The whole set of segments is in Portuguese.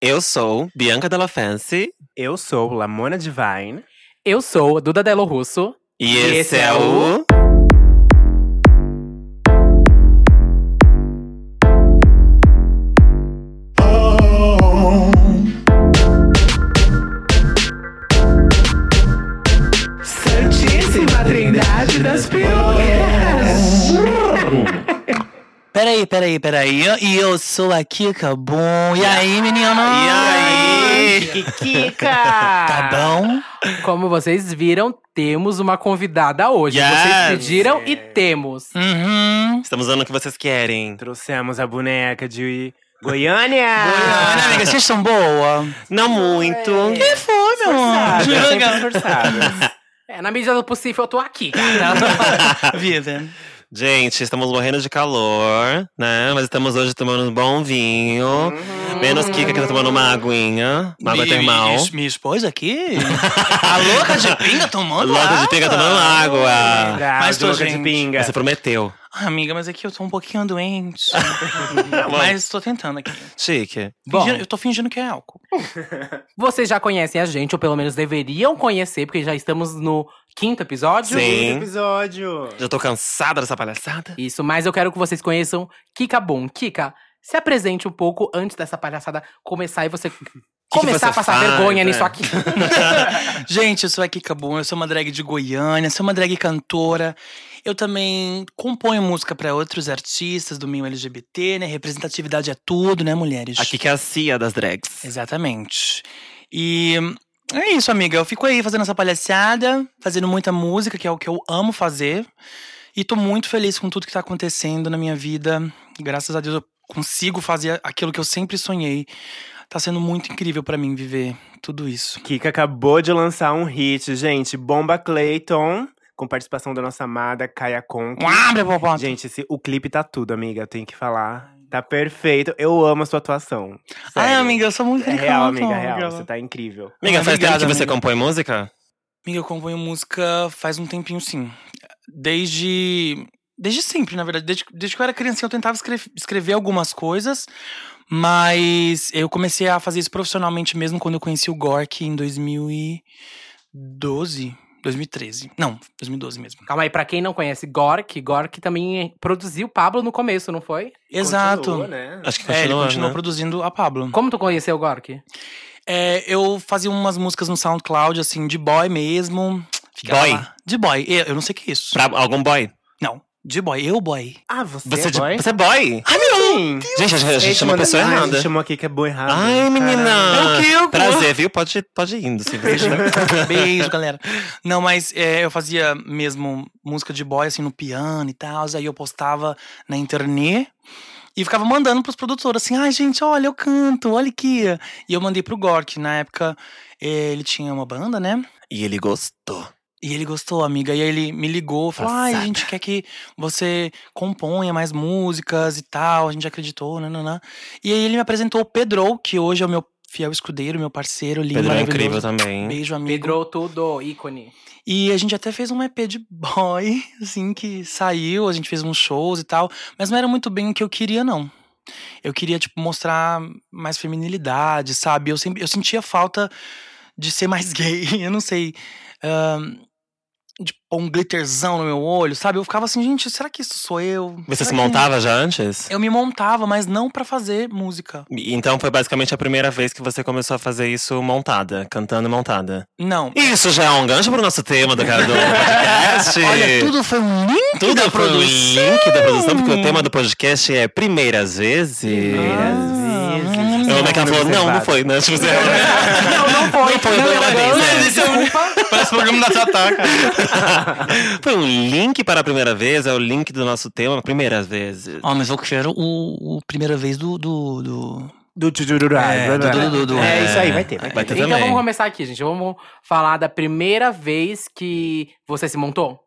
Eu sou Bianca Della Fancy Eu sou Lamona Divine. Eu sou a Duda Delo Russo. e, esse é o. Santíssima Trindade das Peruqueiras. Peraí, peraí, peraí. Eu- E eu sou a Kika Boom. E aí, menino? E aí? Kika! Tá bom? Como vocês viram, temos uma convidada hoje. Yes! Vocês pediram É. e temos. Uhum. Estamos dando o que vocês querem. Trouxemos a boneca de Goiânia. Ah. Goiânia, amiga, vocês são boa? Não muito. Que foi, é. meu Ah, amor? sempre forçadas. É, na medida do possível, eu tô aqui, cara. Vida. Gente, estamos morrendo de calor, né? Mas estamos hoje tomando um bom vinho. Menos Kika que tá tomando uma aguinha, uma água Mi- termal. es- Minha esposa aqui? a louca de pinga tomando Loja de água? pinga tomando água. Mas Mas tô, boca de gente. pinga. Você prometeu. Ah, amiga, mas aqui eu tô um pouquinho doente. mas tô tentando aqui. Chique. Bom. Fingindo- eu tô fingindo que é álcool. Vocês já conhecem a gente, ou pelo menos deveriam conhecer, porque já estamos no quinto episódio. Sim. Segundo episódio. Já tô cansada dessa palhaçada. Isso, mas eu quero que vocês conheçam Kika Boom. Kika, se apresente um pouco antes dessa palhaçada começar e você começar você a passar faz, vergonha é? nisso aqui. Gente, eu sou a Kika Boom, eu sou uma drag de Goiânia, sou uma drag cantora. Eu também componho música pra outros artistas do meio LGBT, né? Representatividade é tudo, né, mulheres? Aqui que é a cia das drags. Exatamente. E é isso, amiga. Eu fico aí fazendo essa palhaçada, fazendo muita música, que é o que eu amo fazer. E tô muito feliz com tudo que tá acontecendo na minha vida. Graças a Deus eu consigo fazer aquilo que eu sempre sonhei. Tá sendo muito incrível pra mim viver tudo isso. Kika acabou de lançar um hit, gente. Bomba Clayton. Com participação da nossa amada Kaya Conk. Abre a popota. Gente, esse, o clipe tá tudo, amiga. Eu tenho que falar. Tá perfeito. Eu amo a sua atuação. Ai, Sério. amiga, eu sou muito É real, encantada, amiga, real. Você tá incrível. Amiga, faz tempo Obrigado, que você amiga. compõe música? Amiga, eu componho música faz um tempinho, sim. Desde. Desde sempre, na verdade. Desde, desde que eu era criança, eu tentava escre- escrever algumas coisas. Mas eu comecei a fazer isso profissionalmente mesmo quando eu conheci o Gork em 2012. 2013. Não, 2012 mesmo. Calma aí, pra quem não conhece Gork, Gork também produziu Pablo no começo, não foi? Exato. Continua, né? Acho que É, ele continua, continuou né? produzindo a Pablo. Como tu conheceu o Gork? É, eu fazia umas músicas no SoundCloud, assim, de boy mesmo. Ficava Boy? lá. De boy. Eu, eu não sei o que é isso. Pra algum boy. Não, de boy. Eu, boy. Ah, você, Você é boy? Você é boy? Ai, meu Gente, a gente, a gente chamou a pessoa A errada. gente chamou aqui que é boa errada. Ai, menina. É o quê? Eu- Prazer, viu? Pode, pode ir indo, se Beijo. veja. Beijo, galera. Não, mas é, eu fazia mesmo música de boy, assim, no piano e tal. Aí eu postava na internet e ficava mandando pros produtores, assim, ai, gente, olha, eu canto, olha que. E eu mandei pro Gork. Na época, eh, ele tinha uma banda, né? E ele gostou. E ele gostou, amiga. E aí ele me ligou, falou: ai, a Passada. gente quer que você componha mais músicas e tal. A gente acreditou, nananã. E aí ele me apresentou o Pedro, que hoje é o meu fiel escudeiro, meu parceiro lindo. Pedro é maravilhoso. incrível também. Beijo, amigo. Pedro Tudo, ícone. E a gente até fez um EP de boy, assim, que saiu, a gente fez uns shows e tal, mas não era muito bem o que eu queria, não. Eu queria, tipo, mostrar mais feminilidade, sabe? Eu, sempre, eu sentia falta de ser mais gay, eu não sei. ahn, de pôr um glitterzão no meu olho, sabe? Eu ficava assim, gente, será que isso sou eu? Você se Será que- montava já antes? Eu me montava, mas não pra fazer música. E- Então foi basicamente a primeira vez que você começou a fazer isso montada, cantando montada. Não. Isso já é um gancho pro nosso tema do, cara do podcast. Olha, tudo foi um link Tudo da pro produção. link da produção, porque o tema do podcast é Primeiras Vezes. Primeiras Ah, vezes. Eu amei que ela falou, não, não foi, né? Tipo, você... não, não foi. Não foi a primeira vez, né? Parece o programa da Tatá, cara. Foi um link para a primeira vez, é o link do nosso tema, Primeiras É, Vezes. Ah, mas eu quero o, o primeira vez do. do, do- Do tchururá. É, do- do- do- do- É, isso aí, vai ter. Vai ter. Vai ter Então também. vamos começar aqui, gente. Vamos falar da primeira vez que você se montou.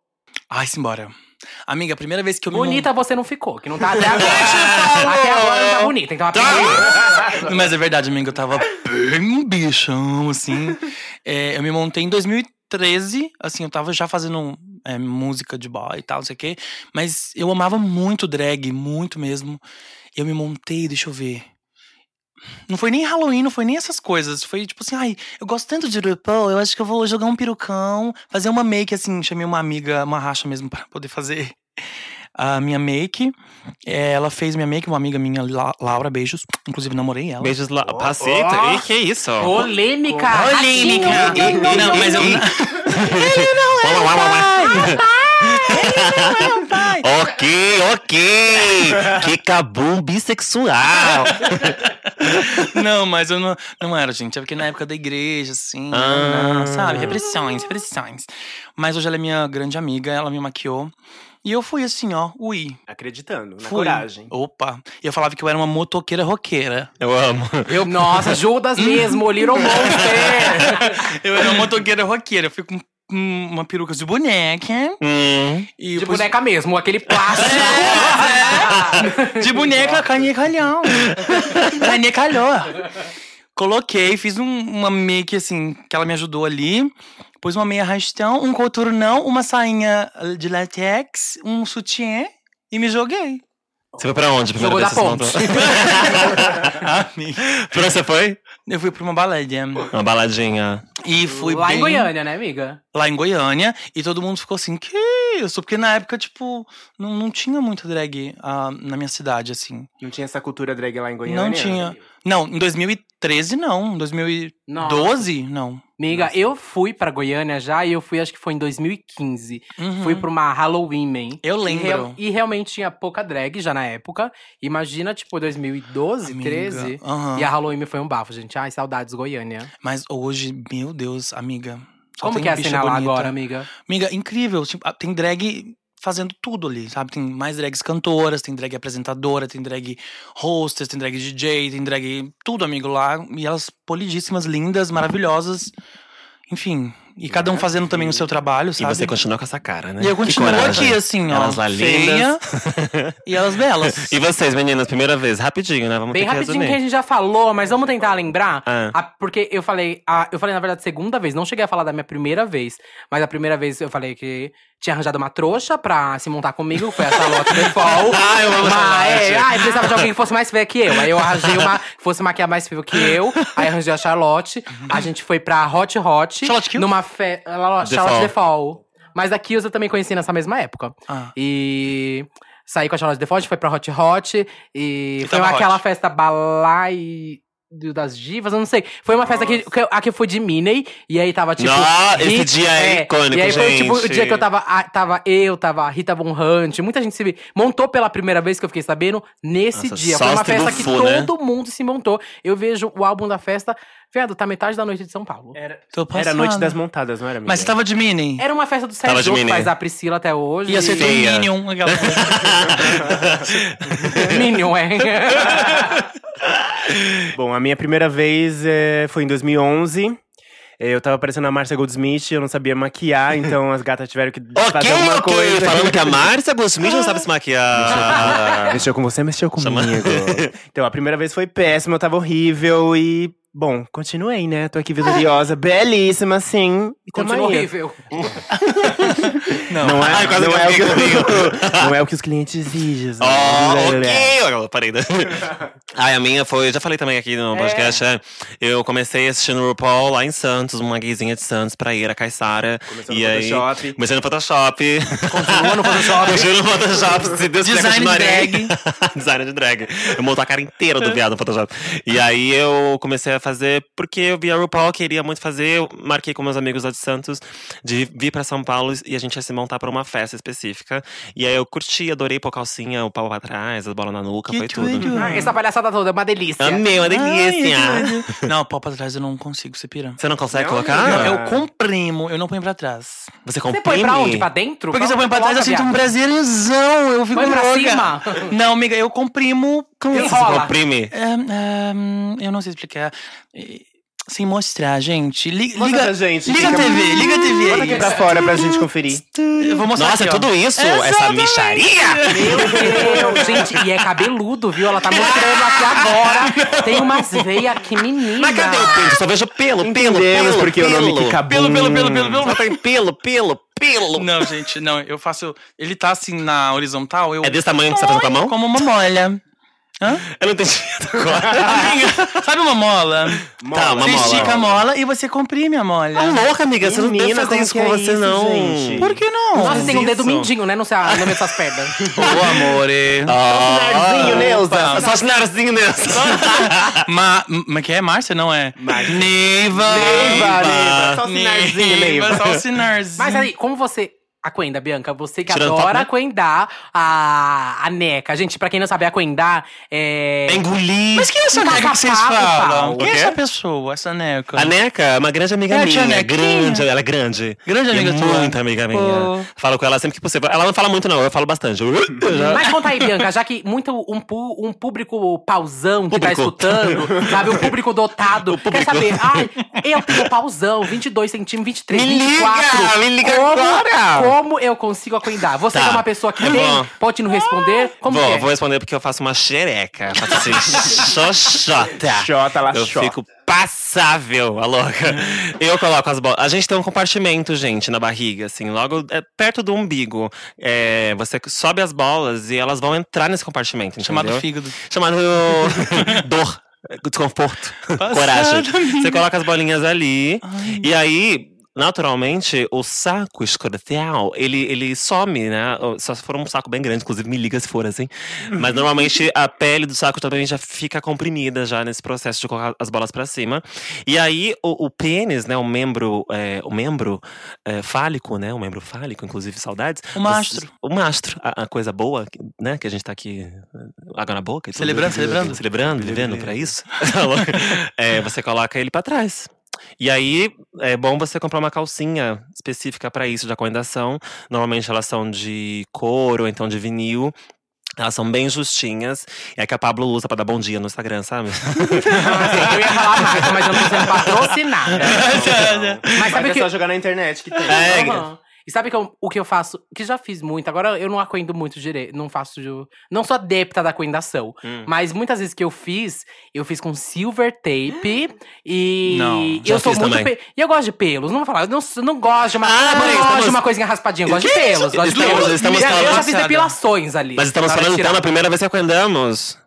Ai, simbora. Amiga, a primeira vez que eu me bonita você não ficou, que não tá até agora. até agora não tá bonita, então a primeira- mon- Mas é verdade, amiga, eu tava bem um bichão, assim. É, eu me montei em 2013, assim, eu tava já fazendo é, música de boy e tal, não sei o quê. Mas eu amava muito drag, muito mesmo. Eu me montei, deixa eu ver. Não foi nem Halloween, não foi nem essas coisas. Foi tipo assim, ai, eu gosto tanto de RuPaul, eu acho que eu vou jogar um perucão, fazer uma make, assim. Chamei uma amiga, uma racha mesmo, pra poder fazer a minha make. É, ela fez minha make, uma amiga minha, La- Laura, beijos. Inclusive, namorei ela. Beijos lá. Ó, Paceta. ó. Ih, que isso? Polêmica! Polêmica. Ratinho, Não, não, mas eu- Ele não é um Ok, ok. Que cabum bissexual. Não, mas eu não, não era, gente. É porque na época da igreja, assim, Ah. não, sabe? Repressões, repressões. Mas hoje ela é minha grande amiga, ela me maquiou. E eu fui assim, ó, ui. Acreditando, na Fui. coragem. Opa. E eu falava que eu era uma motoqueira roqueira. Eu amo. Eu- Nossa, Judas mesmo, Little Monster! Eu era uma motoqueira roqueira. Eu fui com hum, uma peruca de boneca. Hum. E De pus- boneca mesmo, aquele plástico. De boneca, canecalhão. Canecalhou. Coloquei, fiz um- uma make assim, que ela me ajudou ali. Pus uma meia rastão, um coturnão, uma sainha de latex, um sutiã e me joguei. Você foi pra onde? a Primeira Jogou da vez que você se ponte. montou? pra onde você foi? Eu fui pra uma balé Uma baladinha. e fui Lá em bem- Goiânia, né, amiga? lá em Goiânia, e todo mundo ficou assim, que isso? Porque na época, tipo, não, não tinha muito drag ah, na minha cidade, assim. Não tinha essa cultura drag lá em Goiânia? Não tinha. Não, em 2013 não, em 2012 Nossa. não. Amiga, Nossa. eu fui pra Goiânia já e eu fui, acho que foi em 2015. Uhum. Fui pra uma Halloween Man. Eu E lembro. real- E, realmente tinha pouca drag já na época. Imagina, tipo, 2012, Amiga, Ah. 13. aham. E a Halloween foi um bafo, gente. Ai, saudades, Goiânia. Mas hoje, meu Deus, amiga. só Como tem que é a bicha cena lá bonita. agora, amiga? Amiga, incrível. tipo, ah, tem drag fazendo tudo ali, sabe? Tem mais drags cantoras, tem drag apresentadora, tem drag hostess, tem drag DJ, tem drag tudo, amigo, lá. E elas polidíssimas, lindas, maravilhosas. Enfim. E cada um fazendo também o seu trabalho, E sabe? você continua com essa cara, né? E eu Que continuo coragem. aqui, assim, ó. Elas lá feia. e elas belas. E vocês, meninas, primeira vez, rapidinho, né? Vamos Bem ter que rapidinho que a resumir. gente já falou, mas vamos É. tentar lembrar. Ah. A- porque eu falei, a- eu falei, na verdade, segunda vez, não cheguei a falar da minha primeira vez, mas a primeira vez eu falei que tinha arranjado uma trouxa pra se montar comigo, foi a Charlotte Default. Ah, eu amo a Mas, Charlotte. é, ai, precisava de alguém que fosse mais feia que eu. Aí eu arranjei uma que fosse maquiar mais feio que eu. Aí arranjei a Charlotte. A gente foi pra Hot Hot. Charlotte Kills? Numa fe... ela- The Charlotte Fall. Default. Mas a Kills eu também conheci nessa mesma época. Ah. E saí com a Charlotte Default, foi pra Hot Hot. E E foi tava aquela hot. festa balai do- das divas, eu não sei. Foi uma festa que, que eu- a que eu fui de Minnie. E aí tava, tipo. Nó, Ri- esse dia é icônico, E aí foi gente. tipo o dia que eu tava. a- tava eu, tava a Rita Von Hunt, muita gente se montou pela primeira vez que eu fiquei sabendo nesse Nossa, dia. só Foi uma os tribo festa que fu, né? todo mundo se montou. Eu vejo o álbum da festa, viado, tá metade da noite de São Paulo. Era, Tô era a passada. noite das montadas, não era, amiga? Mas você tava de mini? Era uma festa do Tava de Sérgio que Minnie. faz a Priscila até hoje. Ia ser tão Feia. Minion. aquela- Minion, é. Bom, a minha primeira vez eh, foi em 2011. Eh, Eu tava parecendo a Marcia Goldsmith, eu não sabia maquiar, então as gatas tiveram que Ok, fazer alguma ok. coisa. Falando que a Márcia Goldsmith não sabe se maquiar. Mexeu com você, mexeu comigo. Chama- então, a primeira vez foi péssima, eu tava horrível e. Bom, continuei, né? Tô aqui Ah. vitoriosa, belíssima, sim. E tamo Continua aí. horrível. Não. Não é, Ai, quase não, que é eu o que, fiquei não é o que os clientes exigem. né? Ó, ok. Agora, Parei. né? Ai, a minha foi. eu Já falei também aqui no podcast. é, eu comecei assistindo o RuPaul lá em Santos, uma guizinha de Santos pra ir a Caissara. Começou e no aí, Photoshop. Comecei no Photoshop. Continua no Photoshop. Continua no Photoshop, se Deus quiser, Design de continuarei. drag. Design de drag. Eu monto a cara inteira do viado no Photoshop. E aí eu comecei a fazer, porque eu vi a RuPaul, queria muito fazer. Eu marquei com meus amigos lá de Santos de vir pra São Paulo e a gente ia se montar pra uma festa específica. E aí eu curti, adorei pôr calcinha, o pau pra trás, a bola na nuca, Que foi tudo. tudo. Hum. Essa palhaçada toda é uma delícia. Amei, uma delícia. Ai, que doido. não, pau pra trás eu não consigo, você pira. Você não consegue Não, colocar? Não, amiga, eu comprimo, eu não ponho pra trás. Você Você comprime? põe pra onde? Pra dentro? Porque se eu ponho pra Coloca, trás, eu sinto um viado. prazerzão, eu fico Põe pra louca. cima. Não, amiga, eu comprimo. Com... Você Enrola. comprime? É, é, eu não sei explicar. É, Sem mostrar, gente. Li- Mostra Liga, pra gente, liga a fica- TV, liga a TV. Bota aqui aí. pra fora pra gente conferir. Eu vou mostrar Nossa, é aqui, ó. tudo isso? Essa Exatamente. micharia? Meu Deus, gente, e é cabeludo, viu? Ela tá mostrando aqui agora. Tem umas veias aqui, menina. Mas cadê o pelo? Só vejo pelo, pelo, Entendemos pelo. porque o pelo. nome que cabum. Pelo, pelo, pelo, pelo, pelo. Só tem pelo, pelo, pelo. Não, gente, não, eu faço. Ele tá assim na horizontal, eu. É desse tamanho que você tá fazendo com a mão? Como uma molha. Hã? Eu não entendi até agora. Amiga, Sabe uma mola? Tá, uma você mola. estica a Ah. mola e você comprime a Tá molha. louca, amiga. Você não deve Menina, fazer como isso que com é você, isso, não. gente? Por que não? Nossa, tem um dedo isso. mindinho, né? Não sei ah, não meto as pernas. Ô, amore. Ah, Narzinho, Neuza. Só sinarzinho mesmo. Ma, ma que é Márcia, não é? Márcia. Neiva. Neiva, Neiva. Só o sinarzinho, Neiva. Só o sinarzinho. Mas aí, como você. A Coenda, Bianca, você que Tirando adora foto, né? coendar a, a neca. Gente, pra quem não sabe, a coendar é. Engolir. Mas quem é essa Tá neca que vocês safado, falam? Paulo. Quem é O quê? essa pessoa, essa neca? A Neca é uma grande amiga É, a tia minha. Nequinha. Grande, ela é grande. Grande E amiga é tua. Muito amiga minha. Pô. Falo com ela sempre que possível. Ela não fala muito, não. Eu falo bastante. Eu já- Mas conta aí, Bianca, já que muito um, pu- um público pausão que tá Público. escutando, sabe? O público dotado. Quer saber? Ai, eu tenho pausão, 22 centímetros, 23, Me liga, 24. me liga como, agora! Como eu consigo acoendar? Você Tá. que é uma pessoa que Eu tem, vou. pode não responder? Como que Vou, é? vou responder porque eu faço uma xereca. Faço assim, xoxota. Xota, ela Eu xota. fico passável, a louca. Eu coloco as bolas. A gente tem um compartimento, gente, na barriga, assim, logo é, perto do umbigo. É, você sobe as bolas e elas vão entrar nesse compartimento, Chamado entendeu? fígado. chamado dor, desconforto, Passada, coragem. amiga. Você coloca as bolinhas ali Ai. e aí. Naturalmente, o saco escrotal, ele, ele some, né? Só se for um saco bem grande, inclusive me liga se for assim. Mas normalmente a pele do saco também já fica comprimida já nesse processo de colocar as bolas pra cima. E aí o, o pênis, né? O membro, é, o membro é, fálico, né? O membro fálico, inclusive saudades. O mastro. O mastro, a, a coisa boa, né? Que a gente tá aqui água na boca. e tudo. Celebrando, celebrando. Celebrando, vivendo pra isso. Tá louco? É, você coloca ele pra trás. E aí, é bom você comprar uma calcinha específica pra isso, de acoendação. Normalmente elas são de couro, ou então de vinil. Elas são bem justinhas. É que a Pablo usa pra dar bom dia no Instagram, sabe? Assim, eu ia falar a marca, mas eu não tô sendo patrocinada. Mas Então, Mas sabe sabe o é que- só jogar na internet que tem. Tá É, Aham. E sabe que eu- o que eu faço? Que já fiz muito. Agora eu não acoendo muito direito. Não faço. de- Não sou adepta da coendação. Hum. Mas muitas vezes que eu fiz, eu fiz com silver tape. E Não, já eu sou fiz muito. também. pe- E eu gosto de pelos. Não vou falar. Eu não, sou- não gosto de uma, Ah, não peraí, gosto estamos- de uma coisinha raspadinha. Eu gosto de pelos. Gosto de Estamos- pelos. estamos eu, eu já falando- fiz depilações ali. Mas estamos na hora de falando tirar. então da primeira vez que acoendamos.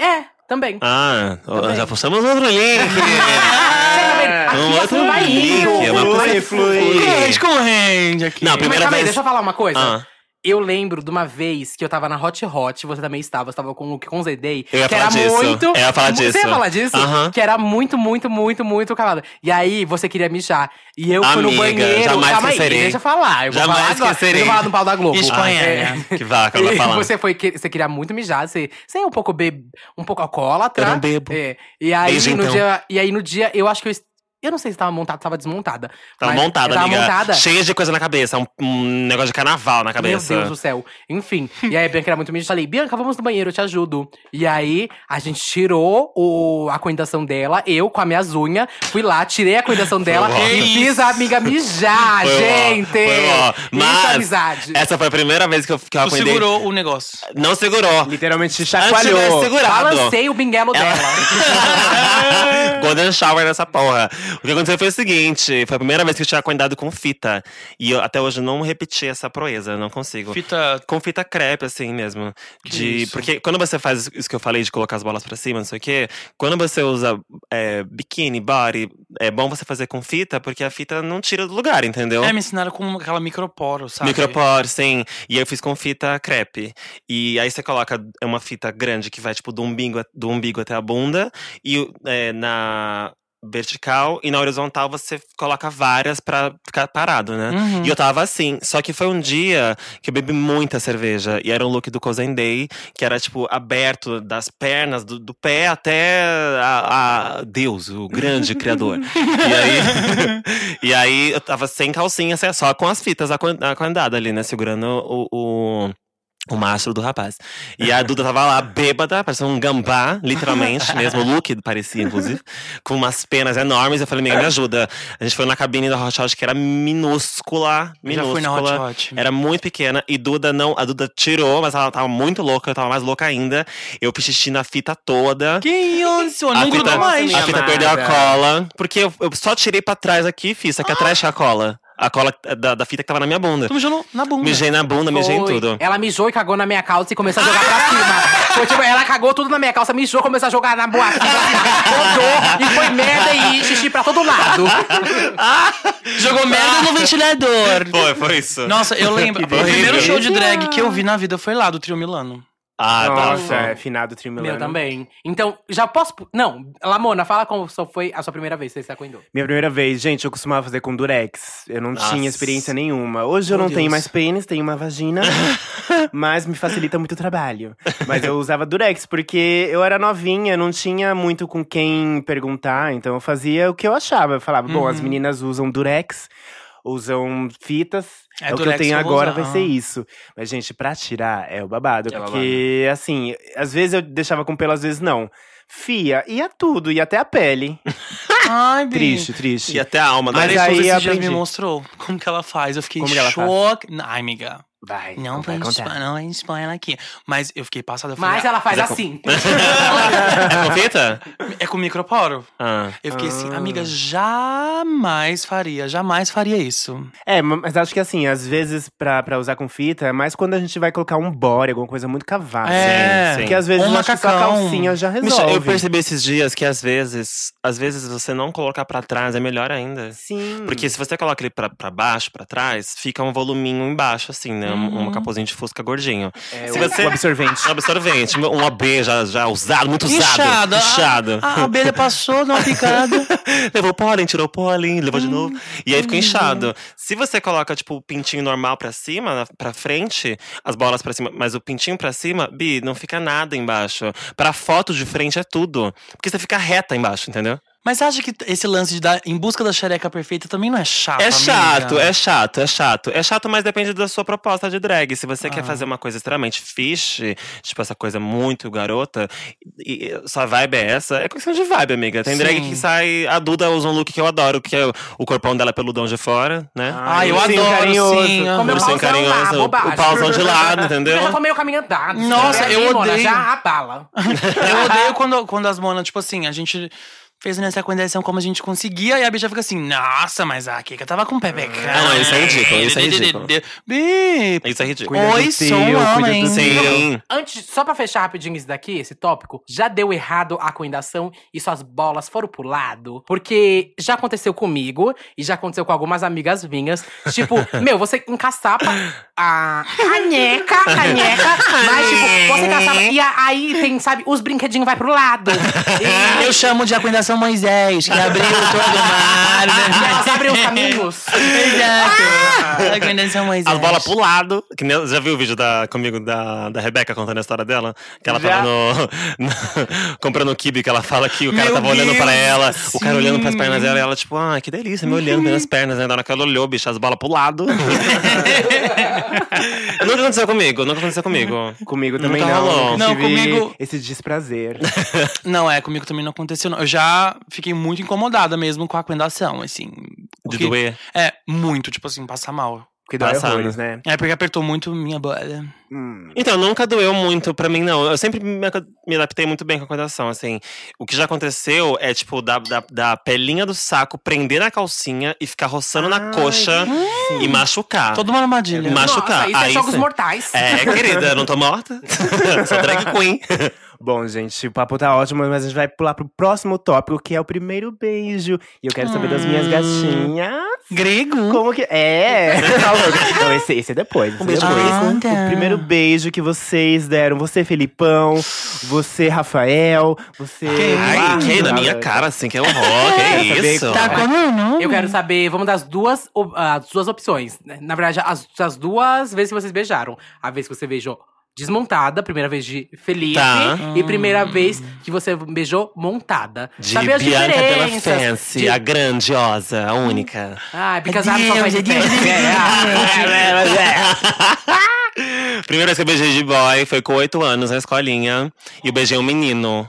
É, também. Ah, Tá já postamos outro Ah, link. você tá vendo? um Aqui outro assim vai link, indo. é uma Flui, coisa flui. Corrente, corrente aqui. Não, a Mas primeira calma aí, vez. deixa eu falar uma coisa. Ah. Eu lembro de uma vez que eu tava na Hot Hot, você também estava, você tava com o Luke com o Zedei. Eu ia que falar era disso, muito. eu ia falar mu- Você disso. ia falar disso? Aham. Que era muito, muito, muito, muito calado. E aí você queria mijar. E eu fui no Amiga, banheiro. jamais calma esquecerei. aí, deixa eu falar. Eu vou Jamais falar agora. esquecerei. Eu vou falar no pau da Globo. Espanha. É. Que vaca, ela E falando. você foi que- você queria muito mijar, você, você é um pouco be, um pouco alcoólatra. Eu não bebo. É. E aí Desde no então. dia, e aí no dia eu acho que eu est- eu não sei se tava montada, tava desmontada. Tava Mas- montada, tava amiga. montada. Cheia de coisa na cabeça. Um, um negócio de carnaval na cabeça. Meu Deus do céu. Enfim. E aí a Bianca era muito mídia. Falei, Bianca, vamos no banheiro, eu te ajudo. E aí a gente tirou o, a coendação dela, eu com a minha unhas, fui lá, tirei a coendação dela um ó. e fiz a amiga mijar, Foi um ó, gente! foi um ó. Isso é Mas amizade. Essa foi a primeira vez que eu, que eu Tu acordei. segurou o negócio. Não segurou. Literalmente se Antes tivesse chacoalhou. segurado. Balancei o binguelo dela. Golden Shower nessa porra. O que aconteceu foi o seguinte: foi a primeira vez que eu tinha acordado com fita. E eu, até hoje eu não repeti essa proeza, eu não consigo. Fita Com fita crepe, assim mesmo. De, isso. porque quando você faz isso que eu falei de colocar as bolas pra cima, não sei o quê, quando você usa é, biquíni, body, é bom você fazer com fita, porque a fita não tira do lugar, entendeu? É, me ensinaram com aquela microporo, sabe? Micropor, sim. E eu fiz com fita crepe. E aí você coloca é uma fita grande que vai, tipo, do umbigo, do umbigo até a bunda. E o- é, na vertical e na horizontal você coloca várias pra ficar parado, né? Uhum. E eu tava assim. Só que foi um dia que eu bebi muita cerveja. E era um look do Cousin Day, que era, tipo, aberto das pernas, do, do pé até a, a Deus, o grande criador. E aí, e aí eu tava sem calcinha, assim, só com as fitas acor- acordadas ali, né? Segurando o. o o mastro do rapaz. E a Duda tava lá, bêbada, parecendo um gambá, literalmente, mesmo o look parecia, inclusive, com umas penas enormes. Eu falei, amiga, me ajuda. A gente foi na cabine da Hot Hot, que era minúscula, Eu já minúscula. fui na Hot Hot. Era muito pequena e Duda não. A Duda tirou, mas ela tava muito louca, eu tava mais louca ainda. Eu fiz xixi na fita toda. Que isso? a Não tá. fita, grudou mais. tá. a fita Amada. Ah! perdeu a cola. Porque eu, eu só tirei pra trás aqui, fiz. Aqui atrás tinha a cola. a cola da, da fita que tava na minha bunda. Tu mijou no- na bunda. Mijei na bunda, mijei em Foi. tudo. Ela mijou e cagou na minha calça e começou a jogar pra cima. Foi tipo, ela cagou tudo na minha calça, mijou, começou a jogar na boate. pra cima, Rodou e foi merda e xixi pra todo lado. Ah. Jogou merda no ventilador. Foi, foi isso. Nossa, eu lembro. O delícia. primeiro show de drag que eu vi na vida foi lá, do Trio Milano. Ah, tá. Nossa, é, finado Trimilano. né? Meu também. Então, já posso. Não, Lamona, fala como só foi a sua primeira vez que você se acuendou. Minha primeira vez, gente, eu costumava fazer com durex. Eu não Nossa. tinha experiência nenhuma. Hoje eu Meu não tenho Deus. mais pênis, tenho uma vagina, mas me facilita muito o trabalho. Mas eu usava durex porque eu era novinha, não tinha muito com quem perguntar, então eu fazia o que eu achava. Eu falava, bom, Uhum. as meninas usam durex, usam fitas. É É, o que durex eu tenho que eu vou agora usar. vai ser isso. Mas, gente, pra tirar é o babado. É o porque, assim, às vezes eu deixava com pelo, às vezes não. Fia, ia tudo, ia até a pele. Ai, bi. Triste, triste. E até a alma. Mas Mas Mas aí aí esses dias aprendi. me mostrou como que ela faz. Eu fiquei Como que ela faz? choque. Ai, amiga, Vai. não vai vai, contar. expor, não vai expor ela aqui. Mas eu fiquei passada. eu falei, Mas ela faz Mas é assim. é com fita? "Ah, É com microporo. Ah. Eu fiquei assim, Ah. amiga, jamais faria, jamais faria isso. É, ma- mas acho que assim, às vezes pra, pra usar com fita, é mais quando a gente vai colocar um body, alguma coisa muito cavada. É. sim. Porque às vezes Ou um eu acho que só a macacão. calcinha já resolve. Michel, eu percebi esses dias que às vezes, às vezes você não colocar pra trás é melhor ainda. Sim. Porque se você coloca ele pra, pra baixo, pra trás, fica um voluminho embaixo, assim, né? Um, um capuzinho de fusca gordinho. É, se o, você- o absorvente. Um absorvente, um AB já, já usado, muito usado. Inchado. ah. Inchado. A, a abelha passou, deu uma picada. Levou pólen, tirou pólen, levou de novo. E aí fica inchado. Se você coloca, tipo, o pintinho normal pra cima, na- pra frente, as bolas pra cima, mas o pintinho pra cima, Bi, não fica nada embaixo. Pra foto de frente é tudo. Porque você fica reta embaixo, entendeu? Mas acha que esse lance de dar em busca da xereca perfeita também não é chato? É amiga? chato, é chato, é chato. É chato, mas depende da sua proposta de drag. Se você Ah. quer fazer uma coisa extremamente fish, tipo essa coisa muito garota, e e sua vibe é essa, é questão de vibe, amiga. Tem drag Sim. que sai. A Duda usa um look que eu adoro, que é o- o corpão dela é peludão de fora, né? Ai, Ah, eu Ursinho adoro, carinhoso. sim. Como eu Ursinho pausão lá, carinhoso, bobagem. o pauzão de lado, entendeu? Eu já tô meio caminho andado. Nossa, Peraí, eu Mona, odeio. Já abala. Eu odeio quando, quando as monas, tipo assim, a gente fez nessa condição como a gente conseguia, e a bicha fica assim, nossa, mas a Kika tava com o pé pecado. Não, isso é ridículo, isso é ridículo. Bi, Isso é ridículo. Cuida do Oi, teu, sou um cuida do homem. teu. Sim. Antes, só pra fechar rapidinho isso daqui, esse tópico, já deu errado a coendação e suas bolas foram pro lado. Porque já aconteceu comigo e já aconteceu com algumas amigas minhas. Tipo, meu, você encaçava a caneca, caneca, mas tipo, você encaçava e a- aí tem, sabe, os brinquedinhos vai pro lado. E- Eu chamo de Acuendação Moisés, que abriu todo o mar. e elas né? abrem os caminhos. Exato. Acuendação Moisés. As bolas pro lado. Que nem- já viu o vídeo da, comigo da, da Rebeca contando a história dela? Que ela Já. tava no, no- comprando o kibe, que ela fala que o cara Meu tava olhando Deus, pra ela, o cara sim. Uhum. olhando pras pernas dela e ela, tipo, ah, que delícia, me olhando pelas pernas, né? Da hora que ela olhou, bicho, as bolas pro lado. nunca aconteceu comigo, nunca aconteceu Uhum. comigo. Comigo também Nunca rolou. não. Eu Não, tive comigo- Esse desprazer. Não, é, comigo também não aconteceu. não. Eu já fiquei muito incomodada mesmo com a Acuendação, assim. De porque- doer. É, muito, tipo assim, passar mal. Porque dói Passado. horrores, né? É, porque apertou muito minha bola. Hum. Então, nunca doeu muito pra mim, não. Eu sempre me ac- me adaptei muito bem com a coordenação, assim. O que já aconteceu é, tipo, da, da, da pelinha do saco prender na calcinha e ficar roçando na Ai, coxa e machucar. Toda uma armadilha. Ah, Mas- Machucar. Nossa, isso é Aí jogos sim. mortais. É, querida, eu não tô morta. Sou drag queen. Bom, gente, o papo tá ótimo, mas a gente vai pular pro próximo tópico, que é o primeiro beijo. E eu quero saber das minhas gatinhas. Grego? Como que. É! Não, esse, esse é depois. esse é beijo depois. grego. Ah, tá. O primeiro beijo que vocês deram. Você, Felipão. Você, Rafael. Você. Ai, Eduardo. que na minha cara, assim, que horror, que Saber isso. tá como o nome? Eu quero saber, vamos das duas, op- ah, as duas opções. né? Na verdade, as, as duas vezes que vocês beijaram. A vez que você beijou desmontada, primeira vez de Felipe. Tá. E Hum. primeira vez que você beijou montada. De saber as Bianca Della diferenças. Fancy, de- a grandiosa, a única. Ai, porque as Meu aves só Deus, faz Deus, diferença. Deus, É, Deus. é, é. Primeira vez que eu beijei de boy foi com oito anos na escolinha. E eu beijei um menino.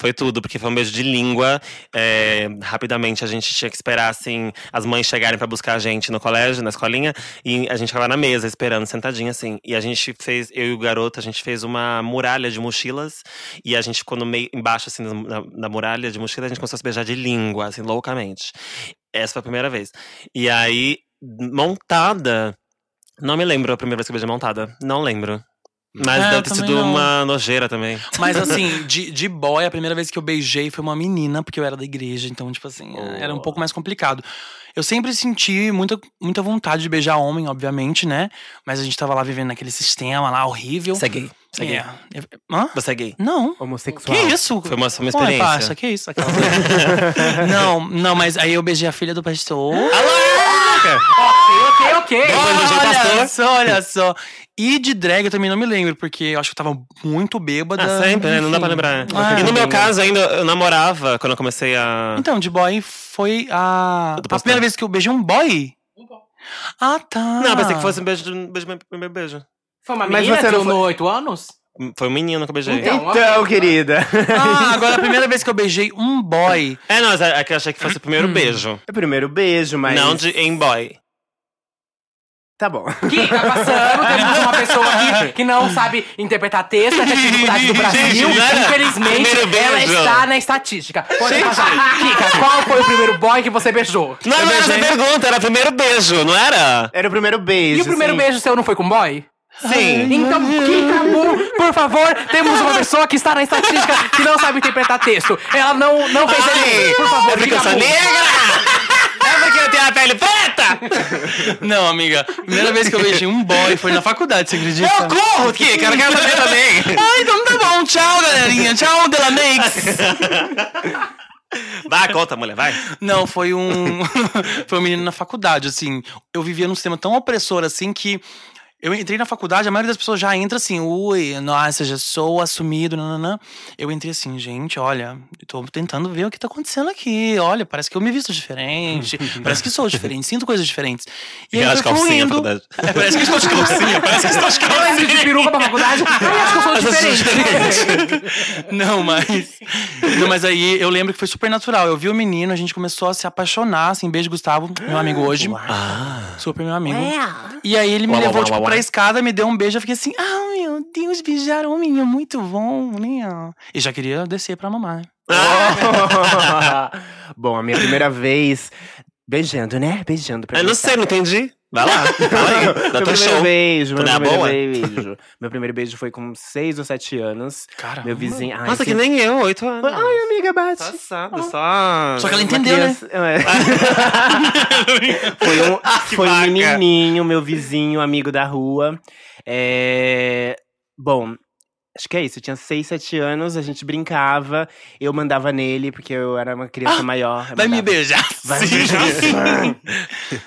Foi tudo, porque foi um beijo de língua. É, rapidamente a gente tinha que esperar, assim, as mães chegarem pra buscar a gente no colégio, na escolinha. E a gente ficava na mesa, esperando, sentadinha, assim. E a gente fez, eu e o garoto, a gente fez uma muralha de mochilas. E a gente ficou no meio, embaixo, assim, na, na muralha de mochila, a gente começou a se beijar de língua, assim, loucamente. Essa foi a primeira vez. E aí montada. Não me lembro a primeira vez que eu beijei montada. Não lembro. Mas É, eu deve ter também sido não. uma nojeira também. Mas assim, de, de boy, a primeira vez que eu beijei foi uma menina, porque eu era da igreja, então, tipo assim, era Oh. um pouco mais complicado. Eu sempre senti muita, muita vontade de beijar homem, obviamente, né? Mas a gente tava lá vivendo naquele sistema lá horrível. Você é gay. Você é gay. É. Hã? Você é gay. Não. Que Homossexual. isso? Foi uma- foi uma Ué, experiência. parça, que isso? Aquela- não, não, mas aí eu beijei a filha do pastor. Ok, ok, ok. Olha só, olha só. E de drag eu também não me lembro, porque eu acho que eu tava muito bêbada. Ah, sempre, né? Não dá pra enfim. lembrar. Ah, e no meu entendi. caso, ainda eu namorava quando eu comecei a. Então, de boy foi a. Eu tô A postando. primeira vez que eu beijei um boy? Ah, tá. Não, eu pensei que fosse um beijo, um beijo, meu primeiro beijo. Foi uma Mas menina você que não no 8 anos? Foi um menino que eu beijei. Então. Então, querida. Ah, agora a primeira vez que eu beijei um boy. É, não, mas é é que eu achei que fosse o Hum. primeiro beijo. É primeiro beijo, mas. Não de em boy. Tá bom. Que tá passando, temos uma pessoa aqui que não sabe interpretar texto, essa é a dificuldade do Brasil. Gente, né? Infelizmente, Primeiro ela beijo. está na estatística. Pode passar. Kika, qual foi o primeiro boy que você beijou? Não, não era essa beijei- pergunta, era primeiro beijo, não era? Era o primeiro beijo. E o primeiro assim. beijo seu não foi com boy? Sim. Então, Kika Mu, por favor, temos uma pessoa que está na estatística que não sabe interpretar texto. Ela não, não fez Ai, ele. Por é favor, porque eu Kika sou Mu. negra! É porque eu tenho a pele preta! Não, amiga. a Primeira vez que eu beijei um boy foi na faculdade, você acredita? Eu corro, Kika, eu quero saber também. Ah, então tá bom. Tchau, galerinha. Tchau, Delaneix. Vai, conta, mulher, vai. Não, foi um. foi um menino na faculdade, assim. Eu vivia num sistema tão opressor assim que. Eu entrei na faculdade, a maioria das pessoas já entra assim, ui, nossa, já sou assumido, nananã. Eu entrei assim, gente, olha, eu tô tentando ver o que tá acontecendo aqui. Olha, parece que eu me visto diferente, parece que sou diferente, sinto coisas diferentes. E aí Aquelas foi calcinhas na tá faculdade. fluindo. É, parece que estou de calcinha, parece que estou de é calcinha. Ela indo assim. de peruca pra faculdade. Ai, acho que eu sou diferente. assim, Não, mas. Não, mas aí eu lembro que foi super natural. Eu vi o menino, a gente começou a se apaixonar, assim, beijo, Gustavo, meu amigo hoje. Ah. Super meu amigo. E aí ele me Uau, uau, levou, uau, tipo, uau, pra uau. escada, me deu um beijo, eu fiquei assim, ah, meu Deus, beijaram o menino, muito bom, né? ó." E já queria descer pra mamar, né? bom, a minha primeira vez. Beijando, né? Beijando. pra Eu não começar. sei, não entendi. Vai lá, fala aí. Meu Dá teu primeiro show. beijo, meu Não é a primeiro boa? beijo. Meu primeiro beijo foi com seis ou sete anos. Cara. Meu vizinho. Ai, Nossa, que que nem eu, oito anos. Ai, amiga, tá assim. bate. Passado, só. Só que ela entendeu, né? né? foi um, Ah, que foi um vaca. menininho, meu vizinho, amigo da rua. É, Bom, acho que é isso. Eu tinha 6, 7 anos, a gente brincava. Eu mandava nele, porque eu era uma criança maior. eu Vai me mandava. beijar. Vai me sim. beijar.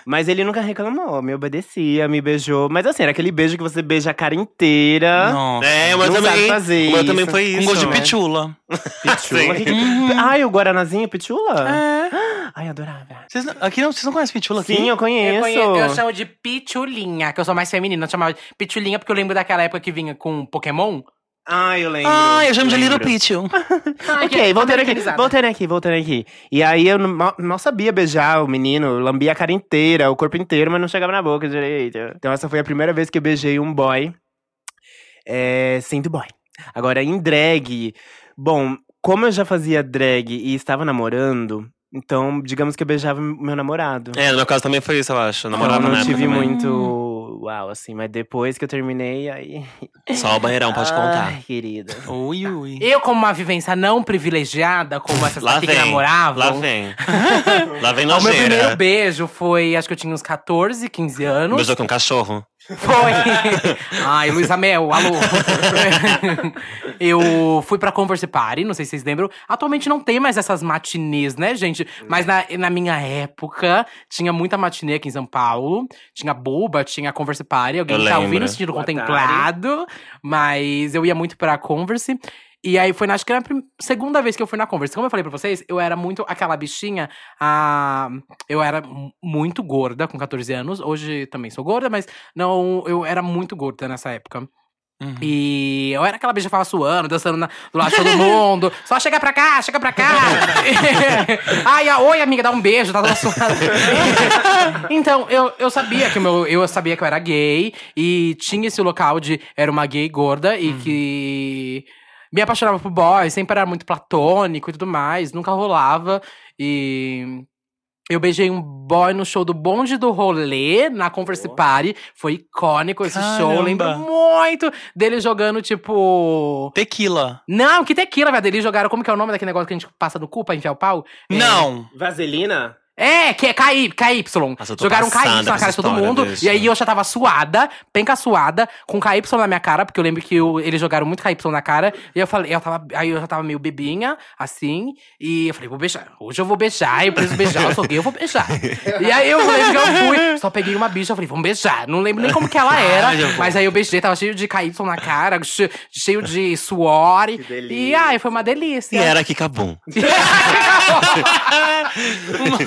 Mas ele nunca reclamou, me obedecia, me beijou. Mas assim, era aquele beijo que você beija a cara inteira. Nossa. É, mas Não sabe também. fazer o meu também isso. foi Um isso. gosto de né? pitula. Uhum. Pitula. Sim. Que que- Ai, o Guaranazinho, pitula? É. Ai, adorava. Vocês não- aqui não, vocês não conhecem pitula aqui? Sim, eu conheço. Eu, conhe- eu chamo de pitulinha, que eu sou mais feminina. Eu chamava de pitulinha porque eu lembro daquela época que vinha com Pokémon. Ai, eu lembro. Ah, eu chamo de Little lembro. Pichu. Ai, Ok, que- voltando aqui, americanizada. voltando aqui, voltando aqui. E aí eu não- mal, mal sabia beijar o menino, eu lambia a cara inteira, o corpo inteiro, mas não chegava na boca direito. Então essa foi a primeira vez que eu beijei um boy, é, sendo boy. Agora, em drag, bom, como eu já fazia drag e estava namorando, então digamos que eu beijava meu namorado. É, no meu caso também foi isso, eu acho. Eu Então, Namorava não na época tive também. muito Hum. uau, assim, mas depois que eu terminei, aí... Só o banheirão, pode contar. Ai, querida. Ui, ui. Eu, como uma vivência não privilegiada, como essas Lá aqui que vem. namoravam. Lá vem. Lá vem O Ah, meu primeiro nojeira. beijo foi, acho que eu tinha uns 14, 15 anos. Beijou com um cachorro. Foi. Ai, Luísa Mel, alô. eu fui pra Converse Party, não sei se vocês lembram. Atualmente não tem mais essas matinês, né, gente? Mas na, na minha época, tinha muita matinê aqui em São Paulo. Tinha Boba, tinha Converse Party. Alguém Eu tá lembro. ouvindo no sentido Boa contemplado. Mas eu ia muito pra Converse. E aí foi, na, acho que era a prim- segunda vez que eu fui na Converse. Como eu falei pra vocês, eu era muito aquela bichinha, a... eu era mu- muito gorda com 14 anos. Hoje também sou gorda, mas não, eu era muito gorda nessa época. Uhum. E eu era aquela bicha que ficava suando, dançando na, do lado de todo mundo. Só chega pra cá, chega pra cá. Ai, a- oi, amiga, dá um beijo, tá toda suada. então, eu, eu sabia que o meu, eu sabia que eu era gay. E tinha esse local de era uma gay gorda e que me apaixonava por boy, sempre era muito platônico e tudo mais, nunca rolava. E Eu beijei um boy no show do Bonde do Rolê, na Converse Party. Foi icônico esse show. Eu Lembro Caramba. muito dele jogando, tipo. Tequila. Não, que tequila, velho. Eles jogaram. Como que é o nome daquele negócio que a gente passa no cu pra enfiar o pau? É, Não. Vaselina? É, que é KY. KY. Nossa, eu tô Jogaram KY passada na com cara essa de todo história, mundo. bicho. E aí eu já tava suada, penca suada, com KY na minha cara, porque eu lembro que eu- eles jogaram muito KY na cara. E eu falei, eu tava, aí eu já tava meio bebinha, assim. E eu falei, vou beijar. Hoje eu vou beijar, eu preciso beijar, eu sou gay, eu vou beijar. e aí eu lembro que eu fui, só peguei uma bicha, eu falei, vamos beijar. Não lembro nem como que ela era, Ah, eu vou. mas aí eu beijei, tava cheio de KY na cara, che- cheio de suor. Que delícia. E ai, foi uma delícia. E era Kikabum.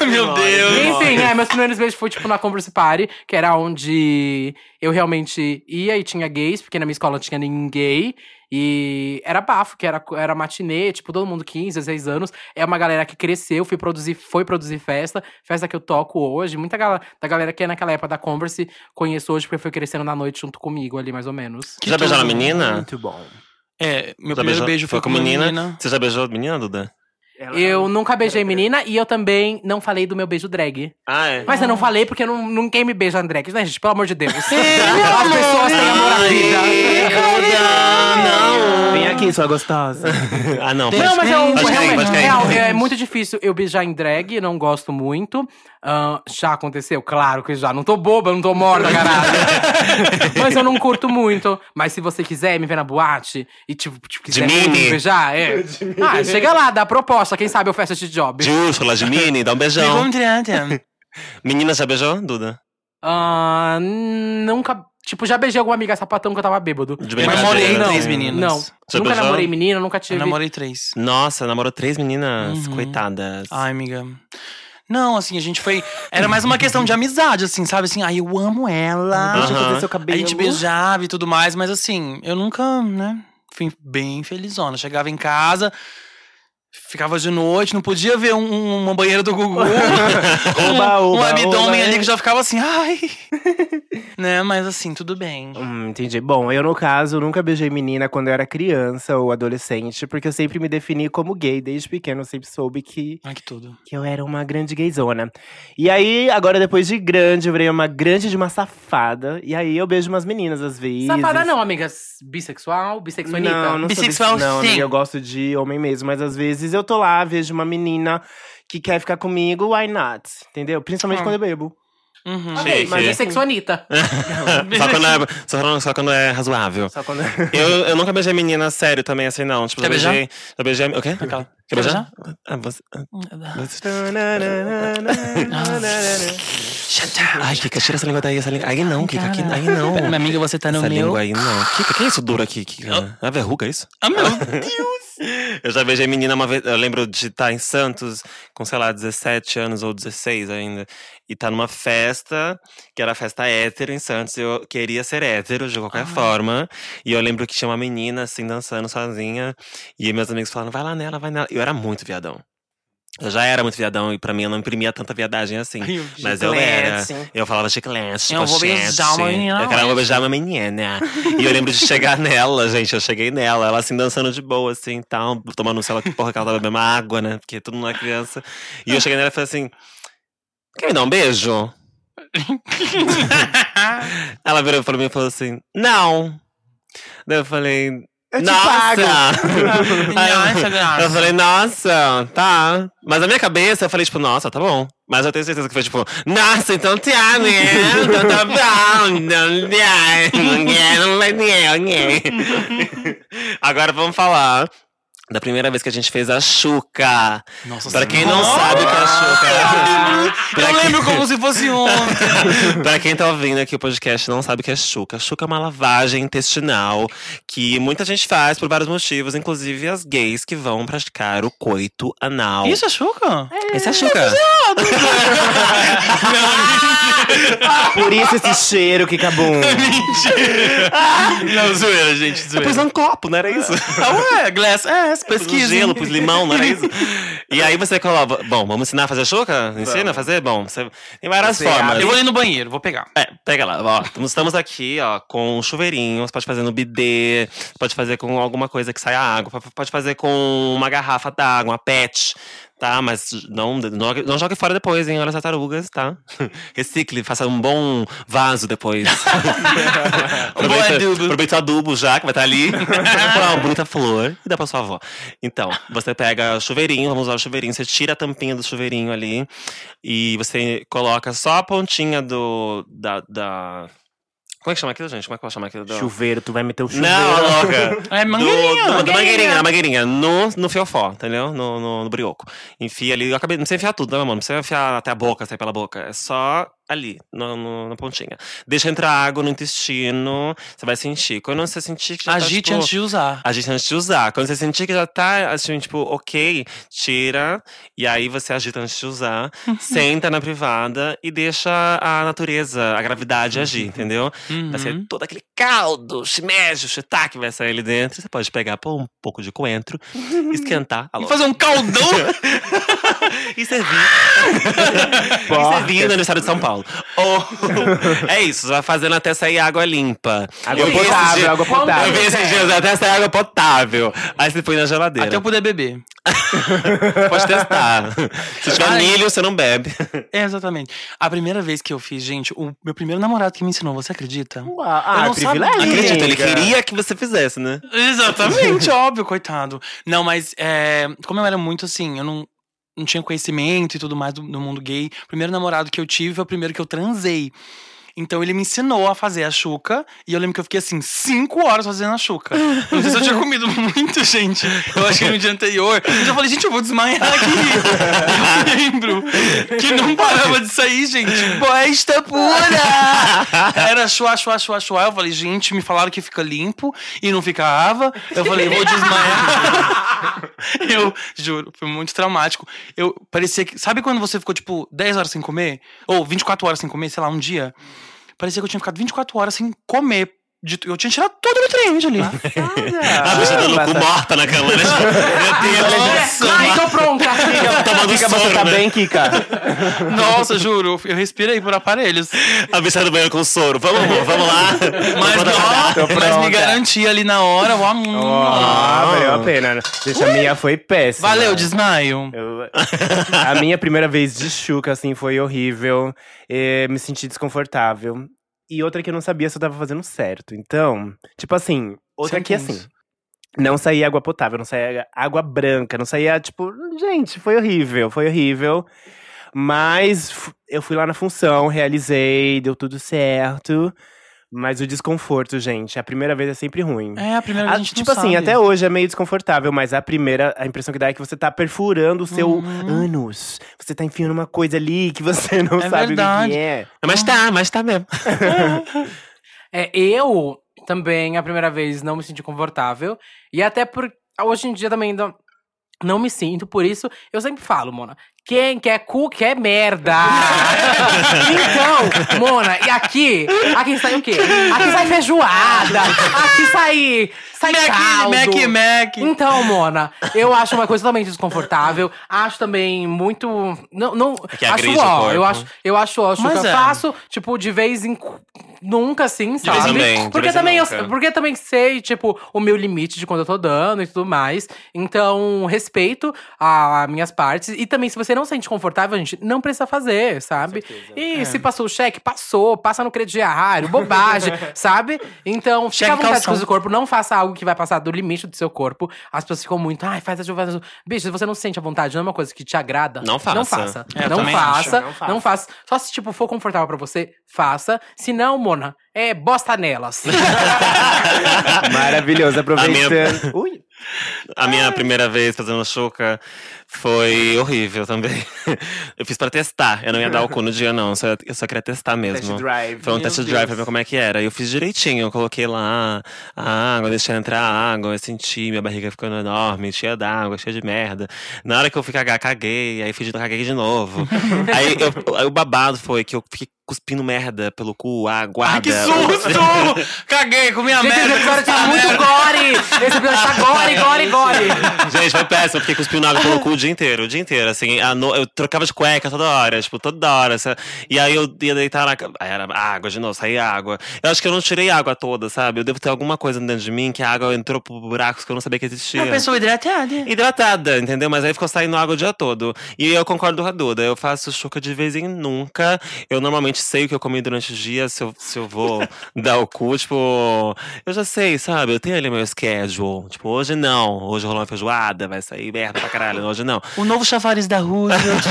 Meu E, Deus. Enfim, é, meus primeiros beijos foi, tipo, na Converse Party, que era onde eu realmente ia e tinha gays, porque na minha escola não tinha ninguém gay. E era bafo, que era, era matinê, tipo, todo mundo 15, 16 anos. É uma galera que cresceu, fui produzir, foi produzir festa, festa que eu toco hoje. Muita gala- da galera que é naquela época da Converse conheço hoje, porque foi crescendo na noite junto comigo ali, mais ou menos. Você já beijou na menina? Muito bom. É, meu Já primeiro beijou- beijo foi com uma menina. Você já beijou a menina, Duda? Ela- é Eu nunca beijei menina e eu também não falei do meu beijo drag. Ah, é. Mas eu não falei porque eu não, ninguém me beija André, né, gente? Pelo amor de Deus. As pessoas têm amor à vida. Vem vida. aqui, sua gostosa. Não. Ah, não. Deixa- Não, mas eu Pode cair, realmente pode cair. real, é, muito difícil eu beijar em drag, não gosto muito. Ahn, já aconteceu? Claro que já. Não tô boba, não tô morta, caralho. mas eu não curto muito. Mas se você quiser me ver na boate e tipo, tipo quiser De muito mini. me beijar, é. Ah, chega lá, dá a proposta. Quem sabe eu faço esse job. De Úrsula, de Mini, dá um beijão. Menina, já beijou, Duda? Ahn, Ah, nunca. Tipo, já beijei alguma amiga sapatão que eu tava bêbado. De Eu brincadeira, namorei né? três meninas. Não. Você nunca beijou? namorei menina, nunca Eu tive. namorei três. Nossa, namorou três meninas, Uhum. coitadas. Ai, amiga. Não, assim, a gente foi. Era mais uma questão de amizade, assim, sabe? Assim, ai, eu amo ela. Deixa eu Aham. fazer seu A cabelo. gente beijava e tudo mais, mas assim, eu nunca, né? Fui bem felizona. Chegava em casa, ficava de noite, não podia ver um- um- uma banheira do Gugu. um, Oba, um oba, abdômen oba, ali é. que já ficava assim, ai. né? Mas assim, tudo bem. Hum, entendi. Bom, eu, no caso, nunca beijei menina quando eu era criança ou adolescente, porque eu sempre me defini como gay. Desde pequeno, eu sempre soube que, Ai, que tudo. que eu era uma grande gayzona. E aí, agora, depois de grande, eu virei uma grande de uma safada. E aí, eu beijo umas meninas às vezes. Safada não, amiga. Bissexual, bissexualita. Não, não Bissexual, sou desse- não, amiga, sim. eu gosto de homem mesmo, mas às vezes eu tô lá, vejo uma menina que quer ficar comigo, why not? Entendeu? Principalmente Ah. quando eu bebo. Uhum. Achei Ok, mas que- bissexualita. só, quando é, só quando- só quando é razoável. Só quando Eu, eu nunca beijei menina sério também, assim, não. Tipo, Quer já beijei. Já beijei. O quê? Aquela. Quer beijar? Ah, você. você- Ai, Kika, tira essa língua daí, essa língua. Aí não, Kika, aqui, aí não. Minha amiga, você tá no essa meu. língua aí não. Kika, que é isso duro aqui, Kika? É verruga, é isso? Ah, meu. Eu já beijei menina uma vez. Eu lembro de estar em Santos com, sei lá, 17 anos ou 16 ainda. E tá numa festa, que era festa hétero em Santos. Eu queria ser hétero de qualquer forma. E eu lembro que tinha uma menina assim dançando sozinha. E meus amigos falaram, vai lá nela, vai nela. Eu era muito viadão. Eu já era muito viadão e pra mim eu não imprimia tanta viadagem assim. Mas eu era. Eu falava chiclete, Eu vou pochete. beijar uma menina Eu quero hoje. beijar uma menina. e eu lembro de chegar nela, gente. Eu cheguei nela, ela assim, dançando de boa, assim, tal. Tomando, sei lá, que porra que ela tava bebendo uma água, né? Porque todo mundo é criança. E eu cheguei nela e falei assim, quer me dar um beijo? ela virou pra mim e falou assim, não. Daí eu falei, Eu te nossa! Aí eu- Nossa, eu graça. falei, nossa, tá. Mas na minha cabeça eu falei, tipo, nossa, tá bom. Mas eu tenho certeza que foi tipo, nossa, então tá, né? Então tá bom. Então tá. Não quero, não vai ter, né? Agora vamos falar da primeira vez que a gente fez a Xuca. Nossa, Pra quem não Nossa. sabe o que é a Xuca. Pra Eu quem- lembro como se fosse ontem. pra quem tá ouvindo aqui o podcast não sabe o que é chuca. Chuca é uma lavagem intestinal que muita gente faz por vários motivos, inclusive as gays que vão praticar o coito anal. Isso é chuca? Esse é chuca. Por isso esse cheiro que acabou. é Não, zoeira, gente, Eu pus um copo, não era isso? Ah, ué, Glass, é, Pus um pesquisa. hein? gelo, pus limão, não era isso? E aí você coloca. Bom, vamos ensinar a fazer chuca? Ensina a fazer? Bom, você... tem várias Você formas. abre- Eu vou ali no banheiro, vou pegar. É, pega lá, ó. nós Estamos aqui, ó, com um chuveirinho. Você pode fazer no bidê, pode fazer com alguma coisa que saia água, pode fazer com uma garrafa d'água, uma pet. Tá, mas não, não, jogue- não jogue fora depois, hein? Olha as tartarugas, tá? Recicle, faça um bom vaso depois. aproveita, adubo. aproveita o adubo já, que vai estar ali. Põe uma bonita flor e dá pra sua avó. Então, você pega chuveirinho, vamos usar o chuveirinho. Você tira a tampinha do chuveirinho ali. E você coloca só a pontinha do... Da, da- Como é que chama aquilo, gente? Como é que eu chamo aquilo? Do... Chuveiro, tu vai meter o chuveiro. Não, louca! É Do- mangueirinha. do- da mangueirinha. mangueirinha, da mangueirinha. No, no fiofó, entendeu? No, no, no brioco. Enfia ali. Eu acabei, não precisa enfiar tudo, né, meu mano? Não precisa enfiar até a boca, sair pela boca. É só ali, no, no- na pontinha. Deixa entrar água no intestino. Você vai sentir. Quando você sentir que já tá, Agite tipo, antes de usar. Agite antes de usar. Quando você sentir que já tá, assim, tipo, ok, tira. E aí você agita antes de usar. senta na privada e deixa a natureza, a gravidade agir, entendeu? Vai ser Uhum. todo aquele caldo, shimeji, shiitake que vai sair ali dentro. Você pode pegar pô, um pouco de coentro, esquentar a E louça. fazer um caldão? e servir. e servir no estado de São Paulo. Ou- é isso, você vai fazendo até sair água limpa. Água eu vi esses potável, dias- água Eu vi potável. esses dias até sair água potável. Aí você põe na geladeira. Até eu poder beber. Pode testar. Se tiver Ai. milho, você não bebe. É, exatamente. A primeira vez que eu fiz, gente, o meu primeiro namorado que me ensinou, você acredita? Uau, Ah, Eu não privilégio. sabia. Acredito, ele amiga. queria que você fizesse, né? Exatamente, óbvio, coitado. Não, mas é, como eu era muito assim, eu não, não tinha conhecimento e tudo mais do, do mundo gay. O primeiro namorado que eu tive foi o primeiro que eu transei. Então ele me ensinou a fazer a chuca e eu lembro que eu fiquei assim, cinco horas fazendo a chuca. Não sei se eu tinha comido muito, gente. Eu acho que no dia anterior. Eu já falei, gente, eu vou desmaiar aqui. Eu lembro que não parava de sair, gente. Bosta pura! Era chuá, chuá, chuá, chuá. Eu falei, gente, me falaram que fica limpo e não ficava. Eu falei, vou desmaiar. Eu juro, foi muito traumático. Eu parecia que. Sabe quando você ficou, tipo, 10 horas sem comer? Ou 24 horas sem comer, sei lá, um dia? Parecia que eu tinha ficado 24 horas sem comer. de- Eu tinha tirado todo o nutriente ali. A bicha dando Ah, passa- cu morta na cama, né? Meu Deus! Ai, tô pronta! Tomando Kika, você soro, tá né? bem, Kika? Nossa, juro, eu respirei por aparelhos. A bicha do banheiro com soro. Vamos, amor, vamos lá. Mas, Vamos lá. ó, Tô mas pronta. me garantia ali na hora. ó, hum, Ah, valeu a pena. Gente, a minha foi péssima. Valeu, desmaio. Eu- a minha primeira vez de chuca, assim, foi horrível. Eh, me senti desconfortável. E outra que eu não sabia se eu tava fazendo certo. Então, tipo assim, outra Sempre que isso. assim. Não saía água potável, não saía água branca, não saía, tipo, gente, foi horrível, foi horrível. Mas f- eu fui lá na função, realizei, deu tudo certo. Mas o desconforto, gente, a primeira vez é sempre ruim. É, a primeira vez Ah, a gente tipo não assim, sabe. até hoje é meio desconfortável, mas a primeira, a impressão que dá é que você tá perfurando o seu Uhum. ânus. Você tá enfiando uma coisa ali que você não É sabe o que verdade. que é. Mas tá, mas tá mesmo. É, eu também, a primeira vez, não me senti confortável. E até por. Hoje em dia também ainda não me sinto. Por isso, eu sempre falo, Mona. Quem quer cu quer merda! então, Mona, e aqui? Aqui sai o quê? Aqui sai feijoada! Aqui sai. Sai caldo. Mac, Mac, Mac. Então, Mona, eu acho uma coisa totalmente desconfortável. Acho também muito. Não, não É que acho agride o ó. corpo. Eu acho, eu acho ó. Mas que eu é. faço, tipo, de vez em. cu- Nunca assim, vez sabe? em nunca, de porque vez em também eu, nunca. porque também sei, tipo, o meu limite de quando eu tô dando e tudo mais. Então, respeito a, minhas partes. E também, se você não se sente confortável, gente, não precisa fazer, sabe? E se passou o cheque, passou, passa no crediário, bobagem, sabe? Então, fica Cheque à vontade com calção. o seu corpo, não faça algo que vai passar do limite do seu corpo. As pessoas ficam muito, ai, faz a chuva. faz a chuva." Bicho, se você não se sente à vontade, não é uma coisa que te agrada. Não faça. Não faça. É, eu não, também faça acho, não não faça. faça. Só se, tipo, for confortável pra você, faça. Se não, Mona, é bosta nelas. Ai, Maravilhoso, minha- aproveitando. Ui, A Ah. minha primeira vez fazendo chuca foi horrível também. Eu fiz pra testar. Eu não ia dar o cu no dia, não. Só- Eu só queria testar test mesmo. drive. Foi um Meu test drive pra Deus. ver como é que era. E eu fiz direitinho. Eu coloquei lá a água, deixei entrar a água, eu senti minha barriga ficando enorme, cheia d'água, cheia de merda. Na hora que eu fui cagar, caguei. Aí fingi que eu caguei de novo. aí eu- aí o babado foi que eu fiquei cuspindo merda pelo cu, aguada. Ai, que susto! Caguei, comi a Gente, esse merda. episódio tá muito gore! Esse episódio tá gore, gore, gore! Gente, foi péssimo, porque cuspindo água pelo cu o dia inteiro, o dia inteiro, assim. a no- Eu trocava de cueca toda hora, tipo, toda hora. sa- E aí eu ia deitar na... ca- Aí era água de novo, saía água. Eu acho que eu não tirei a água toda, sabe? Eu devo ter alguma coisa dentro de mim que a água entrou por buracos que eu não sabia que existia. Uma pessoa hidratada. hidratada, entendeu? Mas aí ficou saindo água o dia todo. E eu concordo com a Duda, eu faço chuca de vez em nunca. Eu normalmente sei o que eu comi durante o dia, se eu, se eu vou dar o cu, tipo, eu já sei, sabe? Eu tenho ali meu schedule. Tipo, hoje não, hoje rolou uma feijoada, vai sair merda pra caralho, hoje não. O novo chafariz da Roosevelt.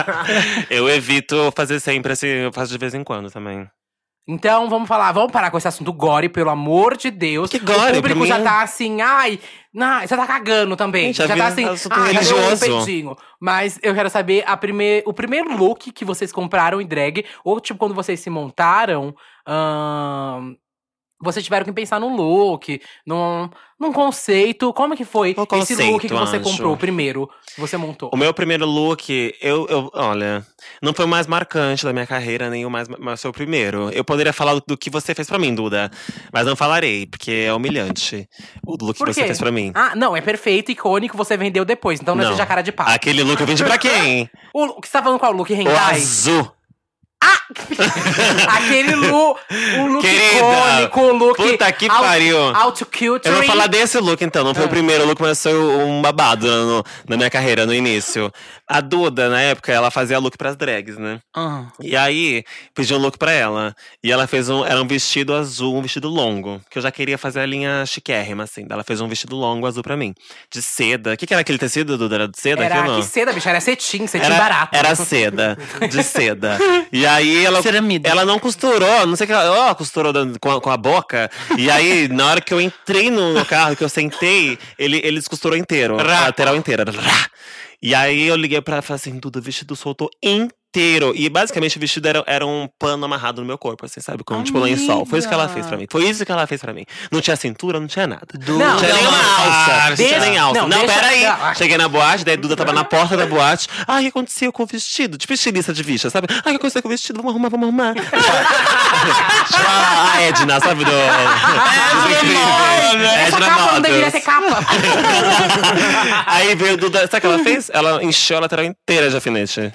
eu evito fazer sempre assim, eu faço de vez em quando também. Então, vamos falar, vamos parar com esse assunto gore, pelo amor de Deus. Que gore, pra O público mim já é- tá assim, ai, não, você tá cagando também. Gente, a já vida tá assim, é um assunto ai, já deu um religioso. peidinho. Mas eu quero saber a prime... o primeiro look que vocês compraram em drag, ou tipo, quando vocês se montaram, ahn, vocês tiveram que pensar num look, num, num conceito. Como é que foi O esse look que conceito, você anjo. comprou primeiro? que Você montou? O meu primeiro look, eu, eu- olha, não foi o mais marcante da minha carreira, nem o mais, mas foi o primeiro. Eu poderia falar do, do que você fez pra mim, Duda, mas não falarei, porque é humilhante o look Por que você quê? fez pra mim. Ah, não, é perfeito, icônico, você vendeu depois, então não, Não. seja cara de pau. Aquele look eu vendi pra quem? O, o que você tá falando qual? O look o hentai? azul. Aquele look, o look Querida, icônico, o look Puta que out- pariu. outculturing. Eu vou falar desse look, então. Não foi Ah. o primeiro look, mas foi um babado no- na minha carreira, no início. A Duda, na época, ela fazia look pras drags, né? Ah, E aí, pedi um look pra ela. E ela fez um. Era um vestido azul, um vestido longo. Que eu já queria fazer a linha chiquérrima, assim. Ela fez um vestido longo azul pra mim. De seda. O que, que era aquele tecido, Duda? Era de seda? Era aquilo? que seda, bicho, era cetim, cetim era, barato. Era seda. De seda. E aí ela. Ceramida. Ela não costurou, não sei o que ela. Ó, costurou da- com a, com a boca. E aí, na hora que eu entrei no, no carro, que eu sentei, ele, ele descosturou inteiro. A lateral inteira. Rá. E aí eu liguei pra ela e falei assim: Duda, o vestido soltou inteiro. E basicamente o vestido era, era um pano amarrado no meu corpo, assim, sabe? Com, tipo, Amiga. lençol. Foi isso que ela fez pra mim. Foi isso que ela fez pra mim. Não tinha cintura, não tinha nada. Duda, Não, tinha nenhuma alça. parça. Não tinha nem alça. Não, Não, deixa- peraí. não, ah. Cheguei na boate, daí a Duda tava na porta da boate. Ai, o que aconteceu com o vestido? Tipo estilista de vista, sabe? Ai, o que aconteceu com o vestido? Vamos arrumar, vamos arrumar. Tipo a a Edna, sabe? Do... é Edna Edna Ah, é Essa capa não deveria Modas. ser capa. Aí veio o Duda. Sabe o que ela fez? Ela encheu a lateral inteira de alfinete.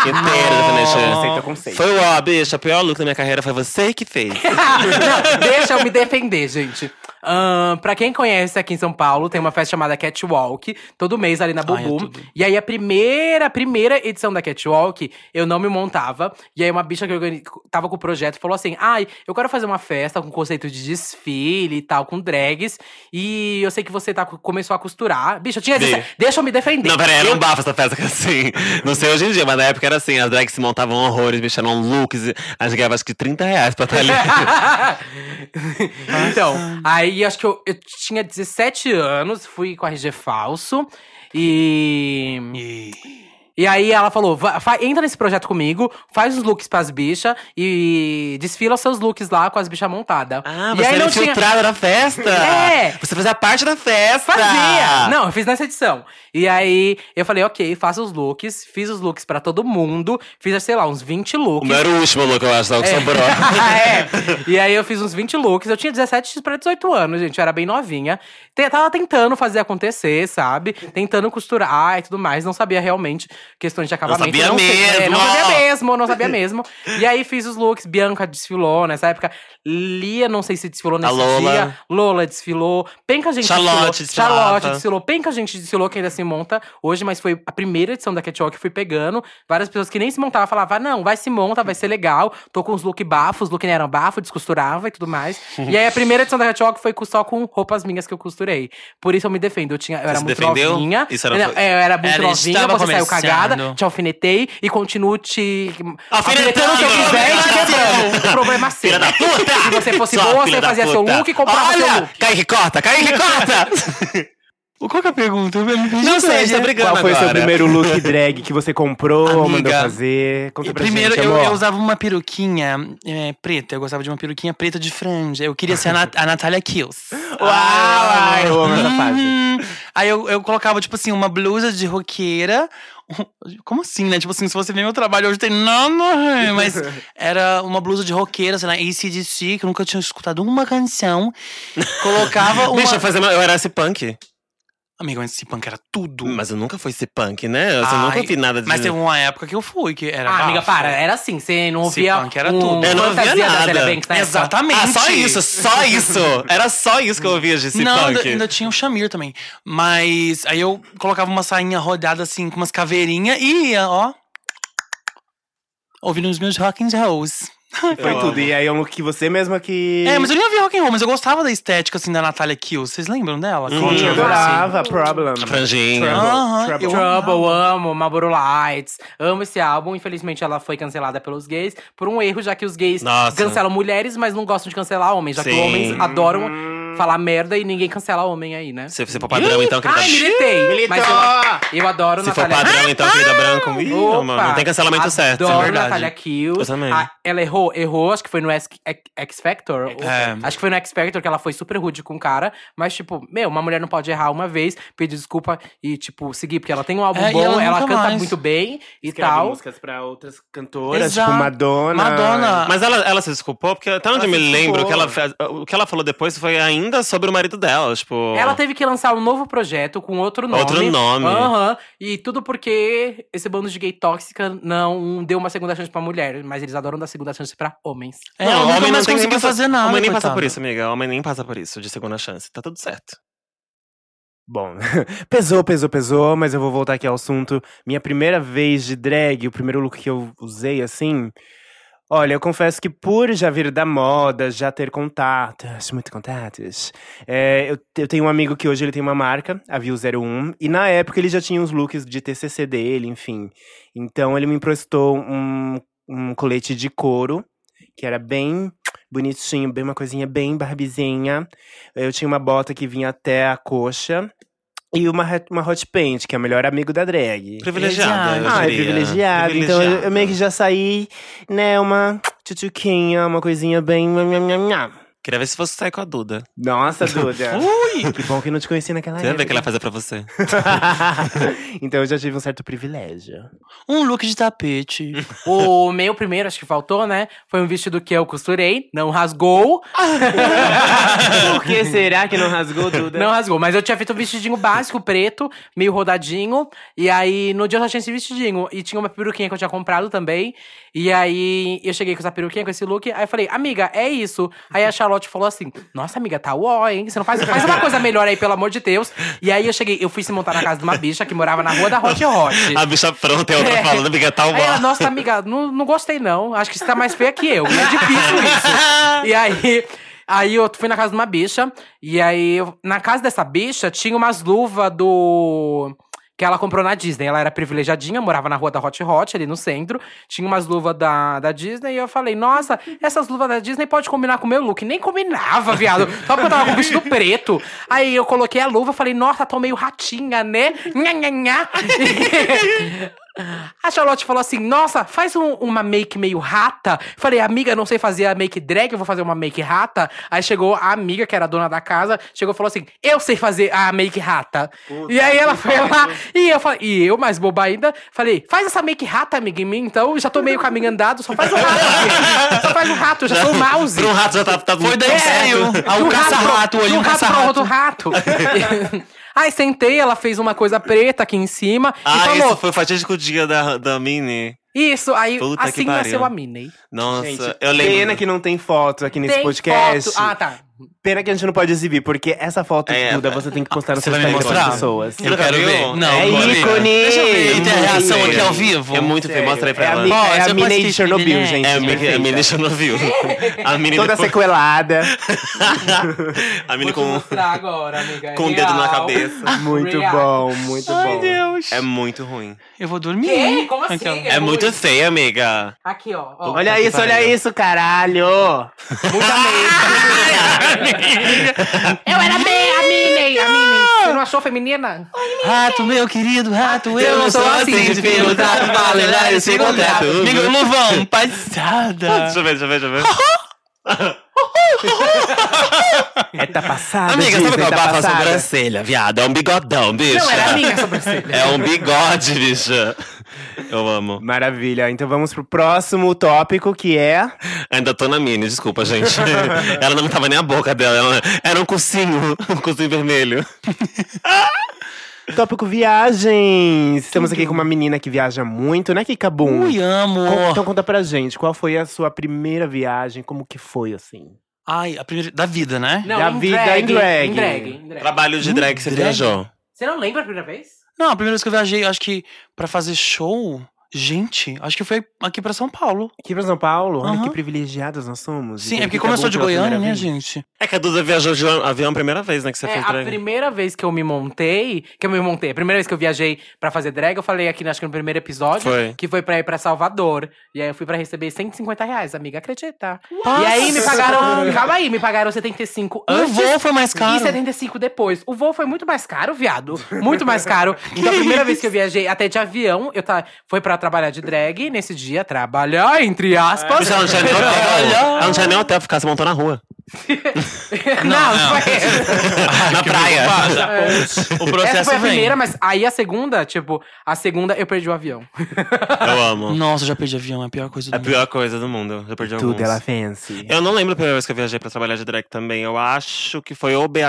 Inteira de alfinete. Conceito é conceito. Foi o ó, bicho. A pior look da minha carreira foi você que fez. não, deixa eu me defender, gente. Ahn, pra quem conhece aqui em São Paulo, tem uma festa chamada Catwalk, todo mês ali na Ai, é Bubu. tudo. e aí a primeira, primeira edição da Catwalk, eu não me montava. E aí uma bicha que organi- tava com o projeto falou assim: Ai, eu quero fazer uma festa com conceito de desfile e tal, com drags. E eu sei que você tá, co- começou a costurar. Bicho, eu tinha. Vi. Deixa eu me defender. Não, peraí, era Eu um bafo essa festa que assim. Não sei hoje em dia, mas na época era assim. As drags se montavam horrores, mexeram looks. e A gente ganhava acho que 30 reais pra estar ali. então, aí acho que eu, eu tinha 17 anos, fui com a RG falso. E. E aí ela falou: "Va- fa- entra nesse projeto comigo, faz os looks pras bichas e desfila seus looks lá com as bichas montadas. Ah, e você aí era não tinha- infiltrada na festa? É. Você fazia parte da festa! Fazia! Não, eu fiz nessa edição. E aí eu falei, ok, faça os looks, fiz os looks pra todo mundo, fiz, sei lá, uns 20 O looks. meu era o último look, eu acho, só o que sobrou. é. E aí eu fiz uns 20 looks. Eu tinha 17 pra 18 anos, gente. Eu era bem novinha. Te- Tava tentando fazer acontecer, sabe? Tentando costurar e tudo mais. Não sabia realmente questões de acabamento. sabia sei- é, mesmo, não ó. sabia mesmo, não sabia mesmo. E aí fiz os looks. Bianca desfilou nessa época. Lia, não sei se desfilou nesse Lola. dia. Lola desfilou. Penca, gente Charlotte desfilou. Charlotte desfilava. desfilou. Penca, gente desfilou, que ainda se monta hoje. Mas foi a primeira edição da Catwalk que fui pegando. Várias pessoas que nem se montavam falavam, "Ah, não, vai se monta, vai ser legal. Tô com uns look bafos, look não eram bafo, descosturava e tudo mais. e aí a primeira edição da Catwalk foi com- só com roupas minhas que eu costurei. Por isso eu me defendo. Eu, tinha, eu era se muito defendeu? novinha. Isso era- Não, é, eu era muito Era- novinha, estava você saiu começando. cagada, te alfinetei e continuo te alfinetando o que então, eu Alfinetando! quiser e te quebrando. O problema é seu. Filha da puta! Se você fosse Sua boa, filha você da fazia seu puta. look e comprava Olha, seu look. Cai que corta, cai que corta! Qual que é a pergunta? Eu me perdi Não sei, toda. a gente tá brigando Qual foi o seu agora. primeiro look drag que você comprou, mandou Amiga, fazer? Conta E pra primeiro, gente, eu, amor. eu usava uma peruquinha é, preta. Eu gostava de uma peruquinha preta de franja. Eu queria ser a, Nat a Natália Kills. Ah, hum. Uau, ai, eu amo essa fase. Aí eu, eu colocava, tipo assim, uma blusa de roqueira, Como assim, né? Tipo assim, se você vê meu trabalho hoje, tem. Não, não, mas era uma blusa de roqueira, sei lá, ACDC, que eu nunca tinha escutado uma canção. Colocava uma. Bicha, eu, fazia- eu era esse punk. Amiga, mas esse punk era tudo. Mas, Mas eu nunca fui esse punk, né? Eu, assim, eu Ai, nunca vi nada de. é. teve uma época que eu fui, que era. Ah, amiga, bafo. para. Era assim, você não Esse ouvia. punk era um tudo. Eu não ouvia fantasia da nada. Zélia Banks é na época? Exatamente. Ah, só isso, só isso. Era só isso que eu ouvia de esse não, punk. ainda, ainda tinha o Chamir também. Mas aí eu colocava uma sainha rodada assim, com umas caveirinhas e ia, ó. Ouvindo os meus rock and rolls. Foi Eu tudo. amo. E aí é um look que você mesma que. É, mas eu nem ouvi rock and roll, mas eu gostava da estética assim da Natália Kills. Vocês lembram dela? Sim, Controversy. eu adorava Problem. A franjinha. assim, Aham, Trouble. eu Trouble, amo, Marlboro Lights, amo esse álbum. Infelizmente, ela foi cancelada pelos gays por um erro, já que os gays Nossa. cancelam mulheres, mas não gostam de cancelar homens, já que Sim. homens adoram falar merda e ninguém cancela homem aí, né? Se, se for padrão, então, querida. Ai, militei! Mas Militou! eu, eu adoro Se for Natália padrão, então, querida branco. Ih, Opa, mano, não tem cancelamento adoro certo. Adoro é verdade. Natália Kills. Eu também. A- ela errou, errou, acho que foi no X, X Factor. ou- É. Acho que foi no X Factor que ela foi super rude com o cara. Mas, tipo, meu, uma mulher não pode errar uma vez, pedir desculpa e, tipo, seguir. Porque ela tem um álbum É, e bom, ela ela, nunca canta mais. muito bem e Escreve tal. músicas pra outras cantoras, Exato. tipo Madonna. Madonna. Mas ela, ela se desculpou, porque até onde Ela eu me se lembro, o que, desculpou. ela, fez- o que ela falou depois foi ainda sobre o marido dela, tipo... Ela teve que lançar um novo projeto com outro nome. Outro nome. Aham. E tudo porque esse bando de gay tóxica não deu uma segunda chance pra mulher. Mas eles adoram dar segunda chance pra homens. É, ela nunca homem mais tem nem conseguiu passa- fazer nada. Homem nem passa coitada. por isso, amiga. Homem nem passa por isso, de segunda chance. Tá tudo certo. Bom, pesou, pesou, pesou, mas eu vou voltar aqui ao assunto. Minha primeira vez de drag, o primeiro look que eu usei assim. Olha, eu confesso que por já vir da moda, já ter contatos, muito contatos. é, eu, eu tenho um amigo que hoje ele tem uma marca, a View 01, e na época ele já tinha os looks de TCC dele, enfim. Então ele me emprestou um, um colete de couro, que era bem bonitinho, bem uma coisinha bem barbizinha. Eu tinha uma bota que vinha até a coxa. E uma, hat- uma hot paint, que é o melhor amigo da drag. Privilegiada, eu Ah, é diria. privilegiado. Então eu, eu meio que já saí, né, uma tchutchuquinha, uma coisinha bem... nham, nham, nham, nham. Queria ver se fosse sair com a Duda. Nossa, Duda. Ui! Que bom que eu não te conheci naquela Você vai ver o que ela vai fazer época. pra você. então eu já tive um certo privilégio. Um look de tapete. O meu primeiro, acho que faltou, né? Foi um vestido que eu costurei, não rasgou. Por que será que não rasgou, Duda? Não rasgou, mas eu tinha feito um vestidinho básico, preto, meio rodadinho. E aí, no dia eu só tinha esse vestidinho. E tinha uma peruquinha que eu tinha comprado também. E aí, eu cheguei com essa peruquinha, com esse look. Aí eu falei, amiga, é isso. Aí a Charlotte falou assim, nossa, amiga, tá uó, hein? Você não faz, faz uma coisa melhor aí, pelo amor de Deus. E aí, eu cheguei, eu fui se montar na casa de uma bicha que morava na rua da Hot Hot. A bicha pronta e a outra É. falando, amiga, tá Aí ela, uma... nossa, amiga, não, não gostei não. Acho que você tá mais feia que eu. É difícil isso. E aí. Aí eu fui na casa de uma bicha. E aí, eu- na casa dessa bicha, tinha umas luvas do. Que ela comprou na Disney. Ela era privilegiadinha, morava na rua da Hot Hot, ali no centro. Tinha umas luvas da, da Disney. E eu falei, nossa, essas luvas da Disney pode combinar com o meu look. Nem combinava, viado. Só porque eu tava com o vestido preto. Aí eu coloquei a luva, falei, nossa, tô meio ratinha, né? Nha, nha, nha. A Charlotte falou assim: Nossa, faz um- uma make meio rata. Falei, amiga, não sei fazer a make drag, eu vou fazer uma make rata. Aí chegou a amiga, que era a dona da casa, chegou e falou assim: Eu sei fazer a make rata. e aí ela foi lá, e eu, falei, e eu, mais boba ainda, falei: Faz essa make rata, amiga, em mim, então. Já tô meio caminho andado, só faz o rato. amiga. só faz o rato, já sou o mouse. Pra um rato já tá... tá Foi daí tão que saiu. certo. Ah, De o um caça-rato, pra- hoje de um um rato pra outro caça-rato. rato. Aí sentei, ela fez uma coisa preta aqui em cima e Ah, falou: esse foi o fatídico dia da, da Mini. Isso, aí Puta que assim pariu. nasceu a Minnie. Nossa, Gente, eu lembro. pena que não tem foto aqui nesse Tem podcast. foto- Ah, tá. Pena que a gente não pode exibir, porque essa foto É, Duda, é. você tem que postar no Você seu vai me Instagram para as mostrar? pessoas. Você não quero quero ver? ver. Não, é bora. ícone! Deixa eu ver. E tem a É reação ícone. aqui ao vivo? É muito feio, mostra aí pra É a, ela. mi, Ó, é essa a eu mina de passei, Chernobyl, né? gente. É, a Mini, a Mini já não viu. A Mini Toda depois- sequelada. A Mini Vou te com... mostrar agora, amiga. com o dedo na cabeça. Muito Real. bom, muito bom. Deus. É muito ruim. Eu vou dormir. Quê? Como assim? Aquela- É muito feia, amiga. Aqui, ó. ó. Olha isso, olha isso, caralho! Ah! Muita make. Eu era bem a Minnie. A Minnie. Ah! Você não achou feminina? Rato, meu querido, rato, eu, Eu não sou assim de perguntar, vale lá esse contrato. Amigo, Luvão, Ah, Deixa Tá passada. eu ver, deixa eu ver, deixa eu ver. É tá passada, Amiga, sabe Disney, que eu tá abafo a passada. sobrancelha, viado? É um bigodão, bicho. Não, era a minha sobrancelha. É um bigode, bicha. Eu amo. Maravilha. Então vamos pro próximo tópico, que é… Ainda tô na mini, desculpa, gente. ela não tava nem a boca dela. ela- Era um cursinho, um cursinho vermelho. Tópico viagens. Estamos aqui com uma menina que viaja muito, né, Kika Boom? Ui, amo. Con- Então conta pra gente, qual foi a sua primeira viagem? Como que foi, assim? Ai, a primeira. Da vida, né? Não, Da em vida drag, em é drag. em drag, em Hum, drag. Trabalho de drag que você drag? viajou. Você não lembra a primeira vez? Não, a primeira vez que eu viajei, acho que pra fazer show. Gente, acho que foi aqui pra São Paulo. Aqui pra São Paulo? Olha Aham. que privilegiados nós somos. Sim, Então, é porque Kika começou Boom de pela Goiânia, primeira né, vez. gente? É que a Duda viajou de avião a primeira vez, né? Que você é, fez a drag. primeira vez que eu me montei, que eu me montei, a primeira vez que eu viajei pra fazer drag, eu falei aqui, acho que no primeiro episódio, Foi. que foi pra ir pra Salvador. E aí eu fui pra receber 150 reais, amiga, acredita. E aí me pagaram, calma aí, me pagaram 75 O antes. é voo foi mais E caro. 75 depois. O voo foi muito mais caro, viado. Muito mais caro. Então, a primeira vez que eu viajei até de avião, eu tá, foi pra trabalhar de drag. Nesse dia, trabalhar, entre aspas. Bicha, ela não tinha nem hotel. Ela não tinha nem hotel, ficar se montou na rua. não, foi. na praia. O Essa processo foi a vem. primeira, mas aí a segunda, tipo, a segunda eu perdi o avião. Eu amo. Nossa, eu já perdi avião, é a pior coisa do É a mundo. pior coisa do mundo. Eu já perdi Tudo alguns. é ela é fancy. Eu não lembro a primeira vez que eu viajei pra trabalhar de drag também. Eu acho que foi o BH.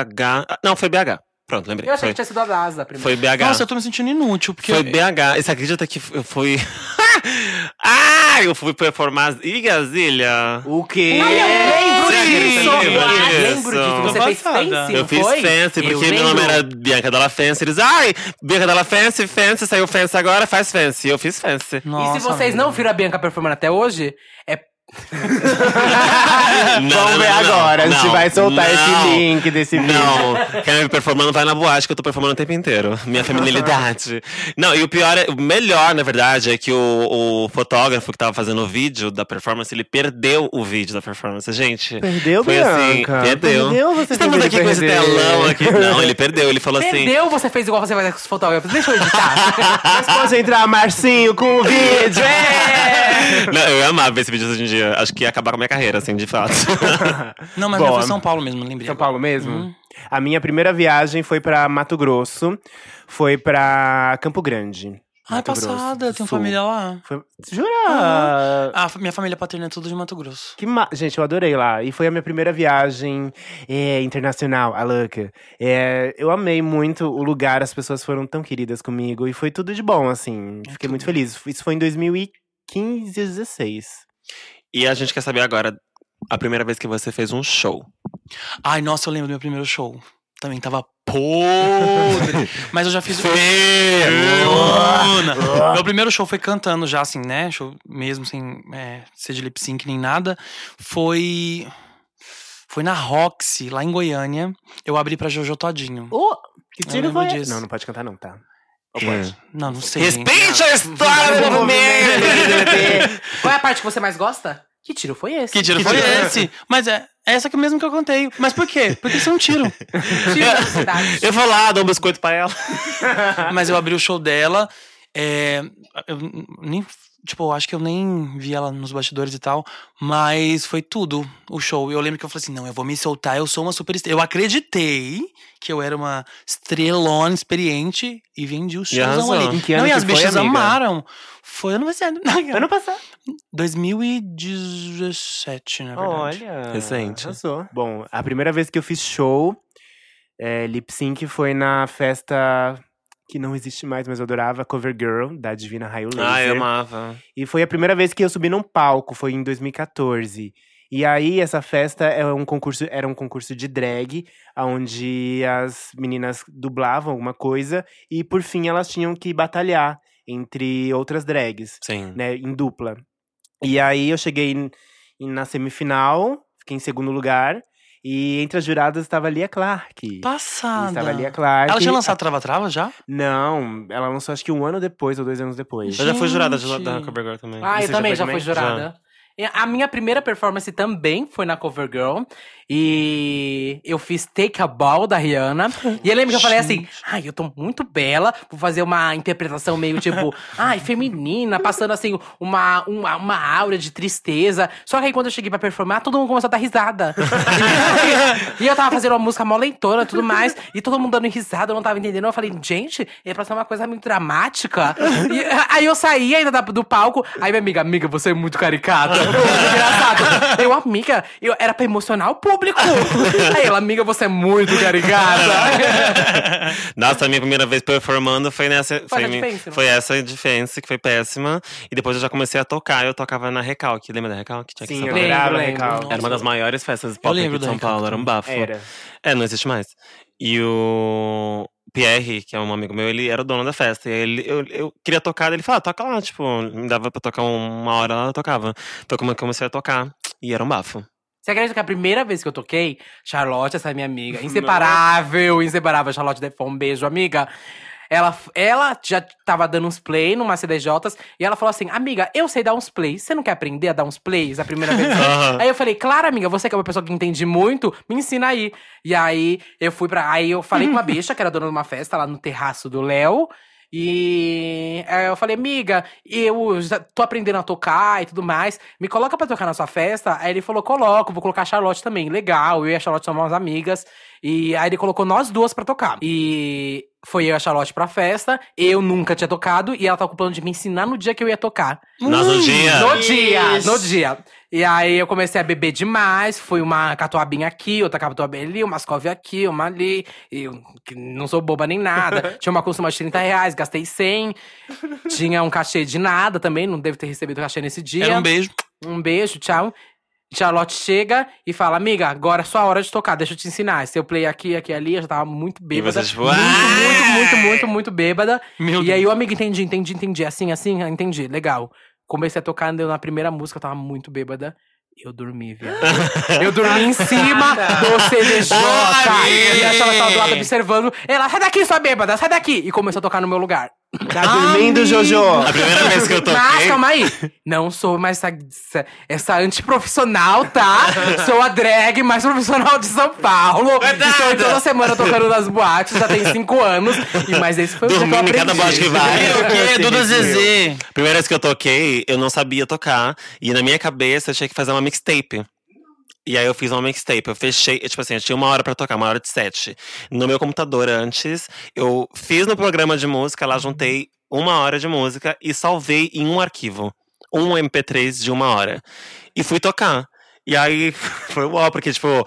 Ah, Não, foi BH. Pronto, lembrei. Eu achei Foi, que tinha sido a DASA primeiro. foi BH. Nossa, eu tô me sentindo inútil, porque. Foi BH. E você acredita que eu fui. ah! Eu fui performar em Brasília. O quê? Ai, eu lembro Você disso! lembra Ah, disso? lembro disso. Você Tô fez passada. fancy, Eu não fiz foi? fancy, Eu porque meu nome lembro. era Bianca Della Fancy. Eles, ai, Bianca Della Fancy, fancy, saiu fancy agora, faz fancy. Eu fiz fancy. Nossa, e se vocês não viram a Bianca performando até hoje, é Não, Vamos não, ver não, agora, a gente não, vai soltar esse não. link desse vídeo. Não, quem tá me performando vai na boate, que eu tô performando o tempo inteiro. Minha feminilidade. Não, e o pior, é, o melhor, na verdade, é que o, o fotógrafo que tava fazendo o vídeo da performance, ele perdeu o vídeo da performance. Gente. Perdeu, foi assim, Bianca? perdeu. Perdeu, você Estamos fez aqui ele com esse perder. telão aqui. Não, ele perdeu. Ele falou assim. perdeu, você fez igual você faz com os fotógrafos. Deixa eu editar. Mas pode entrar, Marcinho, com o vídeo! é! Não, eu ia amar ver esse vídeo hoje em dia. Acho que ia acabar com a minha carreira, assim, de fato. Não, mas Bom, não foi São Paulo mesmo, lembrei. São agora. Paulo mesmo? Uhum. A minha primeira viagem foi pra Mato Grosso. Foi pra Campo Grande. Ai, Mato Grosso Ah, passada, do tem Sul. família lá. Foi- Jura? Uhum. Ah, fa- minha família paterna é tudo de Mato Grosso. Que ma... Gente, eu adorei lá. E foi a minha primeira viagem é, internacional, a Luca. É, eu amei muito o lugar, as pessoas foram tão queridas comigo. E foi tudo de bom, assim. Fiquei muito feliz. Isso foi em 2015, 16. e a gente quer saber agora a primeira vez que você fez um show. Ai, nossa, eu lembro do meu primeiro show. Também tava podre. mas eu já fiz. Luna. Meu primeiro show foi cantando já, assim, né? Show mesmo, sem é, ser de lip sync nem nada. Foi. Foi na Roxy, lá em Goiânia. Eu abri pra Jojo Todinho. Oh, que Eu tiro lembro foi? disso. Não, não pode cantar não, tá? É. Não, não sei. gente. Respeite a história do movimento! Qual é a parte que você mais gosta? Que tiro foi esse? Que tiro Que foi tiro? esse? Mas é, é essa que mesmo que eu contei. Mas por quê? Porque isso é um tiro. Tiro da cidade. Eu vou lá, dou um biscoito pra ela. Mas eu abri o show dela. é, eu nem. Tipo, eu acho que eu nem vi ela nos bastidores e tal. Mas foi tudo o show. Eu lembro que eu falei assim: não, eu vou me soltar, eu sou uma super estrela. Eu acreditei que eu era uma estrelona experiente e vendi o showzão arrasou. ali. Em que ano não, e que as foi, bichas amiga? amaram. Foi ano passado. Ano passado. 2017, na verdade. Olha. Recente. Arrasou. É Bom, a primeira vez que eu fiz show é, lip sync foi na festa que não existe mais, mas eu adorava Cover Girl, da Divina Raio Laser. Ah, eu amava. E foi a primeira vez que eu subi num palco, foi em 2014. E aí, essa festa é um concurso, era um concurso de drag, onde as meninas dublavam alguma coisa e, por fim, elas tinham que batalhar entre outras drags Sim. né, em dupla. E aí eu cheguei n- na semifinal, fiquei em segundo lugar. E entre as juradas estava a Lia Clark. E Passada. Estava a Lia Clark. Ah, Ela tinha lançado Trava-Trava já? Não, ela lançou acho que um ano depois ou dois anos depois. Eu já fui jurada Gente. da Cover Girl também. Ah, eu Você também foi já fui jurada. A minha primeira performance também foi na Cover Girl. E eu fiz Take a Ball da Rihanna. E eu lembro que eu falei assim: ai, eu tô muito bela. Vou fazer uma interpretação meio tipo, ai, feminina, passando assim, uma, uma, uma aura de tristeza. Só que aí quando eu cheguei pra performar, todo mundo começou a dar risada. e eu tava fazendo uma música mó leitora e tudo mais. E todo mundo dando risada, eu não tava entendendo. Eu falei, gente, é pra ser uma coisa muito dramática. E, aí eu saí ainda da- do palco. Aí minha amiga, amiga, você é muito caricata. Engraçado. Eu, amiga, eu era pra emocionar o público. Aí ela, amiga, você é muito caricata. Nossa, a minha primeira vez performando foi nessa. Foi Foi, na mi- Defense, foi essa de Fence, que foi péssima. E depois eu já comecei a tocar, eu tocava na Recalque. Lembra da Recalque? Tinha aqui em Sim, São Paulo. eu Lembro, adorava lembro. Recalque. Era uma das maiores festas pop aqui lembro de da São Paulo, Recalque era um bafo. Era. É, não existe mais. E o Pierre, que é um amigo meu, ele era o dono da festa. E aí ele, eu, eu queria tocar, ele falou, ah, toca lá. Tipo, me dava pra tocar um, uma hora lá, eu tocava. Então como eu comecei a tocar, e era um bafo. Você acredita que a primeira vez que eu toquei, Charlotte, essa minha amiga, inseparável, inseparável, Charlotte Defon, um beijo, amiga. Ela, ela já tava dando uns play numa CDJs e ela falou assim: Amiga, eu sei dar uns plays, você não quer aprender a dar uns plays a primeira vez? Aham. Aí eu falei, claro, amiga, você que é uma pessoa que entende muito, me ensina aí. E aí eu fui pra. Aí eu falei com uma bicha que era dona de uma festa lá no terraço do Léo. E aí eu falei, amiga, eu já tô aprendendo a tocar e tudo mais. Me coloca pra tocar na sua festa. Aí ele falou, coloco, vou colocar a Charlotte também. Legal, eu e a Charlotte somos umas amigas. E aí ele colocou nós duas pra tocar. E foi eu e a Charlotte pra festa. Eu nunca tinha tocado e ela tava com o plano de me ensinar no dia que eu ia tocar. Nós Hum. no Ah. dia. No dia, Isso. no dia. E aí eu comecei a beber demais, fui uma catuabinha aqui, outra catuabinha ali, umas cove aqui, uma ali. E eu que não sou boba nem nada. Tinha uma costuma de 30 reais, gastei 100. Tinha um cachê de nada também, não devo ter recebido cachê nesse dia. Era um beijo. Um beijo, tchau. Charlotte chega e fala, amiga, agora é sua hora de tocar, deixa eu te ensinar. Seu play aqui, aqui, ali, eu já tava muito bêbada. você, tipo, muito, muito, "Ah!" muito, muito, muito bêbada. Meu e aí o amigo, entendi, entendi, entendi. Assim, assim, entendi, legal. Comecei a tocar deu na primeira música, eu tava muito bêbada. Eu dormi, viado. Eu dormi em cima do CDJ. Ai, e a Charlotte tava do lado observando. Ela, sai daqui, sua bêbada, sai daqui. E começou a tocar no meu lugar. Tá dormindo, Jojo? A primeira vez que eu toquei. Mas calma aí. Não sou mais essa, essa, essa antiprofissional, tá? sou a drag mais profissional de São Paulo. Verdade. Estou toda semana tocando nas boates, já tem cinco anos. E, mas esse foi o dia que eu Dormindo em aprendi. cada boate que vai. O quê? Duda Zezé. Primeira vez que eu toquei, eu não sabia tocar. E na minha cabeça, eu tinha que fazer uma mixtape. E aí eu fiz uma mixtape, eu fechei, eu, tipo assim, eu tinha uma hora pra tocar, uma hora de sete. No meu computador antes, eu fiz no programa de música, lá juntei uma hora de música e salvei em um arquivo. Um MP3 de uma hora. E fui tocar. E aí foi uau, porque, tipo,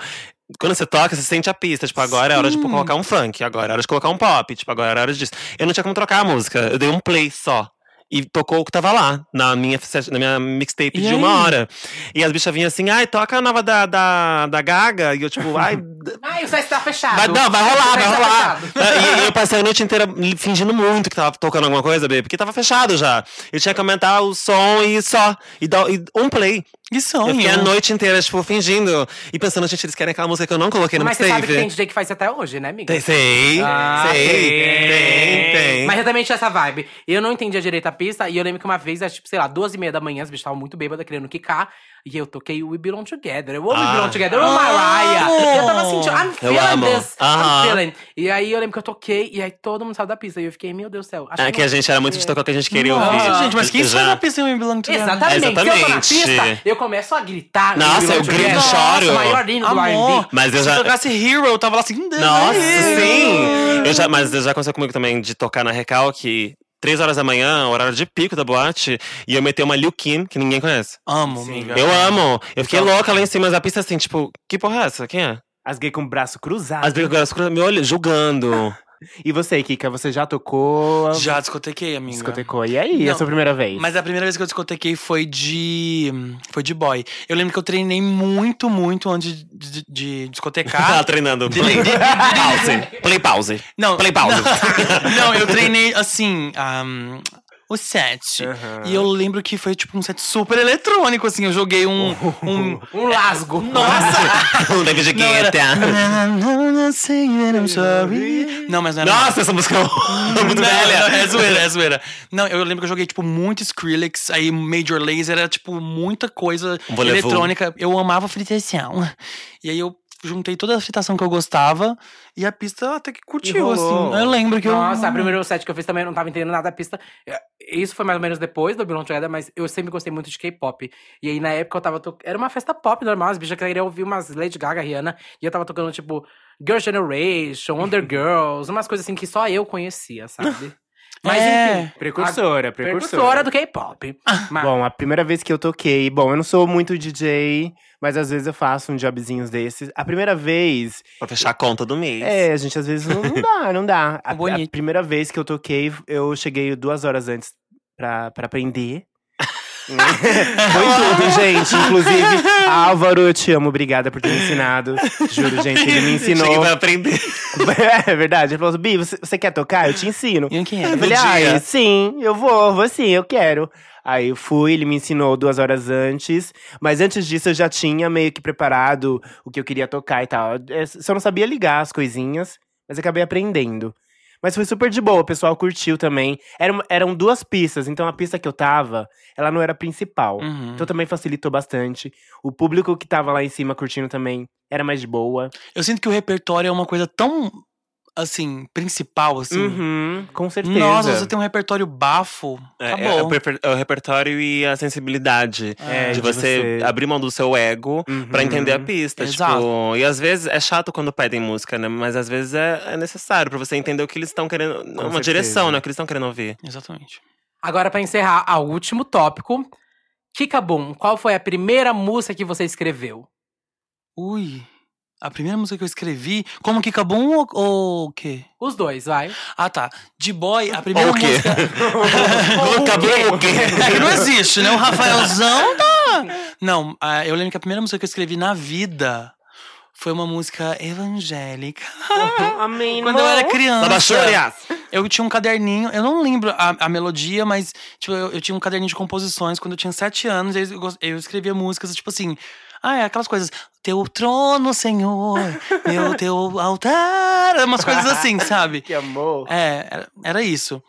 quando você toca, você sente a pista. Tipo, agora é hora de colocar um funk, agora é hora de colocar um pop, tipo, agora é hora disso. Eu não tinha como trocar a música, eu dei um play só. E tocou o que tava lá, na minha, se- na minha mixtape E de aí? uma hora. E as bichas vinham assim, ai, toca a nova da, da, da Gaga. E eu, tipo, ai, Ai, o site tá fechado. Vai, não, vai rolar, O vai site tá rolar. fechado. E, e eu passei a noite inteira fingindo muito que tava tocando alguma coisa, baby, porque tava fechado já. Eu tinha que aumentar o som e só. E, dar, e um play. Que sonho. Eu fiquei um. a noite inteira, tipo, fingindo. E pensando, gente, eles querem aquela música que eu não coloquei no Mas você sabe que tem mixtape. DJ que faz isso até hoje, né, amiga? Tem, sei, Ah, sei, tem. tem, tem. Mas eu também tinha essa vibe. Eu não entendia direito a pista. E eu lembro que uma vez, às, tipo, sei lá, duas e meia da manhã, as bichas estavam muito bêbadas, querendo quicar. E eu toquei o We Belong Together. Eu amo We Ah. Belong Together, eu amo Ah, Mariah. amo. Eu tava sentindo, I'm Eu feeling amo. this. Aham. I'm feeling. E aí eu lembro que eu toquei, e aí todo mundo saiu da pista. E eu fiquei, meu Deus do céu. acho É que a não- gente era muito de tocar o que a gente queria ouvir. Nossa, gente, mas quem Já- é sabe a pista em Belong Together? Exatamente. Se eu tô na Exatamente. pista, eu começo a gritar. Nossa, We Belong eu grito, Together. choro. Nossa, o maior hino do Amor, R&B. Mas eu já- se tocasse Hero, eu tava lá assim… Nossa, sim! Eu já, mas já aconteceu comigo também de tocar na Recalque. Três horas da manhã, horário de pico da boate. E eu meti uma Liu Kim, que ninguém conhece. Amo, amiga. Eu amo. Eu Então- fiquei louca lá em cima, mas a pista assim, tipo, que porra é essa? Quem é? As gay com o braço cruzado. Ah. As brigas me olham, julgando. E você, Kika, você já tocou? Já discotequei, amiga. Discotecou. E aí, a Não. sua primeira vez? Mas é a primeira vez que eu discotequei foi de. Foi de boy. Eu lembro que eu treinei muito, muito antes de, de- de Tava discotecar. treinando. Play, pause. Play pause. Não. Play pause. Não, eu treinei assim. ahm, o set. Aham. E eu lembro que foi tipo um set super eletrônico, assim. Eu joguei um. um Um lasgo. nossa! o Um David Não, era- Guetta. Não, mas não era. Nossa, essa música é muito Não, velha. não, é zoeira, é zoeira. Não, eu lembro que eu joguei, tipo, muito Skrillex, aí Major Laser, era, tipo, muita coisa Um voleibol. eletrônica. Eu amava fritação. E aí eu juntei toda a fritação que eu gostava e a pista até que E curtiu, rolou. assim. Eu lembro que Nossa, eu. o primeiro set que eu fiz também eu não tava entendendo nada da pista. Eh, Isso foi mais ou menos depois do Belong Together, mas eu sempre gostei muito de K-pop. E aí, na época, eu tava... To... Era uma festa pop normal, as bichas queriam ouvir umas Lady Gaga, Rihanna. E eu tava tocando, tipo, Girl Generation, Wonder Girls. Umas coisas assim que só eu conhecia, sabe? Mas, É. enfim. Precursora, precursora. a Precursora do K-pop. Ah. Mas- Bom, a primeira vez que eu toquei, bom, eu não sou muito DJ, mas às vezes eu faço uns jobzinhos desses. A primeira vez, Pra fechar a conta do mês. é, a gente às vezes não, não dá, não dá. É A, Bonito. a primeira vez que eu toquei, eu cheguei duas horas antes pra, pra aprender. Foi tudo, gente. Inclusive, Álvaro, eu te amo, obrigada por ter me ensinado. Juro, gente, ele me Cheguei ensinou. pra aprender. é verdade. Ele falou assim: Bi, você, você quer tocar? Eu te ensino. E quem Eu é? falei, dia. ai, sim, eu vou, vou sim, eu quero. Aí eu fui, ele me ensinou duas horas antes. Mas antes disso, eu já tinha meio que preparado o que eu queria tocar e tal. Eu só não sabia ligar as coisinhas, mas acabei aprendendo. Mas foi super de boa, o pessoal curtiu também. Eram, eram duas pistas, então a pista que eu tava, ela não era a principal. Uhum. Então também facilitou bastante. O público que tava lá em cima curtindo também era mais de boa. Eu sinto que o repertório é uma coisa tão, assim, principal, assim. Uhum, com certeza. Nossa, você tem um repertório bafo. É, Tá é o bom. reper- é o repertório e a sensibilidade. É, de de você, você- abrir mão do seu ego Uhum. pra entender a pista. Exato. Tipo, e às vezes é chato quando pedem música, né? Mas às vezes é, é necessário pra você entender o que eles estão querendo. uma certeza. direção, né? O que eles estão querendo ouvir. Exatamente. Agora, pra encerrar, o último tópico. Kika Boom, qual foi a primeira música que você escreveu? Ui. A primeira música que eu escrevi, como que acabou um ou- ou o quê? Os dois, vai. Ah, tá. De boy, a primeira Ou o quê? música. Acabou o É que quê? não existe, né? O Rafaelzão tá. Não, ah, eu lembro que a primeira música que eu escrevi na vida foi uma música evangélica. Ah, Amém, Quando eu era Tá criança, Labachurias! eu tinha um caderninho, eu não lembro a, a melodia, mas tipo, eu, eu tinha um caderninho de composições quando eu tinha sete anos, e aí eu, gos- eu escrevia músicas, tipo assim. Ah, é aquelas coisas. Teu trono, Senhor, meu teu altar. Umas coisas assim, sabe? Que amor. É, era, era isso.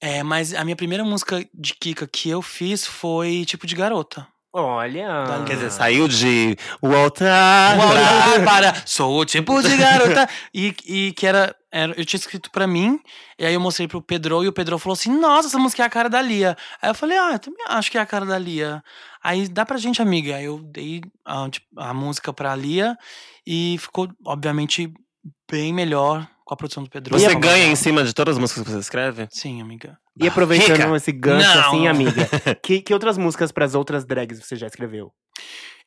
É, mas a minha primeira música de Kika que eu fiz foi tipo de garota. Olha. Quer Ah. dizer, saiu de o altar. Uma olhada para sou o tipo de garota. E, e que era, era- Eu tinha escrito pra mim, e aí eu mostrei pro Pedro, e o Pedro falou assim: Nossa, essa música é a cara da Lia. Aí eu falei: Ah, eu também acho que é a cara da Lia. Aí dá pra gente, amiga. Aí eu dei a, tipo, a música pra Lia, e ficou, obviamente, bem melhor com a produção do Pedro. Você ganha em cima de todas as músicas que você escreve? Sim, amiga. E aproveitando Rica. esse gancho Não. assim, amiga, que, que outras músicas pras outras drags você já escreveu?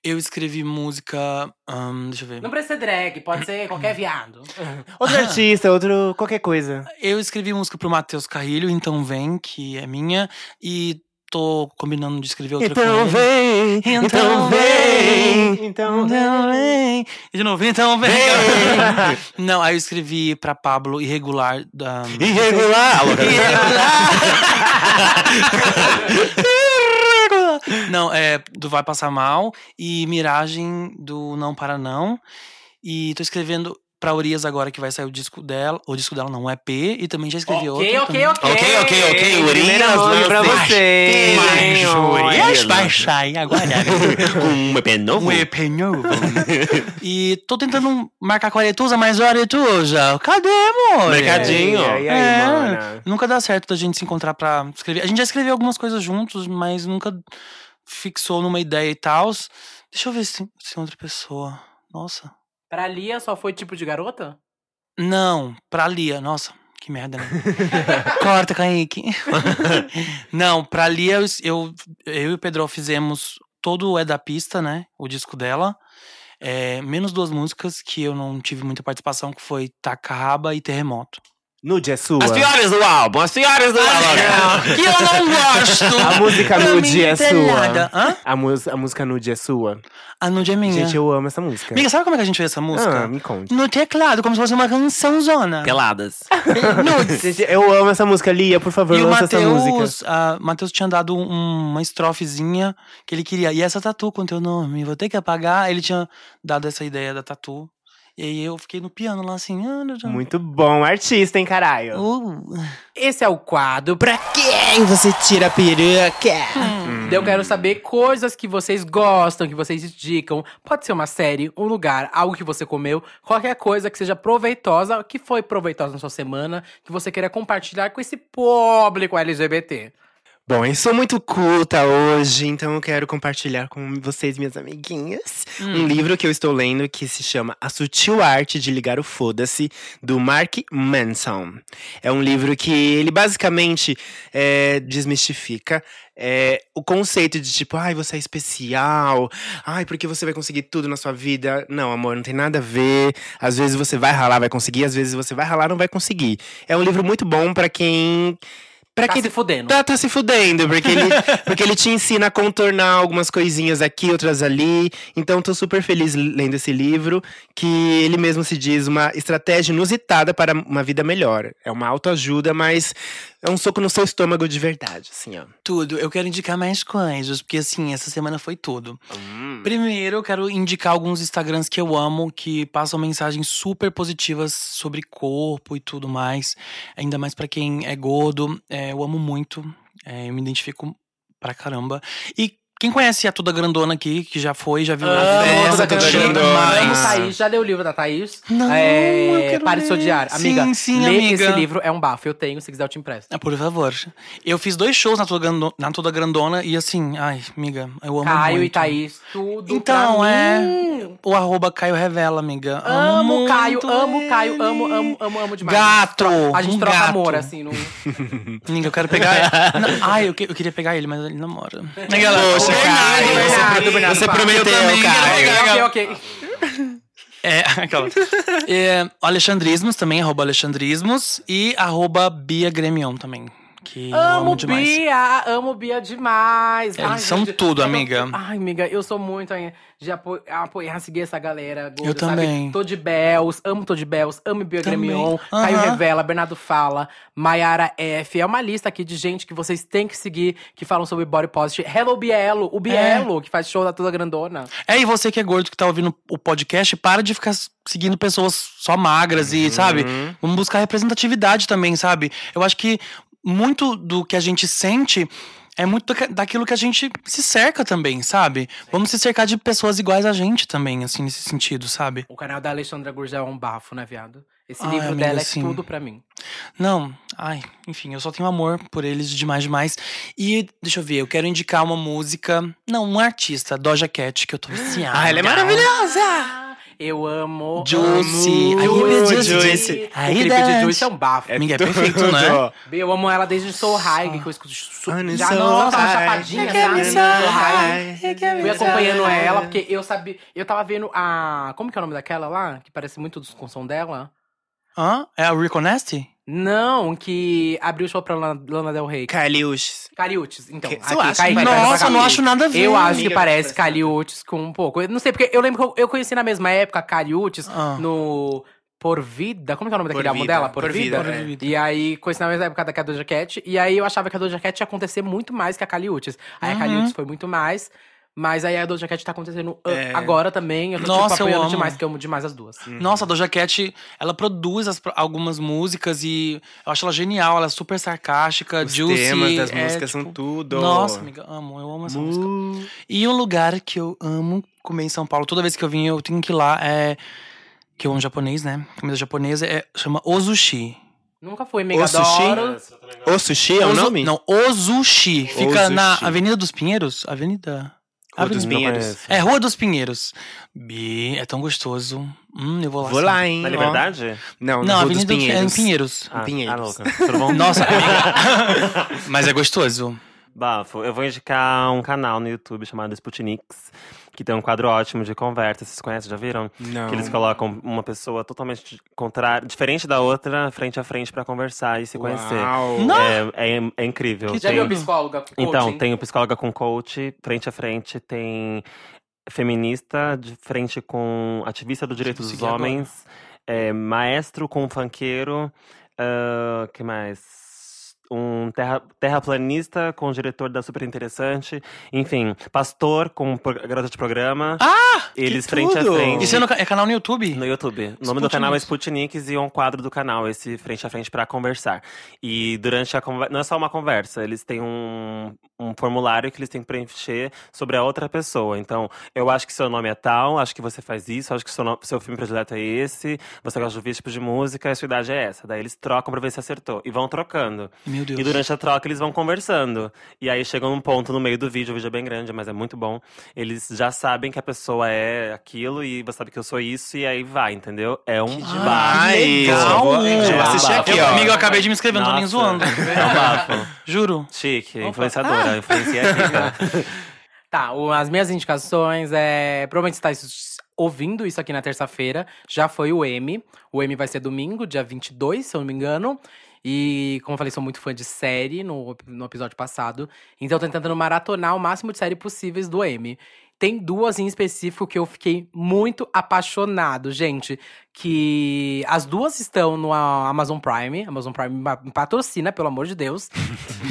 Eu escrevi música. ahn, deixa eu ver. Não precisa ser drag, pode ser qualquer viado. Outro artista, outro. qualquer coisa. Eu escrevi música pro Matheus Carrilho, Então Vem, que é minha, e tô combinando de escrever outra com ele. Então vem, então vem. Então. Então vem. De novo, então vem. Vem. Não, aí eu escrevi pra Pablo Irregular da. Irregular! alô, cara. Irregular. Não, é do Vai Passar Mal e Miragem do Não Para Não. E tô escrevendo pra Urias agora que vai sair o disco dela. O disco dela não, um EP. E também já escrevi outro. então ok, ok, também. Ok, ok. ok, ok. Primeiro Urias, nome pra Lances. você. É, Mas, Urias Urias, vai sair agora. né? Um EP novo? Um EP novo. e tô tentando marcar com a Aretusa, mas ó, Aretusa, cadê, amor? Mercadinho. E aí, É. mana? Nunca dá certo da gente se encontrar pra escrever. A gente já escreveu algumas coisas juntos, mas nunca fixou numa ideia e tal. Deixa eu ver se tem, se tem outra pessoa. Nossa. Pra Lia só foi tipo de garota? Não, pra Lia. Nossa, que merda, né? Corta, Kaique. Não, pra Lia, eu, eu, eu e o Pedro fizemos todo o É da Pista, né? O disco dela. É, menos duas músicas que eu não tive muita participação, que foi Tacarraba e Terremoto. Nude é sua. As piores do álbum, as piores do álbum. que eu não gosto. Ah, A música Pra nude mim, é não tem nada. sua. Hã? A, mus- a música nude é sua. A nude é minha. Gente, eu amo essa música. Amiga, sabe como é que a gente fez essa música? Ah, me conte. No teclado, como se fosse uma cançãozona. Peladas. Nudes. Gente, eu amo essa música, Lia, por favor, E o lança essa música. Matheus, ah, Matheus tinha dado um- uma estrofezinha que ele queria. E essa tatu com teu nome, vou ter que apagar. Ele tinha dado essa ideia da tatu. E aí eu fiquei no piano lá assim. ah, não, não. Muito bom, artista, hein, caralho. Uh. Esse é o quadro pra Quem você tira a peruca? Hum. Eu quero saber coisas que vocês gostam, que vocês indicam. Pode ser uma série, um lugar, algo que você comeu, qualquer coisa que seja proveitosa, que foi proveitosa na sua semana, que você queira compartilhar com esse público LGBT. Bom, eu sou muito culta hoje, então eu quero compartilhar com vocês, minhas amiguinhas, um livro que eu estou lendo que se chama A Sutil Arte de Ligar o Foda-se, do Mark Manson. É um livro que ele basicamente é, desmistifica é, o conceito de tipo, ai, você é especial, ai, porque você vai conseguir tudo na sua vida. Não, amor, não tem nada a ver. Às vezes você vai ralar, vai conseguir, às vezes você vai ralar, não vai conseguir. É um livro muito bom pra quem. Pra Tá quem se fudendo. Tá, tá se fudendo, porque ele, porque ele te ensina a contornar algumas coisinhas aqui, outras ali. Então, tô super feliz lendo esse livro, que ele mesmo se diz uma estratégia inusitada para uma vida melhor. É uma autoajuda, mas é um soco no seu estômago de verdade, assim, ó. Tudo. Eu quero indicar mais coisas, porque assim, essa semana foi tudo. Hum. Uhum. Primeiro, eu quero indicar alguns Instagrams que eu amo, que passam mensagens super positivas sobre corpo e tudo mais. Ainda mais pra quem é gordo. É, eu amo muito. É, eu me identifico pra caramba. E quem conhece a Toda Grandona aqui, que já foi, já viu. Amo Festa toda da grandona. Chega Grandona. Amo mais. Thaís, É já leu o livro da Thaís? tá Não, é, eu quero Pare de se ler. odiar. Amiga, Sim, sim, lê amiga. esse livro, é um bafo. Eu tenho, se quiser eu te empresto. Ah, por favor. Eu fiz dois shows na Toda Grandona, na Toda Grandona e assim, ai, amiga, eu amo Caio muito. e Thaís, tudo Então, pra é. mim. O arroba Caio Revela, amiga. Amo o Caio, muito amo o Caio, ele. amo, amo, amo, amo demais. Gato! A gente um troca gato. amor, assim, não. Amiga, eu quero pegar ele. Não, ai, eu, que- eu queria pegar ele, mas ele namora. Poxa, Bernardo, é Bernardo, cara. Bernardo, Você para. prometeu, Eu também quero cara. pegar. Ok, ok. É, aquela. É, o Alexandrismos também, arroba Alexandrismos. E arroba Bia Gremion também. Que eu amo, Amo demais. Bia, amo Bia demais. É, eles são tudo, eu não- amiga. Ai, amiga, eu sou muito aí de apo- apoiar, seguir essa galera. Gorda, Eu também. Sabe? Tô de Bells, amo Tô de Bells, amo Bia Também. Gremion, Aham. Caio Revela, Bernardo Fala, Maiara F. É uma lista aqui de gente que vocês têm que seguir, que falam sobre body positive. Hello Bielo, o Bielo, que faz show da toda grandona. É, e você que é gordo, que tá ouvindo o podcast, para de ficar seguindo pessoas só magras Uhum. e, sabe? Vamos buscar representatividade também, sabe? Eu acho que muito do que a gente sente é muito daque- daquilo que a gente se cerca também, sabe? Vamos se cercar de pessoas iguais a gente também, assim, nesse sentido, sabe? O canal da Alexandra Gurgel é um bafo, né, viado? Esse Ai, livro amiga, dela é sim. tudo pra mim. Não, ai, enfim, eu só tenho amor por eles demais, demais. E, deixa eu ver, eu quero indicar uma música, não, um artista, Doja Cat, que eu tô viciada. Ah, ela é maravilhosa! Eu amo. Juicy. amo Aí Juicy. Juicy. Juicy. O Aí clipe dance. de Juicy é um bafo. Amiga, é perfeito, né? Eu amo ela desde Soul High, que eu escuto su- I'm já so nossa, uma high. chapadinha, Take sabe? me Soul so High. high. Fui acompanhando ela, porque eu sabia. Eu tava vendo a. Como que é o nome daquela lá? Que parece muito dos- com o som dela? Hã? É a Rico Nasty? Não, que abriu o show pra Lana, Lana Del Rey. Caliuches. Cariútis, então. Que- aqui, eu acho Kaique, que- vai pra Nossa, cá, não Kaique. acho nada a ver. Eu acho Amiga, que parece parece nada. Cariútis com um pouco. Eu não sei, porque eu lembro que eu, eu conheci na mesma época Cariútis Ah. no. Por Vida? Como que é o nome Por daquele álbum Vida, dela? Por, Por Vida? Vida, é. E aí, conheci na mesma época da Doja Cat. E aí, eu achava que a Doja Cat ia acontecer muito mais que a Caliutes. Aí, Uhum. a Caliutes foi muito mais. Mas aí, a Doja Cat tá acontecendo ah, É. agora também. Eu tô, Nossa, tipo, eu apoiando amo. Hum. demais, que eu amo demais as duas. Nossa, a Doja Cat, ela produz as pro- algumas músicas e eu acho ela genial, ela é super sarcástica, Os juicy. temas das é, músicas tipo, são tudo. Nossa, amiga, amo, eu amo essa música. Mu- E um lugar que eu amo comer em São Paulo, toda vez que eu vim eu tenho que ir lá, é. Que eu amo japonês, né? Comida japonesa, é, chama Ozushi. Nunca fui, amiga. O sushi? Adoro. O sushi é o Ozu- nome? Não, Ozushi. Fica na Ozushi. Avenida dos Pinheiros? Avenida. Rua dos Avenida- Pinheiros. É, Rua dos Pinheiros. Bi, é tão gostoso. Hum, eu vou lá. Vou sim. lá, hein? Na ó. liberdade? Não, Não, na Rua dos Avenida dos- é em Pinheiros. Pinheiros. Ah, Pinheiros. Ah, louca. Tudo bom? Nossa, amiga. Mas é gostoso. Bafo, eu vou indicar um canal no YouTube chamado Sputniks, que tem um quadro ótimo de conversa. Vocês conhecem, já viram? Não. Que eles colocam uma pessoa totalmente contrária, diferente da outra, frente a frente pra conversar e se conhecer. Uau. Não. É, é- é incrível. Que Já Tem- viu a psicóloga? Coaching? Então, tem o psicóloga com coach, frente a frente tem feminista, de frente com ativista do direito dos Consegui homens, é, maestro com funkeiro, ah, que mais? Um terra, terraplanista com o diretor da Super Interessante. Enfim, pastor com pro- garota de programa. Ah! eles que frente tudo! a frente. Isso é, no, ca- é canal no YouTube? No YouTube. O nome do Sputniks. canal é Sputniks e é um quadro do canal, esse frente a frente pra conversar. E durante a conversa. Não é só uma conversa, eles têm um, um formulário que eles têm que preencher sobre a outra pessoa. Então, eu acho que seu nome é tal, acho que você faz isso, acho que seu, no- seu filme predileto é esse, você gosta de ouvir esse tipo de música, a sua idade é essa. Daí eles trocam pra ver se acertou. E vão trocando. Meu Deus. E durante a troca eles vão conversando. E aí chega um ponto no meio do vídeo, o vídeo é bem grande, mas é muito bom. Eles já sabem que a pessoa é aquilo e você sabe que eu sou isso, e aí vai, entendeu? É um bafo. Ai, legal. Eu vou- eu vou Eu assisti bafo. aqui, eu, ó. Amigo, eu acabei de me inscrever, não tô nem Nossa, zoando. Ah. É um bafo. Juro. Chique, influenciadora, influencia aqui. Tá, o- as minhas indicações é. Provavelmente você está es- ouvindo isso aqui na terça-feira. Já foi o M. O M vai ser domingo, dia 22, se eu não me engano. E, como eu falei, sou muito fã de série no, no episódio passado. Então, eu tô tentando maratonar o máximo de série possíveis do M. Tem duas em específico que eu fiquei muito apaixonado, gente. Que as duas estão no a- Amazon Prime. Amazon Prime ma- me patrocina, pelo amor de Deus.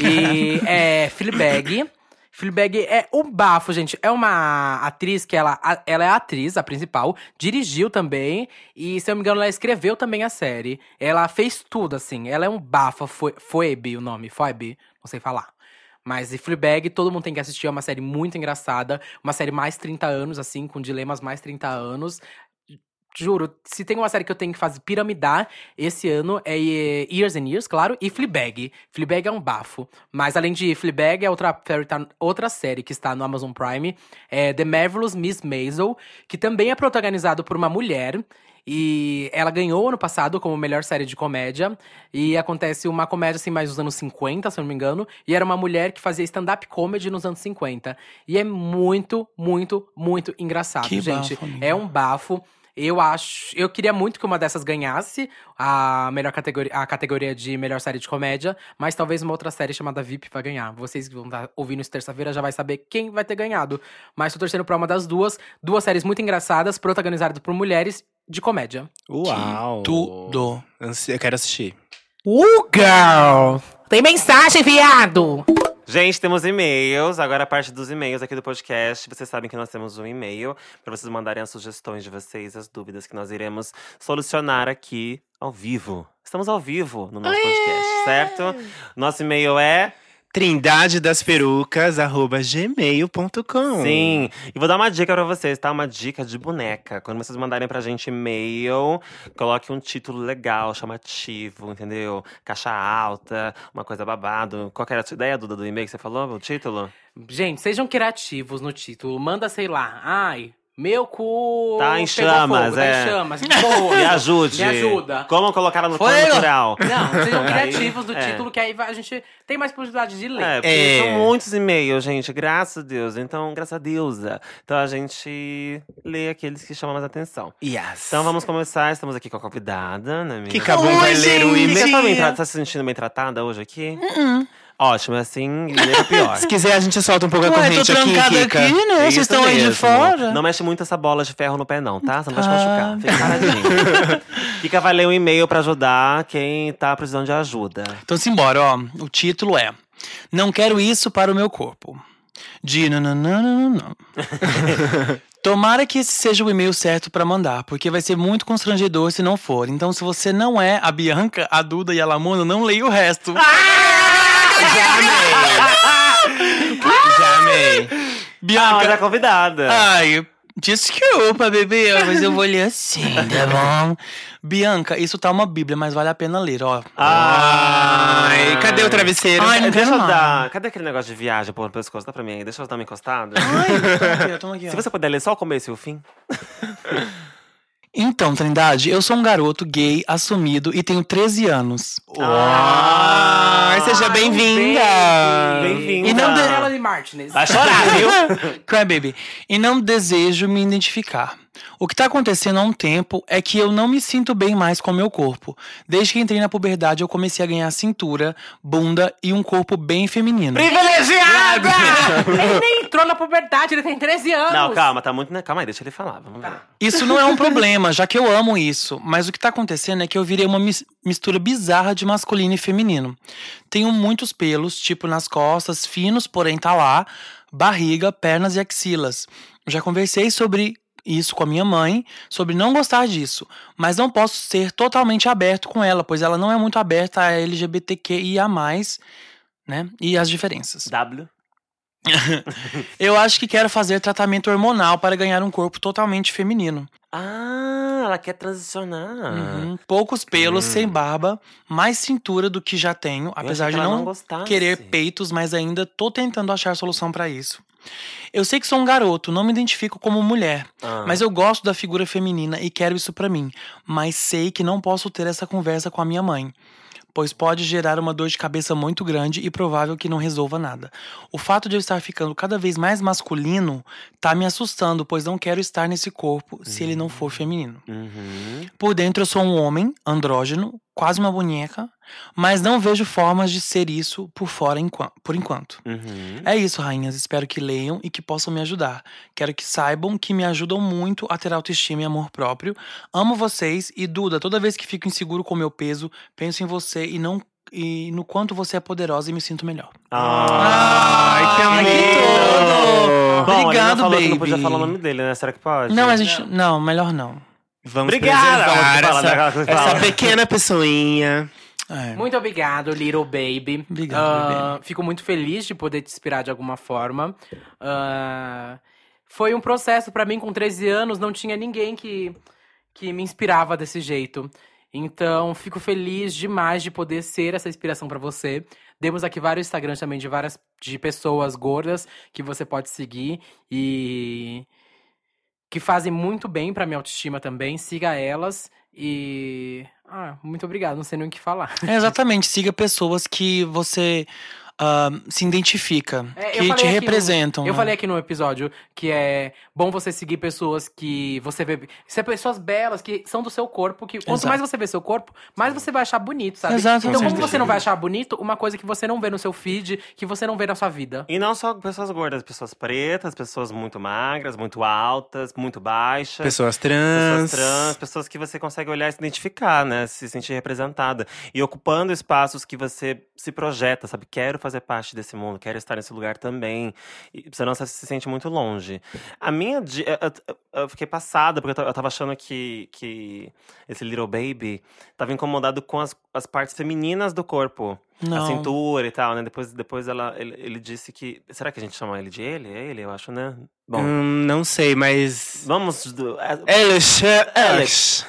e é Fleabag. Fleabag é o bafo, gente. É uma atriz que ela, a- ela é a atriz, a principal. Dirigiu também. E, se eu não me engano, ela escreveu também a série. Ela fez tudo, assim. Ela é um bafo. Foi, Phoebe o nome. Phoebe. Não sei falar. Mas e Fleabag, todo mundo tem que assistir. É uma série muito engraçada. Uma série mais 30 anos, assim, com dilemas mais 30 anos. Juro, se tem uma série que eu tenho que fazer piramidar esse ano é eh, Years and Years, claro, e Fleabag. Fleabag é um bafo. Mas além de Fleabag, é outra, série tá- outra série que está no Amazon Prime, é The Marvelous Miss Maisel, que também é protagonizado por uma mulher. E ela ganhou ano passado como melhor série de comédia. E acontece uma comédia, assim, mais dos anos 50, se eu não me engano. E era uma mulher que fazia stand-up comedy nos anos 50. E é muito, muito, muito engraçado, Que gente. bafo, amiga. é um bafo. Eu acho. Eu queria muito que uma dessas ganhasse a melhor categoria, a categoria de melhor série de comédia, mas talvez uma outra série chamada VIP vai ganhar. Vocês que vão estar ouvindo isso terça-feira já vai saber quem vai ter ganhado. Mas tô torcendo pra uma das duas. Duas séries muito engraçadas, protagonizadas por mulheres de comédia. Uau. Tudo. Ansi- Eu quero assistir. Uh, girl! Tem mensagem, viado! Gente, temos e-mails. Agora a parte dos e-mails aqui do podcast. Vocês sabem que nós temos um e-mail para vocês mandarem as sugestões de vocês, as dúvidas que nós iremos solucionar aqui ao vivo. Estamos ao vivo no nosso podcast, certo? Nosso e-mail é. Trindade das perucas, arroba gmail.com. Sim. E vou dar uma dica pra vocês, tá? Uma dica de boneca. Quando vocês mandarem pra gente e-mail, coloque um título legal, chamativo, entendeu? Caixa alta, uma coisa babado. Qual que era a sua ideia, Duda, do e-mail que você falou? O título? Gente, sejam criativos no título. Manda, sei lá. Ai, meu cu. Tá em pegou chamas, fogo, tá é. em chamas. Porra. Me ajude. Me ajuda. Como colocar no plano Fuego. natural? Não, sejam Aí, criativos do é. título, que aí vai- a gente tem mais possibilidade de É, ler. porque É. são muitos e-mails, gente. Graças a Deus. Então, graças a Deusa. Então a gente lê aqueles que chamam mais atenção. Yes. Então vamos começar. Estamos aqui com a convidada, né, amiga? Que cabum vai ler o Você tá, bem e-mail. tra- tá se sentindo bem tratada hoje aqui? Uh-uh. Ótimo, assim, ler é pior. Se quiser, a gente solta um pouco a Ué, tô corrente aqui, trancado Kika. aqui, né? Vocês É Isso estão aí de mesmo. fora. Não mexe muito essa bola de ferro no pé, não, tá? Você não vai te Tá. machucar. Fica paradinho. Fica, vai ler um e-mail pra ajudar quem tá precisando de ajuda. Então simbora, ó. O título é Não quero isso para o meu corpo. De nananana. Tomara que esse seja o e-mail certo para mandar, porque vai ser muito constrangedor se não for. Então, se você não é a Bianca, a Duda e a Lamona, não leia o resto. Ah, Já amei. Ah, Bianca, Ah, olha a convidada. Ai, desculpa, bebê, mas eu vou ler assim, tá bom? Bianca, isso tá uma bíblia, mas vale a pena ler, ó. Ai, cadê o travesseiro? Ai, não Deixa quero eu mais. dar. Cadê aquele negócio de viagem pôr no pescoço? Dá pra mim aí? Deixa eu dar uma encostada. Ai, toma aqui, ó, toma aqui, ó. Se você puder ler só o começo e o fim. Então, Trindade, eu sou um garoto gay, assumido e tenho 13 anos. Ah, Ah, um seja bem-vinda! Bem-vinda. E não de- Melanie Martinez. Vai chorar, viu? Crybaby. E não desejo me identificar. O que tá acontecendo há um tempo é que eu não me sinto bem mais com meu corpo. Desde que entrei na puberdade, eu comecei a ganhar cintura, bunda e um corpo bem feminino. Privilegiada! ele nem entrou na puberdade, ele tem 13 anos. Não, calma, tá muito. né? Calma aí, deixa ele falar. Vamos ver. Isso não é um problema, já que eu amo isso. Mas o que tá acontecendo é que eu virei uma mis- mistura bizarra de masculino e feminino. Tenho muitos pelos, tipo nas costas, finos, porém tá lá, barriga, pernas e axilas. Já conversei sobre isso com a minha mãe, sobre não gostar disso, mas não posso ser totalmente aberto com ela, pois ela não é muito aberta a LGBTQIA+, né? E as diferenças. W. Eu acho que quero fazer tratamento hormonal para ganhar um corpo totalmente feminino. Ah, ela quer transicionar. Uhum. Poucos pelos, Hum. sem barba, mais cintura do que já tenho, Eu apesar achei de que ela não gostasse. querer peitos, mas ainda tô tentando achar solução pra isso. Eu sei que sou um garoto, não me identifico como mulher, Ah. mas eu gosto da figura feminina e quero isso pra mim, mas sei que não posso ter essa conversa com a minha mãe. Pois pode gerar uma dor de cabeça muito grande e provável que não resolva nada. O fato de eu estar ficando cada vez mais masculino tá me assustando, pois não quero estar nesse corpo se ele não for Hum. feminino. Uhum. Por dentro eu sou um homem, andrógeno, quase uma boneca, mas não vejo formas de ser isso por fora enqua- por enquanto. Uhum. É isso, rainhas. Espero que leiam e que possam me ajudar. Quero que saibam que me ajudam muito a ter autoestima e amor próprio. Amo vocês e Duda, toda vez que fico inseguro com meu peso, penso em você e não e no quanto você é poderosa e me sinto melhor. Ah. Ai, que Ai, amor! que tudo! Bom, ele não Obrigado, falou que não baby. podia falar o nome dele, né? Será que pode? Não, a gente não, melhor não. Vamos Obrigada! preservar Fala, essa, fala, fala. essa pequena pessoinha. É. Muito obrigado, Little Baby. Obrigado, Ah, Fico muito feliz de poder te inspirar de alguma forma. Ah, foi um processo pra mim, com 13 anos, não tinha ninguém que, que me inspirava desse jeito. Então, fico feliz demais de poder ser essa inspiração pra você. Demos aqui vários Instagrams também de várias de pessoas gordas que você pode seguir e que fazem muito bem pra minha autoestima também. Siga elas e ah, muito obrigado, não sei nem o que falar. É, exatamente, siga pessoas que você ah, se identifica, É, eu que falei te aqui no- representam. Eu né? falei aqui no episódio que é bom você seguir pessoas que você vê. Se é pessoas belas, que são do seu corpo, que quanto Exato. mais você vê seu corpo, mais você vai achar bonito, sabe? Exato, então, com como certeza. você não vai achar bonito, uma coisa que você não vê no seu feed, que você não vê na sua vida. E não só pessoas gordas, pessoas pretas, pessoas muito magras, muito altas, muito baixas. Pessoas Pessoas trans. trans, pessoas que você consegue olhar e se identificar, né? Se sentir representada. E ocupando espaços que você se projeta, sabe? Quero fazer parte desse mundo, quero estar nesse lugar também. E você não se se sente muito longe. A minha. di- Eu, eu- eu fiquei passada, porque eu ta- eu tava achando que, que esse Little Baby tava incomodado com as, as partes femininas do corpo. A Não. cintura e tal, né? Depois, depois ela, ele, ele disse que. Será que a gente chama ele de ele? É ele, eu acho, né? Bom. Hum, não sei, mas. Vamos. do- é- Eles. Eles.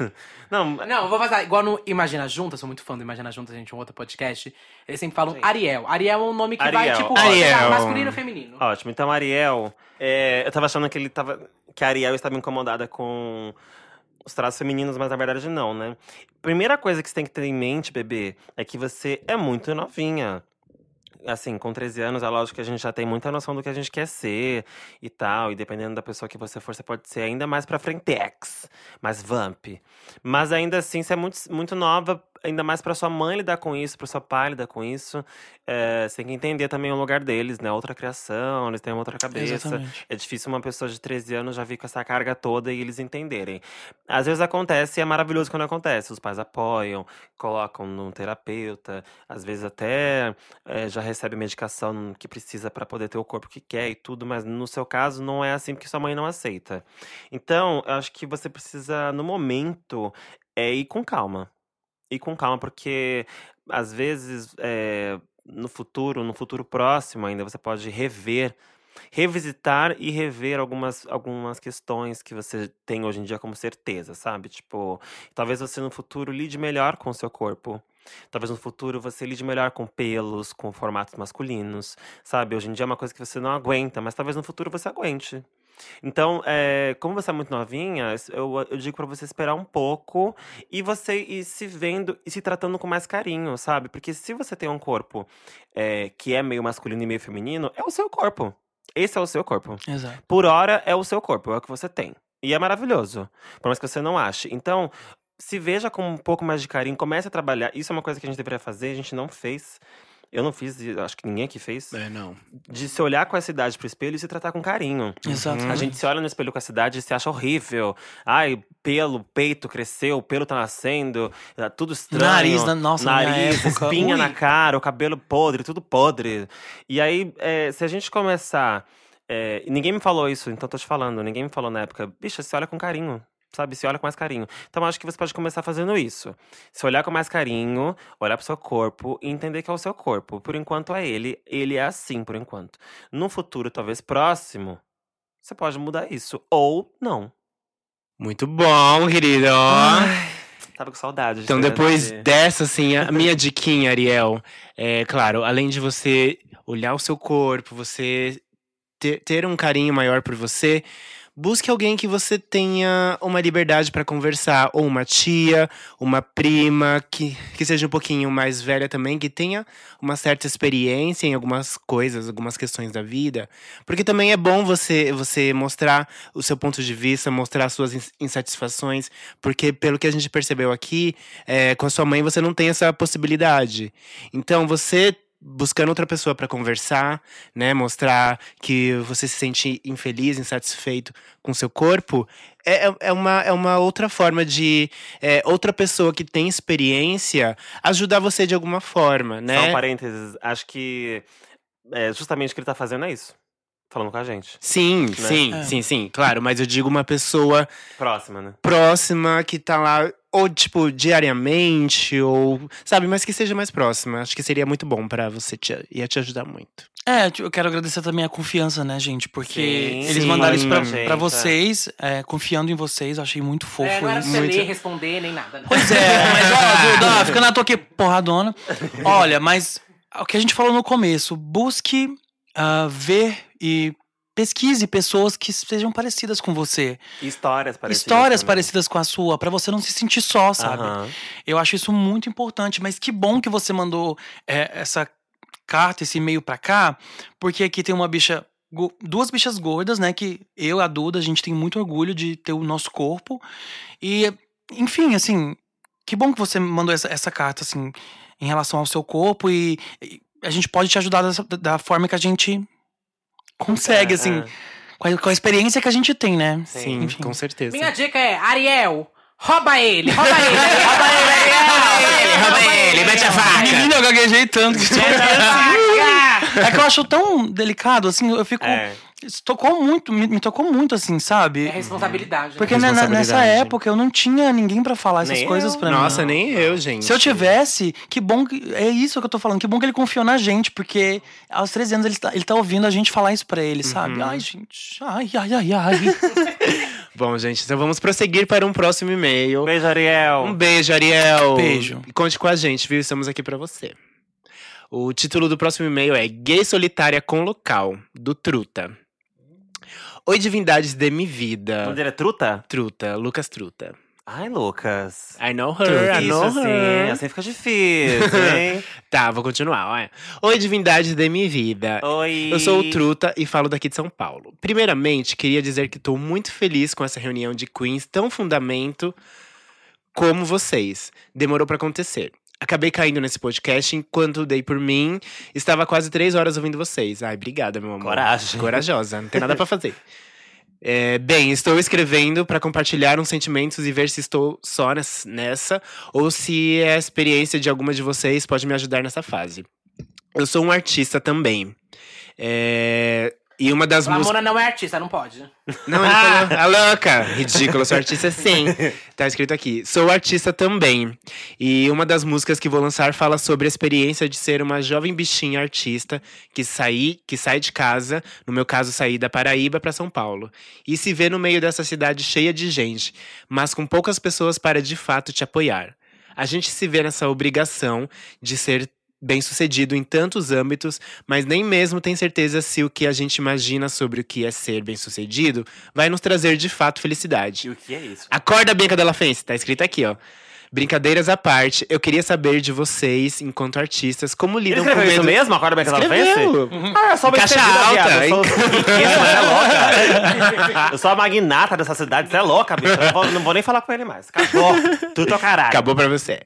Não, Não, eu vou vazar. Igual no Imagina Junta, sou muito fã do Imagina Junta, gente, um outro podcast. Eles sempre falam Sim. Ariel. Ariel é um nome que vai, Ariel. tipo, Ariel. chegar masculino e feminino. Ah, Ótimo. Então, Ariel, é, eu tava achando que ele tava. que a Ariel estava incomodada com os traços femininos, mas na verdade não, né? Primeira coisa que você tem que ter em mente, bebê, é que você é muito novinha. Assim, com 13 anos, é lógico que a gente já tem muita noção do que a gente quer ser e tal. E dependendo da pessoa que você for, você pode ser ainda mais pra frentex, mais vamp. Mas ainda assim, você é muito, muito nova, ainda mais pra sua mãe lidar com isso, pro seu pai lidar com isso. É, você tem que entender também o lugar deles, né? Outra criação, eles têm uma outra cabeça. Exatamente. É difícil uma pessoa de 13 anos já vir com essa carga toda e eles entenderem. Às vezes acontece e é maravilhoso quando acontece. Os pais apoiam, colocam num terapeuta, às vezes até eh, já recebe medicação que precisa pra poder ter o corpo que quer e tudo, mas no seu caso não é assim porque sua mãe não aceita. Então, eu acho que você precisa, no momento, é ir com calma. Ir com calma, porque às vezes eh, no futuro, no futuro próximo ainda, você pode rever revisitar e rever algumas, algumas questões que você tem hoje em dia como certeza, sabe? Tipo, talvez você no futuro lide melhor com o seu corpo. Talvez no futuro você lide melhor com pelos, com formatos masculinos, sabe? Hoje em dia é uma coisa que você não aguenta, mas talvez no futuro você aguente. Então, é, como você é muito novinha, eu, eu digo pra você esperar um pouco e você ir se vendo e se tratando com mais carinho, sabe? Porque se você tem um corpo é, que é meio masculino e meio feminino, é o seu corpo. Esse é o seu corpo. Exato. Por hora é o seu corpo, é o que você tem. E é maravilhoso. Por mais que você não ache. Então, se veja com um pouco mais de carinho, comece a trabalhar. Isso é uma coisa que a gente deveria fazer, a gente não fez. Eu não fiz, e acho que ninguém aqui fez. É, não. De se olhar com essa idade pro espelho e se tratar com carinho. Exato. Uhum. A gente se olha no espelho com essa idade e se acha horrível. Ai, pelo, peito cresceu, o pelo tá nascendo, tá tudo estranho. Nariz, na- nossa, na minha Nariz, época, espinha ui. na cara, o cabelo podre, tudo podre. E aí, é, se a gente começar. é, e ninguém me falou isso, então tô te falando. Ninguém me falou na época. Bicha, se olha com carinho. Sabe, se olha com mais carinho. Então, acho que você pode começar fazendo isso. Se olhar com mais carinho, olhar pro seu corpo e entender que é o seu corpo. Por enquanto é ele, ele é assim por enquanto. No futuro, talvez próximo, você pode mudar isso. Ou não. Muito bom, querido. Tava com saudade. Então, de- depois de- dessa, assim, a minha diquinha, Ariel, é claro, além de você olhar o seu corpo, você ter, ter um carinho maior por você, busque alguém que você tenha uma liberdade pra conversar, ou uma tia, uma prima, que, que seja um pouquinho mais velha também, que tenha uma certa experiência em algumas coisas, algumas questões da vida. Porque também é bom você, você mostrar o seu ponto de vista, mostrar suas ins- insatisfações, porque pelo que a gente percebeu aqui, é, com a sua mãe você não tem essa possibilidade. Então você buscando outra pessoa para conversar, né, mostrar que você se sente infeliz, insatisfeito com seu corpo, é, é- é uma, é uma outra forma de é, outra pessoa que tem experiência ajudar você de alguma forma, né? Só um parênteses. Acho que é, justamente o que ele tá fazendo é isso. Falando com a gente. Sim, né? sim, É. sim, sim, claro. Mas eu digo uma pessoa Próxima, né? próxima que tá lá, ou tipo, diariamente, ou. Sabe, mas que seja mais próxima. Acho que seria muito bom pra você, te, ia te ajudar muito. É, eu quero agradecer também a confiança, né, gente? Porque Sim, eles sim, mandaram isso pra, gente, pra é. vocês, é, confiando em vocês. Eu achei muito fofo É, não era pra isso. você ler, responder, nem nada. né? Pois é, mas ó, Duda, fica na tua que porradona. Olha, mas o que a gente falou no começo, busque ah, ver e pesquise pessoas que sejam parecidas com você. E Histórias parecidas. Histórias também. parecidas com a sua, pra você não se sentir só, sabe? Aham. Eu acho isso muito importante, mas que bom que você mandou é, essa carta, esse e-mail pra cá, porque aqui tem uma bicha. go- Duas bichas gordas, né? Que eu e a Duda, a gente tem muito orgulho de ter o nosso corpo. E, enfim, assim, que bom que você mandou essa, essa carta, assim, em relação ao seu corpo. E, e a gente pode te ajudar dessa- da forma que a gente consegue, É, assim, é. com a, com a experiência que a gente tem, né? Sim, Enfim. com certeza. Minha dica é, Ariel, rouba ele, rouba ele, rouba ele, Ariel, Menina, eu gaguejei tanto que. Saca! É que eu acho tão delicado, assim, eu um fico. É. Isso tocou muito, me, me tocou muito, assim, É sabe? responsabilidade. né? Porque né, na- nessa Responsabilidade. época eu não tinha ninguém pra falar essas Nem coisas eu. pra Nossa, mim. nem eu, gente. Se eu tivesse, que bom que. É isso que eu tô falando, que bom que ele confiou na gente, porque aos 13 anos ele tá, ele tá ouvindo a gente falar isso pra ele, sabe? Ai, gente, ai, ai, ai, ai. Bom, gente, então vamos prosseguir para um próximo e-mail. Beijo, Ariel. Um beijo, Ariel. Beijo. E Conte com a gente, viu? Estamos aqui pra você. O título do próximo e-mail é Gay Solitária com Local, do Truta. Oi, divindades de minha O nome vida. dele é Truta? Truta, Lucas Truta. Ai, Lucas. I know her, I Isso know her. assim, assim fica difícil, hein? Tá, vou continuar. Olha. Oi, divindades de minha vida. Oi. Eu sou o Truta e falo daqui de São Paulo. Primeiramente, queria dizer que estou muito feliz com essa reunião de queens tão fundamento como vocês. Demorou para acontecer. Acabei caindo nesse podcast enquanto dei por mim. Estava quase três horas ouvindo vocês. Ai, obrigada, meu amor. Coragem. Corajosa, não tem nada pra fazer. É, bem, estou escrevendo pra compartilhar uns sentimentos e ver se estou só nes- nessa ou se é a experiência de alguma de vocês pode me ajudar nessa fase. Eu sou um artista também. É, e uma das músicas. Lamona não é artista, não pode. Não, ele falou, a louca! Ridícula, sou artista sim. Tá escrito aqui, sou artista também. E uma das músicas que vou lançar fala sobre a experiência de ser uma jovem bichinha artista que, saí, que sai de casa, no meu caso, saí da Paraíba pra São Paulo, e se vê no meio dessa cidade cheia de gente, mas com poucas pessoas para de fato te apoiar. A gente se vê nessa obrigação de ser bem sucedido em tantos âmbitos, mas nem mesmo tem certeza se o que a gente imagina sobre o que é ser bem sucedido vai nos trazer de fato felicidade. E o que é isso? Acorda, Bianca Della Fence, tá escrito aqui, ó. Brincadeiras à parte, eu queria saber de vocês, enquanto artistas, como lidam com o Escreveu isso medo... mesmo? Acorda bem que ela fez? Escreveu. Ah, eu sou uma Caixa estendida, alta, viado. Eu sou riquíssima, é louca. Eu sou a magnata dessa cidade, você é louca, bicho. Eu não vou, não vou nem falar com ele mais. Acabou. Tudo ao caralho. Acabou pra você.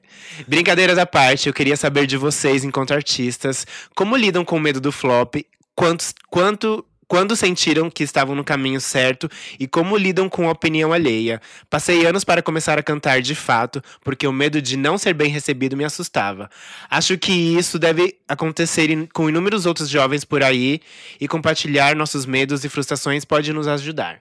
Brincadeiras à parte, eu queria saber de vocês, enquanto artistas, como lidam com o medo do flop, quantos, quanto, quando sentiram que estavam no caminho certo e como lidam com a opinião alheia. Passei anos para começar a cantar de fato, porque o medo de não ser bem recebido me assustava. Acho que isso deve acontecer in- com inúmeros outros jovens por aí e compartilhar nossos medos e frustrações pode nos ajudar.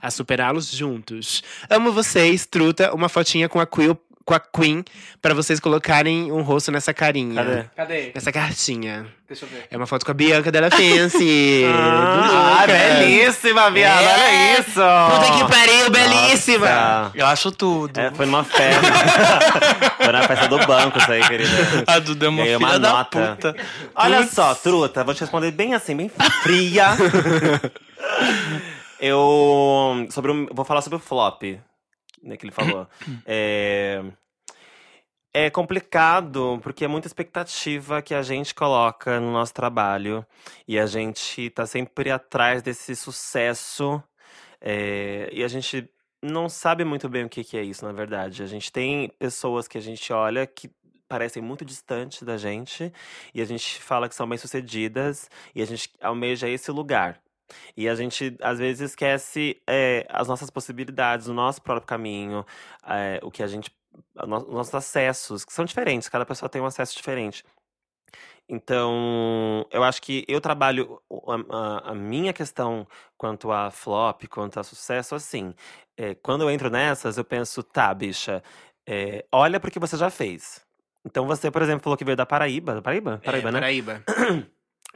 A superá-los juntos. Amo vocês, truta. Uma fotinha com a Quill com a Queen pra vocês colocarem um rosto nessa carinha. Cadê? Cadê? Nessa cartinha. Deixa eu ver. É uma foto com a Bianca dela Fence. é Ah, belíssima, viado. Olha isso. Puta que pariu, é belíssima! Nossa. Eu acho tudo. É, foi numa festa. foi na festa do banco isso aí, querida. A Duda é uma Ganhei filha uma da nota. puta. Olha Putz. só, truta, vou te responder bem assim, bem fria. eu. Sobre o- vou falar sobre o flop, né, que ele falou. é. É complicado, porque é muita expectativa que a gente coloca no nosso trabalho. E a gente tá sempre atrás desse sucesso. é, e a gente não sabe muito bem o que, que é isso, na verdade. A gente tem pessoas que a gente olha que parecem muito distantes da gente e a gente fala que são bem-sucedidas e a gente almeja esse lugar. E a gente, às vezes, esquece é, as nossas possibilidades, o nosso próprio caminho, é, o que a gente. a no- Os nossos acessos, que são diferentes, cada pessoa tem um acesso diferente. Então, eu acho que eu trabalho o- a- a, a minha questão quanto a flop, quanto a sucesso, assim. é, quando eu entro nessas, eu penso, tá, bicha, é, olha pro que você já fez. Então, você, por exemplo, falou que veio da Paraíba, da Paraíba? Paraíba, né? Paraíba.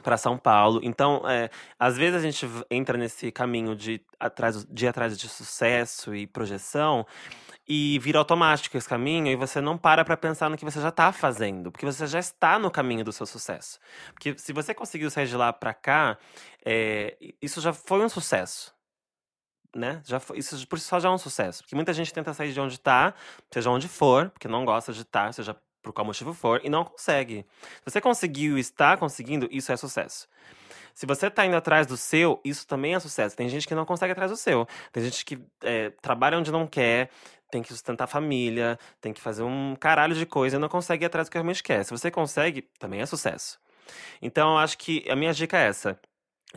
para São Paulo. Então, é, às vezes a gente v- entra nesse caminho de atrás de ir atrás de sucesso e projeção e vira automático esse caminho e você não para para pensar no que você já tá fazendo, porque você já está no caminho do seu sucesso. Porque se você conseguiu sair de lá para cá, é, i- isso já foi um sucesso. Né? Já foi- isso por si só já é um sucesso. Porque muita gente tenta sair de onde tá, seja onde for, porque não gosta de estar, seja por qual motivo for, e não consegue. Se você conseguiu e está conseguindo, isso é sucesso. Se você está indo atrás do seu, isso também é sucesso. Tem gente que não consegue atrás do seu. Tem gente que é, trabalha onde não quer, tem que sustentar a família, tem que fazer um caralho de coisa e não consegue ir atrás do que realmente quer. Se você consegue, também é sucesso. Então, eu acho que a minha dica é essa.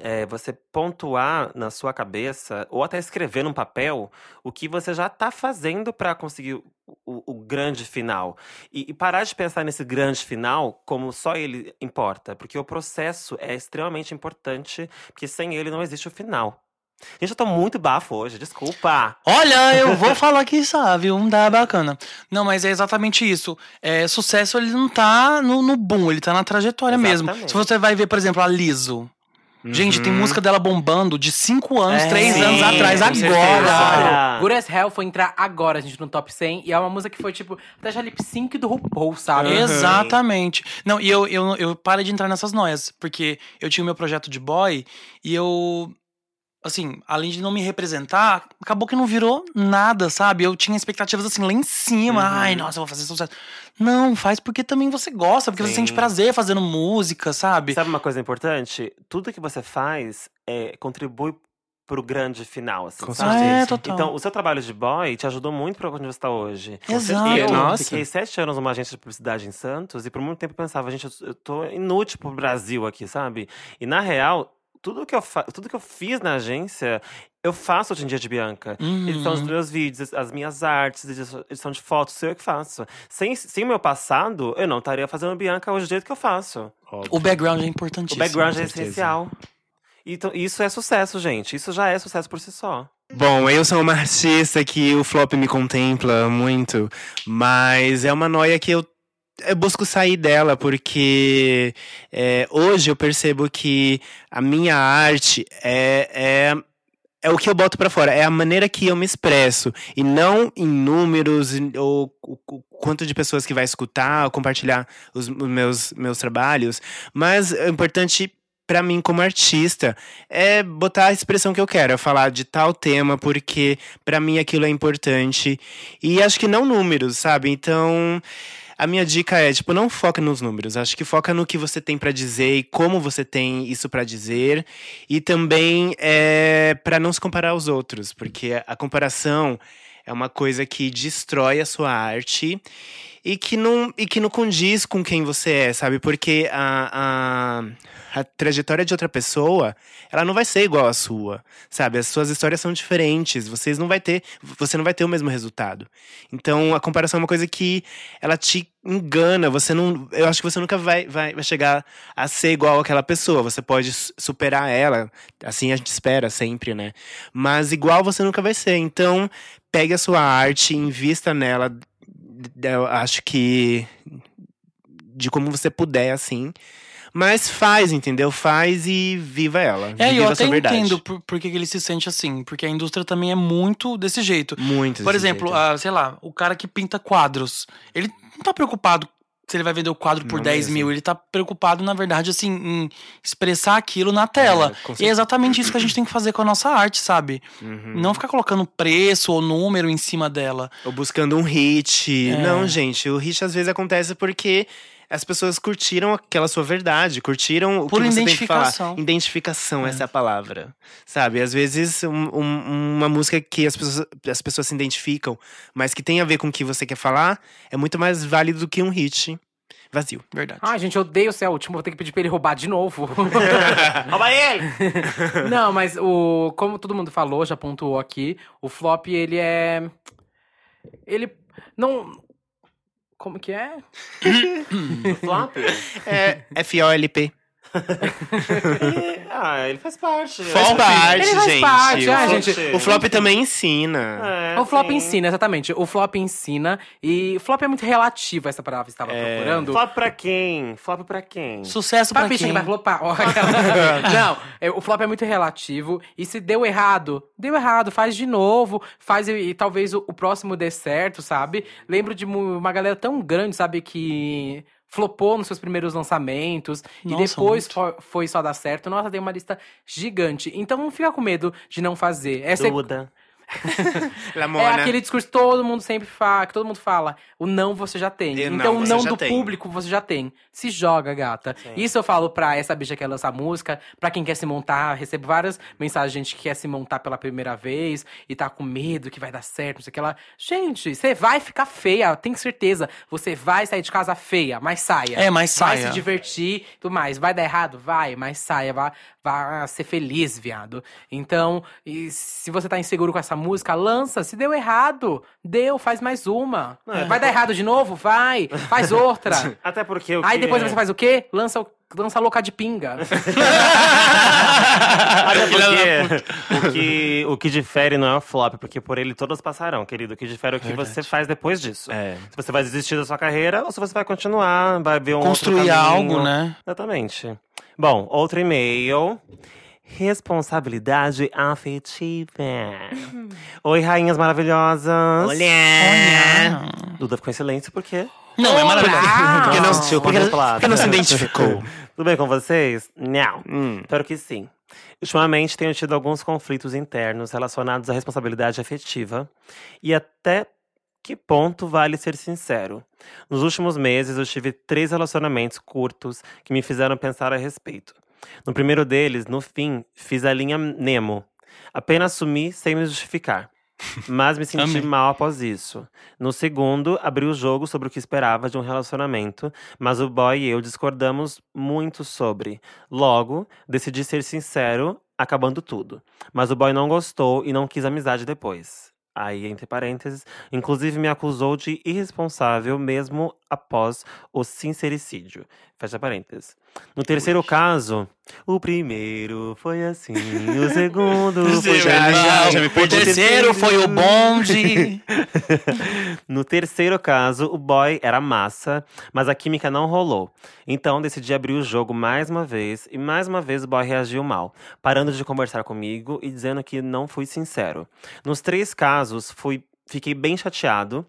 É, você pontuar na sua cabeça, ou até escrever num papel, o que você já está fazendo para conseguir o- o- o grande final. E, e parar de pensar nesse grande final como só ele importa, porque o processo é extremamente importante, porque sem ele não existe o final. Gente, eu tô muito bafo hoje, desculpa. Olha, eu vou falar que sabe, um dá bacana. Não, mas é exatamente isso. É, sucesso ele não tá no, no boom, ele tá na trajetória mesmo. Exatamente. Uhum. Se você vai ver, por exemplo, a Liso. Gente, tem música dela bombando de 5 anos, É, 3 sim, anos atrás, com agora. certeza. Claro. Good as Hell foi entrar agora, gente, no top 100. E é uma música que foi, tipo, até já lip sync do RuPaul, sabe? Exatamente. Não, e eu, eu, eu paro de entrar nessas noias, porque eu tinha o meu projeto de boy e eu. Assim, além de não me representar, acabou que não virou nada, sabe? Eu tinha expectativas assim lá em cima. Ai, nossa, eu vou fazer sucesso. Não, faz porque também você gosta, porque você Sim. sente prazer fazendo música, sabe? Sabe uma coisa importante? Tudo que você faz é, contribui pro grande final, assim, Com sabe? certeza. É, total. Então, o seu trabalho de boy te ajudou muito pra onde você tá hoje. Exato. Eu Nossa. fiquei sete anos numa agência de publicidade em Santos e por muito tempo eu pensava, gente, eu, eu tô inútil pro Brasil aqui, sabe? E na real, tudo que eu, fa- tudo que eu fiz na agência, eu faço hoje em dia de Bianca. Uhum. Edição dos meus vídeos, as minhas artes, edição- edição de fotos, sou eu que faço. Sem, sem o meu passado, eu não estaria fazendo Bianca hoje do jeito que eu faço. O background é O importantíssimo. background é com certeza. essencial. Então, isso é sucesso, gente. Isso já é sucesso por si só. Bom, eu sou uma artista que o flop me contempla muito, mas é uma noia que eu, eu busco sair dela, porque é, hoje eu percebo que a minha arte é, é é o que eu boto pra fora, é a maneira que eu me expresso. E não em números, em- ou o o quanto de pessoas que vai escutar, ou compartilhar os, os meus, meus trabalhos. Mas é importante pra mim, como artista, é botar a expressão que eu quero, é falar de tal tema, porque pra mim aquilo é importante. E acho que não números, sabe? Então. A minha dica é, tipo, não foca nos números. Acho que foca no que você tem pra dizer e como você tem isso pra dizer. E também é para não se comparar aos outros, porque a comparação é uma coisa que destrói a sua arte e que não, e que não condiz com quem você é, sabe? Porque a, a, a trajetória de outra pessoa, ela não vai ser igual à sua, sabe? As suas histórias são diferentes, vocês não vai ter, você não vai ter o mesmo resultado. Então, a comparação é uma coisa que ela te engana, você não, eu acho que você nunca vai, vai, vai chegar a ser igual àquela pessoa. Você pode su- superar ela, assim a gente espera sempre, né? Mas igual você nunca vai ser. Então, pegue a sua arte, invista nela. Eu acho que de como você puder, assim. Mas faz, entendeu? Faz e viva ela. É, viva eu a sua até verdade. entendo por, por que que ele se sente assim, porque a indústria também é muito desse jeito. Muito. Por desse exemplo, jeito. ah, sei lá, o cara que pinta quadros, ele não tá preocupado se ele vai vender o quadro por Não é 10 mesmo. mil, ele tá preocupado, na verdade, assim, em expressar aquilo na tela. com e é exatamente isso que a gente tem que fazer com a nossa arte, sabe? Uhum. Não ficar colocando preço ou número em cima dela. Ou buscando um hit. Não, gente, o hit às vezes acontece porque as pessoas curtiram aquela sua verdade, curtiram o Por que você tem que identificação. falar. Identificação, essa é a palavra. Sabe? Às vezes um- um- uma música que as pessoas, as pessoas se identificam, mas que tem a ver com o que você quer falar, é muito mais válido do que um hit vazio. Verdade. Ai, gente, eu odeio ser a última. Vou ter que pedir pra ele roubar de novo. Rouba ele! Não, mas o. Como todo mundo falou, já pontuou aqui, o flop, ele é. Ele. Não. Como que é? Flop? É FOLP. ah, ele faz parte. Faz parte, Ele faz gente. parte, o, ah, flop, gente. o flop também um ensina. É, O flop sim. ensina, exatamente. O flop ensina. E flop é muito relativo, essa palavra que você estava É, procurando. Flop pra quem? Flop pra quem? Sucesso Pra pra bicha quem? que vai flopar. Ó, aquela- Não, é, o flop é muito relativo. E se deu errado, deu errado, faz de novo, faz e, e talvez o, o próximo dê certo, sabe? Lembro de mu- uma galera tão grande, sabe, que flopou nos seus primeiros lançamentos e Nossa, depois fo- foi só dar certo. Nossa, tem uma lista gigante. Então não fica com medo de não fazer. Essa é Duda. Lamona. é aquele discurso que todo mundo sempre fala, que todo mundo fala. O não você já tem. E não, então o você não já do tem. público você já tem. Se joga, gata. Isso eu falo pra essa bicha que quer lançar música, pra quem quer se montar, recebo várias mensagens de gente que quer se montar pela primeira vez e tá com medo que vai dar certo, não sei o que lá. Gente, você vai ficar feia, tenho certeza. Você vai sair de casa feia, mas saia. É, mas Vai saia. se divertir, tudo mais. Vai dar errado? Vai, mas saia, vá, vá ser feliz, viado. Então, e se você tá inseguro com essa música, lança. Se deu errado, deu, faz mais uma. Vai dar errado de novo? Vai, faz outra. Até porque o Aí que depois é- você faz o quê? Lança, o- lança a louca de pinga. Até Filha porque o que, o que difere não é o flop, porque por ele todas passarão, querido. O que difere é o que você faz depois disso. É. Se você vai desistir da sua carreira ou se você vai continuar, vai ver um Construir outro caminho. algo, né? Exatamente. Bom, outro e-mail. Responsabilidade afetiva. Uhum. Oi, rainhas maravilhosas. Olha! Duda ficou em silêncio porque Não, é maravilhoso. Porque não, Não, porque, contemplado. porque não se identificou. Tudo bem com vocês? Não. Espero que sim. Ultimamente tenho tido alguns conflitos internos relacionados à responsabilidade afetiva e até que ponto vale ser sincero. Nos últimos meses eu tive três relacionamentos curtos que me fizeram pensar a respeito. No primeiro deles, no fim, fiz a linha Nemo. Apenas sumi sem me justificar. Mas me senti Amei. mal após isso. No segundo, abri o jogo sobre o que esperava de um relacionamento, mas o boy e eu discordamos muito sobre. Logo, decidi ser sincero, acabando tudo. Mas o boy não gostou e não quis amizade depois. Aí, entre parênteses, inclusive me acusou de irresponsável, mesmo após o sincericídio. Fecha parênteses. No terceiro caso, o primeiro foi assim, o segundo foi é já, já, já me o perdi. terceiro foi o bonde. No terceiro caso, o boy era massa, mas a química não rolou. Então decidi abrir o jogo mais uma vez, e mais uma vez o boy reagiu mal, parando de conversar comigo e dizendo que não fui sincero. Nos três casos, fui, fiquei bem chateado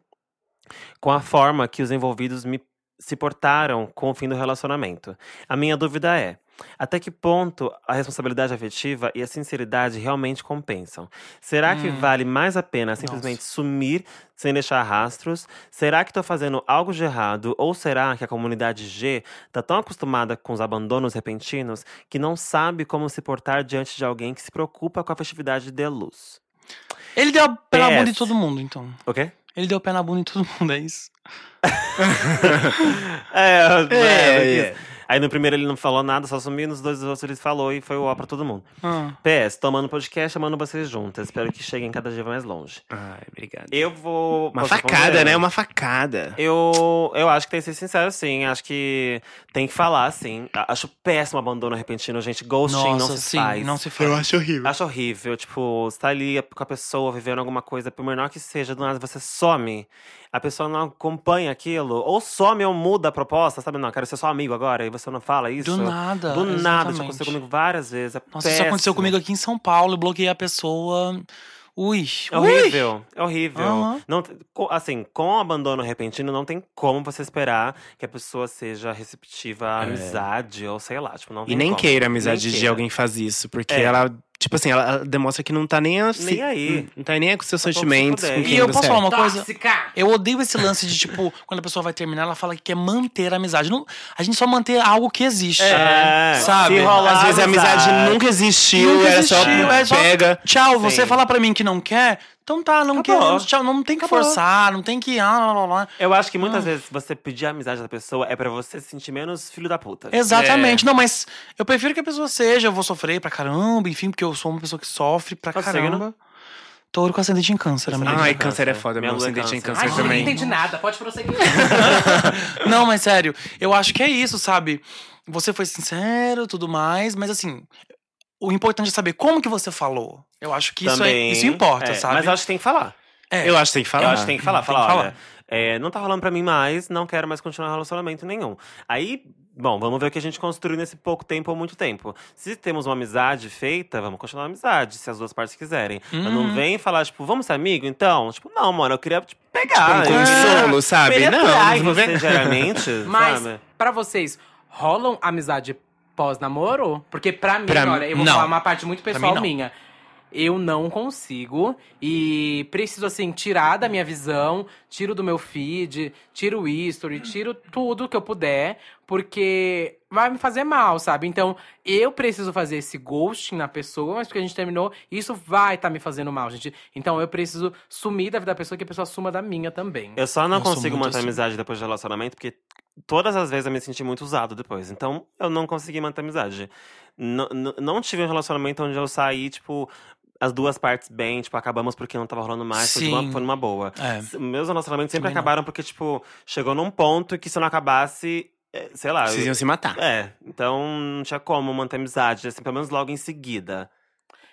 com a forma que os envolvidos me se portaram com o fim do relacionamento. A minha dúvida é: até que ponto a responsabilidade afetiva e a sinceridade realmente compensam? Será que vale mais a pena simplesmente sumir sem deixar rastros? Será que tô fazendo algo de errado? Ou será que a comunidade G tá tão acostumada com os abandonos repentinos que não sabe como se portar diante de alguém que se preocupa com a festividade de luz? Ele deu a pé na bunda de PS. todo mundo, então. O quê? Ele deu a pé na bunda de todo mundo, é isso. É, É, é, Aí no primeiro ele não falou nada, só sumiu, nos dois outros ele falou e foi o ó pra todo mundo. Ah. PS, tomando podcast, chamando vocês juntas. Espero que cheguem cada dia mais longe. Ai, obrigado. Eu vou. Uma posso facada, responder? né? Uma facada. Eu, eu acho que tem que ser sincero, sim. Acho que tem que falar, sim. A- Acho péssimo abandono repentino, gente. Ghosting não Nossa, se sim, faz. não se faz. acho horrível. Acho horrível, tipo, você tá ali com a pessoa vivendo alguma coisa, por menor que seja, do nada você some. A pessoa não acompanha aquilo. Ou some ou muda a proposta, sabe? Não, quero ser só amigo agora, e você não fala isso. é- Do nada. Do nada, isso exatamente. aconteceu comigo várias vezes. É Nossa, isso aconteceu péssimo. comigo aqui em São Paulo. Eu bloqueei a pessoa. Ui. É ui. horrível, é horrível. Aham. Não, t- co- assim, com o abandono repentino, não tem como você esperar que a pessoa seja receptiva É. à amizade ou sei lá. Tipo, não E tem nem como. queira a amizade Nem de queira. alguém que faz isso, porque É. ela, tipo assim, ela ela demonstra que não tá nem a- Nem aí. hum. Não tá nem aí com seus Tá todo sentimentos, se com fudendo. quem E eu você posso é. falar uma coisa? Tóxica! Eu odeio esse lance de, tipo, quando a pessoa vai terminar, ela fala que quer manter a amizade. Não, a gente só manter algo que existe. né? É. Sabe? é, Se rolar, Às vezes a amizade amizade. nunca existiu, Nunca era existiu, só é só- pega. Tchau, você né? Sim. falar pra mim que não quer, então tá, não Acabou. quer, tchau, não tem que Acabou. forçar, não tem que. Ah, lá, lá, lá. Eu acho que muitas Ah. vezes você pedir a amizade da pessoa é pra você se sentir menos filho da puta. É. Exatamente, não, mas eu prefiro que a pessoa seja, eu vou sofrer pra caramba, enfim, porque eu sou uma pessoa que sofre pra Qual signo? caramba. Touro com ascendente em câncer, amigo. Ai, câncer. câncer é foda, Minha meu. lua é Ascendente em câncer câncer. Ai, gente, não também. entendi nada. Pode prosseguir. Não, mas sério, eu acho que é isso, sabe? Você foi sincero, tudo mais, mas assim, o importante é saber como que você falou. Eu acho que isso, é- Também, isso importa, é, sabe? É, Mas eu acho que tem que falar. Eu acho que tem que falar. Eu acho que tem que falar. Tem Falar, que olha, é, não tá rolando pra mim mais, não quero mais continuar relacionamento nenhum. Aí, bom, vamos ver o que a gente construiu nesse pouco tempo ou muito tempo. Se temos uma amizade feita, vamos continuar a amizade, se as duas partes quiserem. Mas Uhum. não vem falar, tipo, vamos ser amigo então? Tipo, não, mano, eu queria tipo, pegar. Tipo, um consolo, sabe? Não, Não, não não vem- sinceramente, Mas, sabe? pra vocês, rolam amizade pós-namoro? Porque pra mim, Pra mim, olha, eu vou não. falar uma parte muito mim, pessoal não. minha. Eu não consigo e preciso, assim, tirar da minha visão, tiro do meu feed, tiro o history, tiro tudo que eu puder, porque vai me fazer mal, sabe? Então, eu preciso fazer esse ghosting na pessoa, mas porque a gente terminou, isso vai estar me fazendo mal, gente. Então, eu preciso sumir da vida da pessoa, que a pessoa suma da minha também. Eu só não Eu sou consigo muito manter assim. amizade depois de relacionamento, porque todas as vezes eu me senti muito usado depois. Então, eu não consegui manter amizade. N- n- não tive um relacionamento onde eu saí, tipo, as duas partes bem, tipo, acabamos porque não tava rolando mais, foi, de uma- Sim. foi numa boa. É. S- Meus relacionamentos sempre Também não. acabaram porque, tipo, chegou num ponto que se eu não acabasse, eh, sei lá. eu- Vocês iam se matar. É, então não tinha como manter amizade, assim, pelo menos logo em seguida.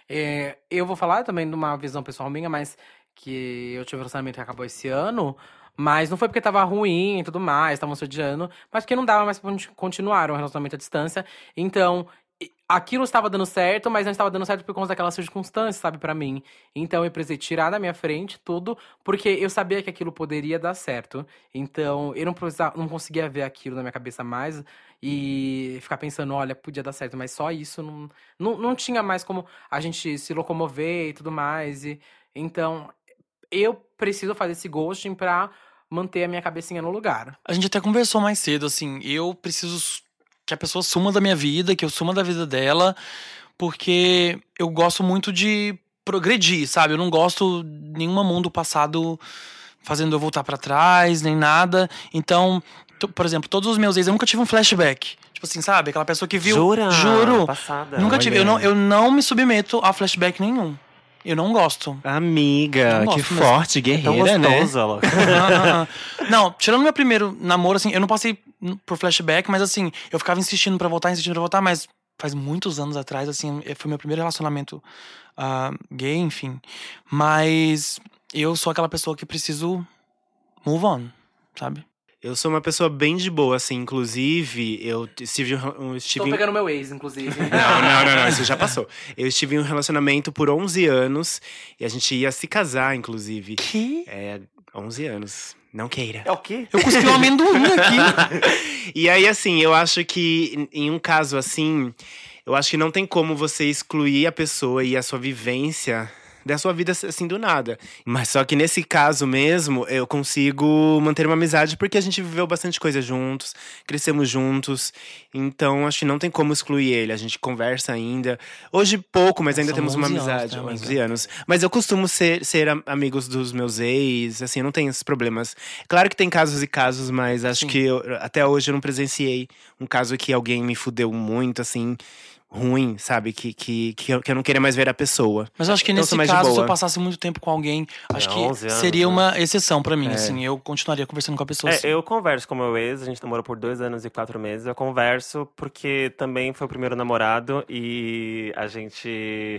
É, eu vou falar também de uma visão pessoal minha, mas que eu tive um relacionamento que acabou esse ano. Mas não foi porque tava ruim e tudo mais, estavam se odiando, mas porque não dava mais pra gente continuar um relacionamento à distância. Então, e- aquilo estava dando certo, mas não estava dando certo por conta daquelas circunstâncias, sabe, pra mim. Então eu precisei tirar da minha frente tudo, porque eu sabia que aquilo poderia dar certo. Então eu não, precisava, não conseguia ver aquilo na minha cabeça mais e ficar pensando, olha, podia dar certo, mas só isso não, não, não tinha mais como a gente se locomover e tudo mais. E, então, eu preciso fazer esse ghosting pra manter a minha cabecinha no lugar. A gente até conversou mais cedo, assim, eu preciso s- que a pessoa suma da minha vida, que eu suma da vida dela, porque eu gosto muito de progredir, sabe? Eu não gosto nenhuma mão do passado fazendo eu voltar pra trás, nem nada. Então, to- por exemplo, todos os meus ex, eu nunca tive um flashback. Tipo assim, sabe? Aquela pessoa que viu. Jura? Juro. Passada. Nunca tive. Eu não, eu não me submeto a flashback nenhum. Eu não gosto. Amiga, Não que gosto, mas Tão forte, guerreira, né? gostosa, louca. não, tirando meu primeiro namoro, assim, eu não passei por flashback, mas assim, eu ficava insistindo pra voltar, insistindo pra voltar, mas faz muitos anos atrás, assim, foi meu primeiro relacionamento ah, gay, enfim. Mas eu sou aquela pessoa que preciso move on, sabe? Eu sou uma pessoa bem de boa, assim. Inclusive, eu estive, em um- eu Tô estive em- pegando meu ex, inclusive. Não, não, não, não, isso já passou. Eu estive em um relacionamento por 11 anos e a gente ia se casar, inclusive. Que? É, 11 anos. Não queira. É o quê? Eu cuspi um amendoim aqui. e aí, assim, eu acho que em em um caso assim, eu acho que não tem como você excluir a pessoa e a sua vivência da sua vida assim do nada. Mas só que nesse caso mesmo, eu consigo manter uma amizade porque a gente viveu bastante coisa juntos, crescemos juntos. Então, acho que não tem como excluir ele. A gente conversa ainda. Hoje pouco, mas ainda São temos uma 11 anos, amizade, né, 11 amiga? anos. Mas eu costumo ser, ser am- amigos dos meus ex, assim, eu não tenho esses problemas. Claro que tem casos e casos, mas acho Sim. que eu- até hoje eu não presenciei um caso que alguém me fudeu muito, assim, ruim, sabe? Que, que, que, eu, que eu não queria mais ver a pessoa. Mas eu acho que Eu nesse sou Então é mais de caso, se eu boa. passasse muito tempo com alguém, acho É, que 11 anos, seria né? uma exceção pra É. mim, assim. Eu continuaria conversando com a pessoa. É, assim. eu converso com meu ex, a gente namorou por dois anos e quatro meses. Eu converso porque também foi o primeiro namorado e a gente.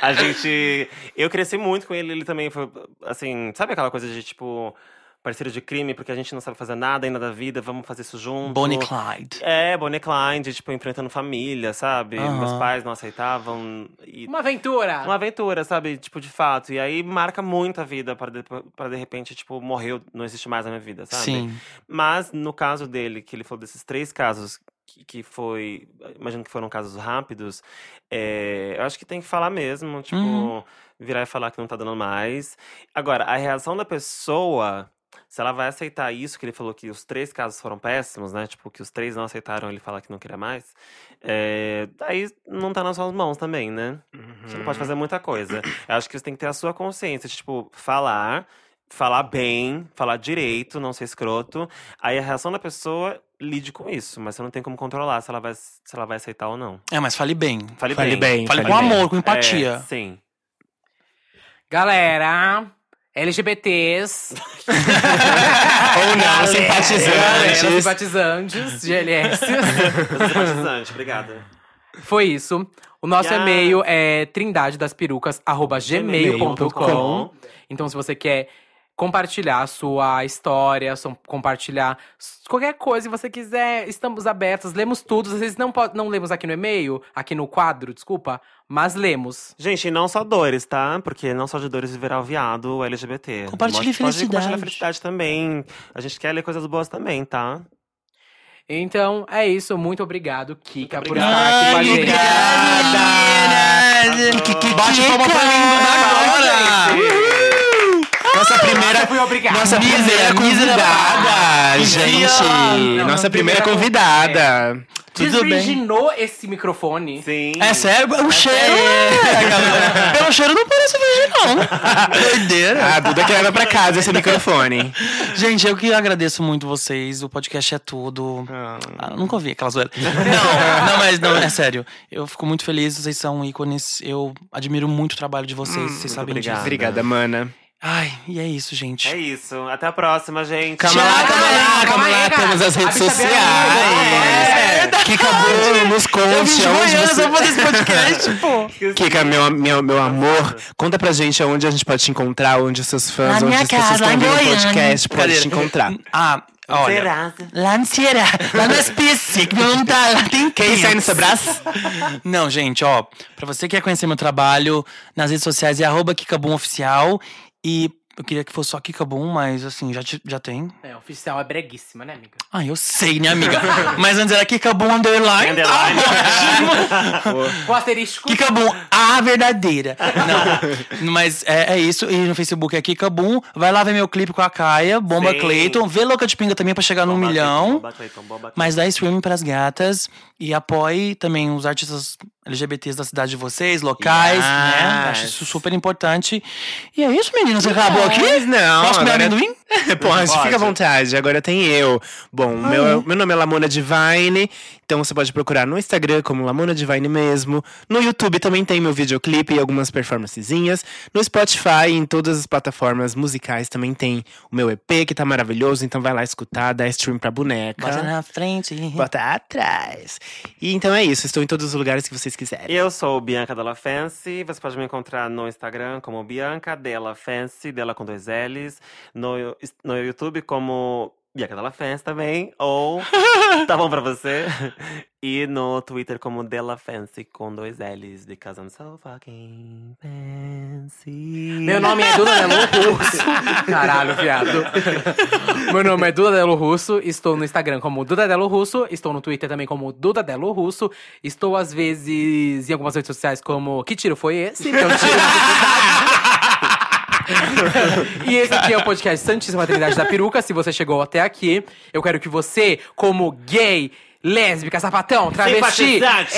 a gente. Eu cresci muito com ele, ele também foi. Assim, sabe aquela coisa de tipo. Parceiro de crime, porque a gente não sabe fazer nada ainda da vida, vamos fazer isso junto. Bonnie Clyde. É, Bonnie Klein, de, tipo, enfrentando família, sabe? Aham. Meus pais não aceitavam. E Uma aventura! uma aventura, sabe? Tipo, de fato. E aí marca muito a vida para de, pra de repente, tipo, morreu, não existe mais na minha vida, sabe? Sim. Mas no caso dele, que ele falou desses três casos que, que foi. Imagino que foram casos rápidos. é, eu acho que tem que falar mesmo, tipo, Uhum. virar e falar que não tá dando mais. Agora, a reação da pessoa. Se ela vai aceitar isso, que ele falou que os três casos foram péssimos, né? Tipo, que os três não aceitaram ele falar que não queria mais. é, aí não tá nas suas mãos também, né? Você não pode Uhum. fazer muita coisa. Eu acho que você tem que ter a sua consciência, de, tipo, falar, falar bem, falar direito, não ser escroto. Aí a reação da pessoa lide com isso, mas você não tem como controlar se ela vai, se ela vai aceitar ou não. É, mas fale bem. Fale, Fale bem, Fale fale com bem. amor, com É, empatia. sim. Galera, LGBTs. Ou não, Galera, simpatizantes. simpatizantes, GLS. Eu sou simpatizante, obrigada. Foi isso. O nosso Yeah. e-mail é trindadedaspirucas.gmail.com. Então, se você quer compartilhar a sua história, so- compartilhar s- qualquer coisa que você quiser, estamos abertos, lemos tudo. Às vezes não, po- não lemos aqui no e-mail, aqui no quadro, desculpa, mas lemos. Gente, e não só dores, tá? Porque não só de dores viverá o viado, o LGBT. Compartilhe Pode- pode felicidade. compartilhar felicidade também. A gente quer ler coisas boas também, tá? Então, é isso. Muito obrigado, Kika, É. por obrigado. estar Ah, aqui com a gente. Bate palma pra mim agora! Nossa primeira. Fui obrigado. Nossa Mísera, primeira mísera. convidada, Mísera. gente! Nossa primeira convidada. Tudo bem. Desvirginou esse microfone. Sim. É sério? O cheiro. é, Pelo cheiro não parece virgem, não. Doideira. A Ah, Duda que leva pra casa esse microfone. Gente, eu que agradeço muito vocês. O podcast é tudo. Ah, eu nunca ouvi aquelas zoeira. Não, não, mas não, é sério. Eu fico muito feliz, vocês são ícones. Eu admiro Hum, muito o trabalho de vocês, vocês sabem obrigado. disso. é. Obrigada, mana. Ai, e é isso, gente. É isso. Até a próxima, gente. Calma lá, calma lá, calma lá. Temos as redes É. sociais. Kika Bruno, nos né? É. eu vim conte de aonde Goiânia você só pra fazer esse podcast, pô. Kika, meu, meu, meu amor, conta pra gente aonde a gente pode te encontrar, onde os seus fãs, Na onde minha as pessoas casa, que lá em ouvem o Goiânia. podcast podem Brincadeira. te encontrar. Ah, olha. Será? Lá no Ceará, lá nas PC, que não tá, lá tem Quem sai no seu braço? Não, gente, ó, pra você que quer conhecer meu trabalho, nas redes sociais é arroba Kikabum Oficial e eu queria que fosse só Kikabum, mas assim, já, te- já tem. É, oficial é breguíssima, né, amiga? Ah, eu sei, né, amiga? mas antes era Kikabum Underline. Underline. Tá ótimo. Com asterisco. Kikabum, a verdadeira. Não, mas é, é isso. E no Facebook é Kikabum. Vai lá ver meu clipe com a Caia, Bomba Sim. Clayton. Vê Louca de Pinga também pra chegar no Bomba milhão. Clayton, bomba Clayton, bomba Clayton. Mas dá streaming pras gatas e apoie também os artistas LGBTs da cidade de vocês, locais, né? Yes. Acho isso super importante. E é isso, meninas. Acabou aqui? Não, é Posso comer agora- amendoim? Pode, fica à vontade. Agora tem eu. Bom, meu, meu nome é Lamona Divine, então você pode procurar no Instagram como Lamona Divine mesmo. No YouTube também tem meu videoclipe e algumas performancezinhas. No Spotify e em todas as plataformas musicais também tem o meu EP, que tá maravilhoso. Então vai lá escutar, dá stream pra boneca. Bota na frente. Bota atrás. E então é isso. Estou em todos os lugares que vocês quiserem. Eu sou Bianca Della Fancy. Você pode me encontrar no Instagram como Bianca Della Fancy, dela com dois L's. No, no YouTube como Bianca Della Fancy também. Ou tá bom pra você? E no Twitter como Della Fancy com dois L's, because I'm so fucking fancy. Meu nome é Duda Delo Russo. Caralho, viado. Meu nome é Duda Delo Russo. Estou no Instagram como Duda Delo Russo. Estou no Twitter também como Duda Delo Russo. Estou, às vezes, em algumas redes sociais como Que Tiro Foi Esse? Que é o tiro- e esse aqui é o podcast Santíssima Trindade da Peruca. Se você chegou até aqui, eu quero que você, como gay, lésbica, sapatão, é travesti, É, Simpatizante.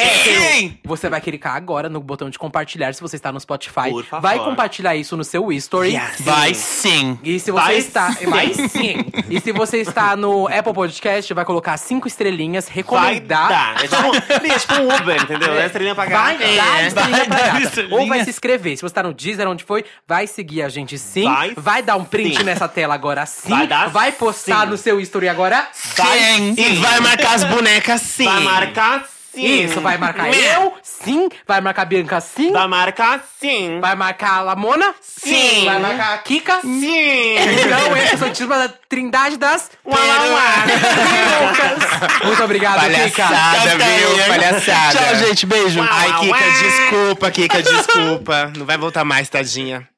hétero, você vai clicar agora no botão de compartilhar se você está no Spotify. Por favor. Vai compartilhar isso no seu story. Vai sim. E se você Vai está. sim. Vai sim. E se você está no Apple Podcast, vai colocar cinco estrelinhas, Vai recomendar. dar. É tipo, é tipo um Uber, entendeu? É estrelinha pra Vai gata. dar estrelinha pra dar gata. estrelinha. Ou vai se inscrever. Se você tá no Deezer, onde foi, vai seguir a gente sim. Vai Vai, dar um print sim. nessa tela agora sim. Vai dar postar sim. no seu story agora Sim. E vai marcar as bonecas sim. Vai marcar sim. Né? Isso, vai marcar eu sim. Vai marcar a Bianca sim. Vai marcar sim. Vai marcar a Lamona Sim. Vai marcar a Kika Né? Sim. Então, esse é o Santíssima da Trindade das Uau, uau, uau. Perucas. Muito obrigado, Kika. Palhaçada, viu? Palhaçada. Tchau, gente. Beijo. Uau, Ai, uau. Kika, desculpa, Kika, desculpa. Não vai voltar mais, tadinha.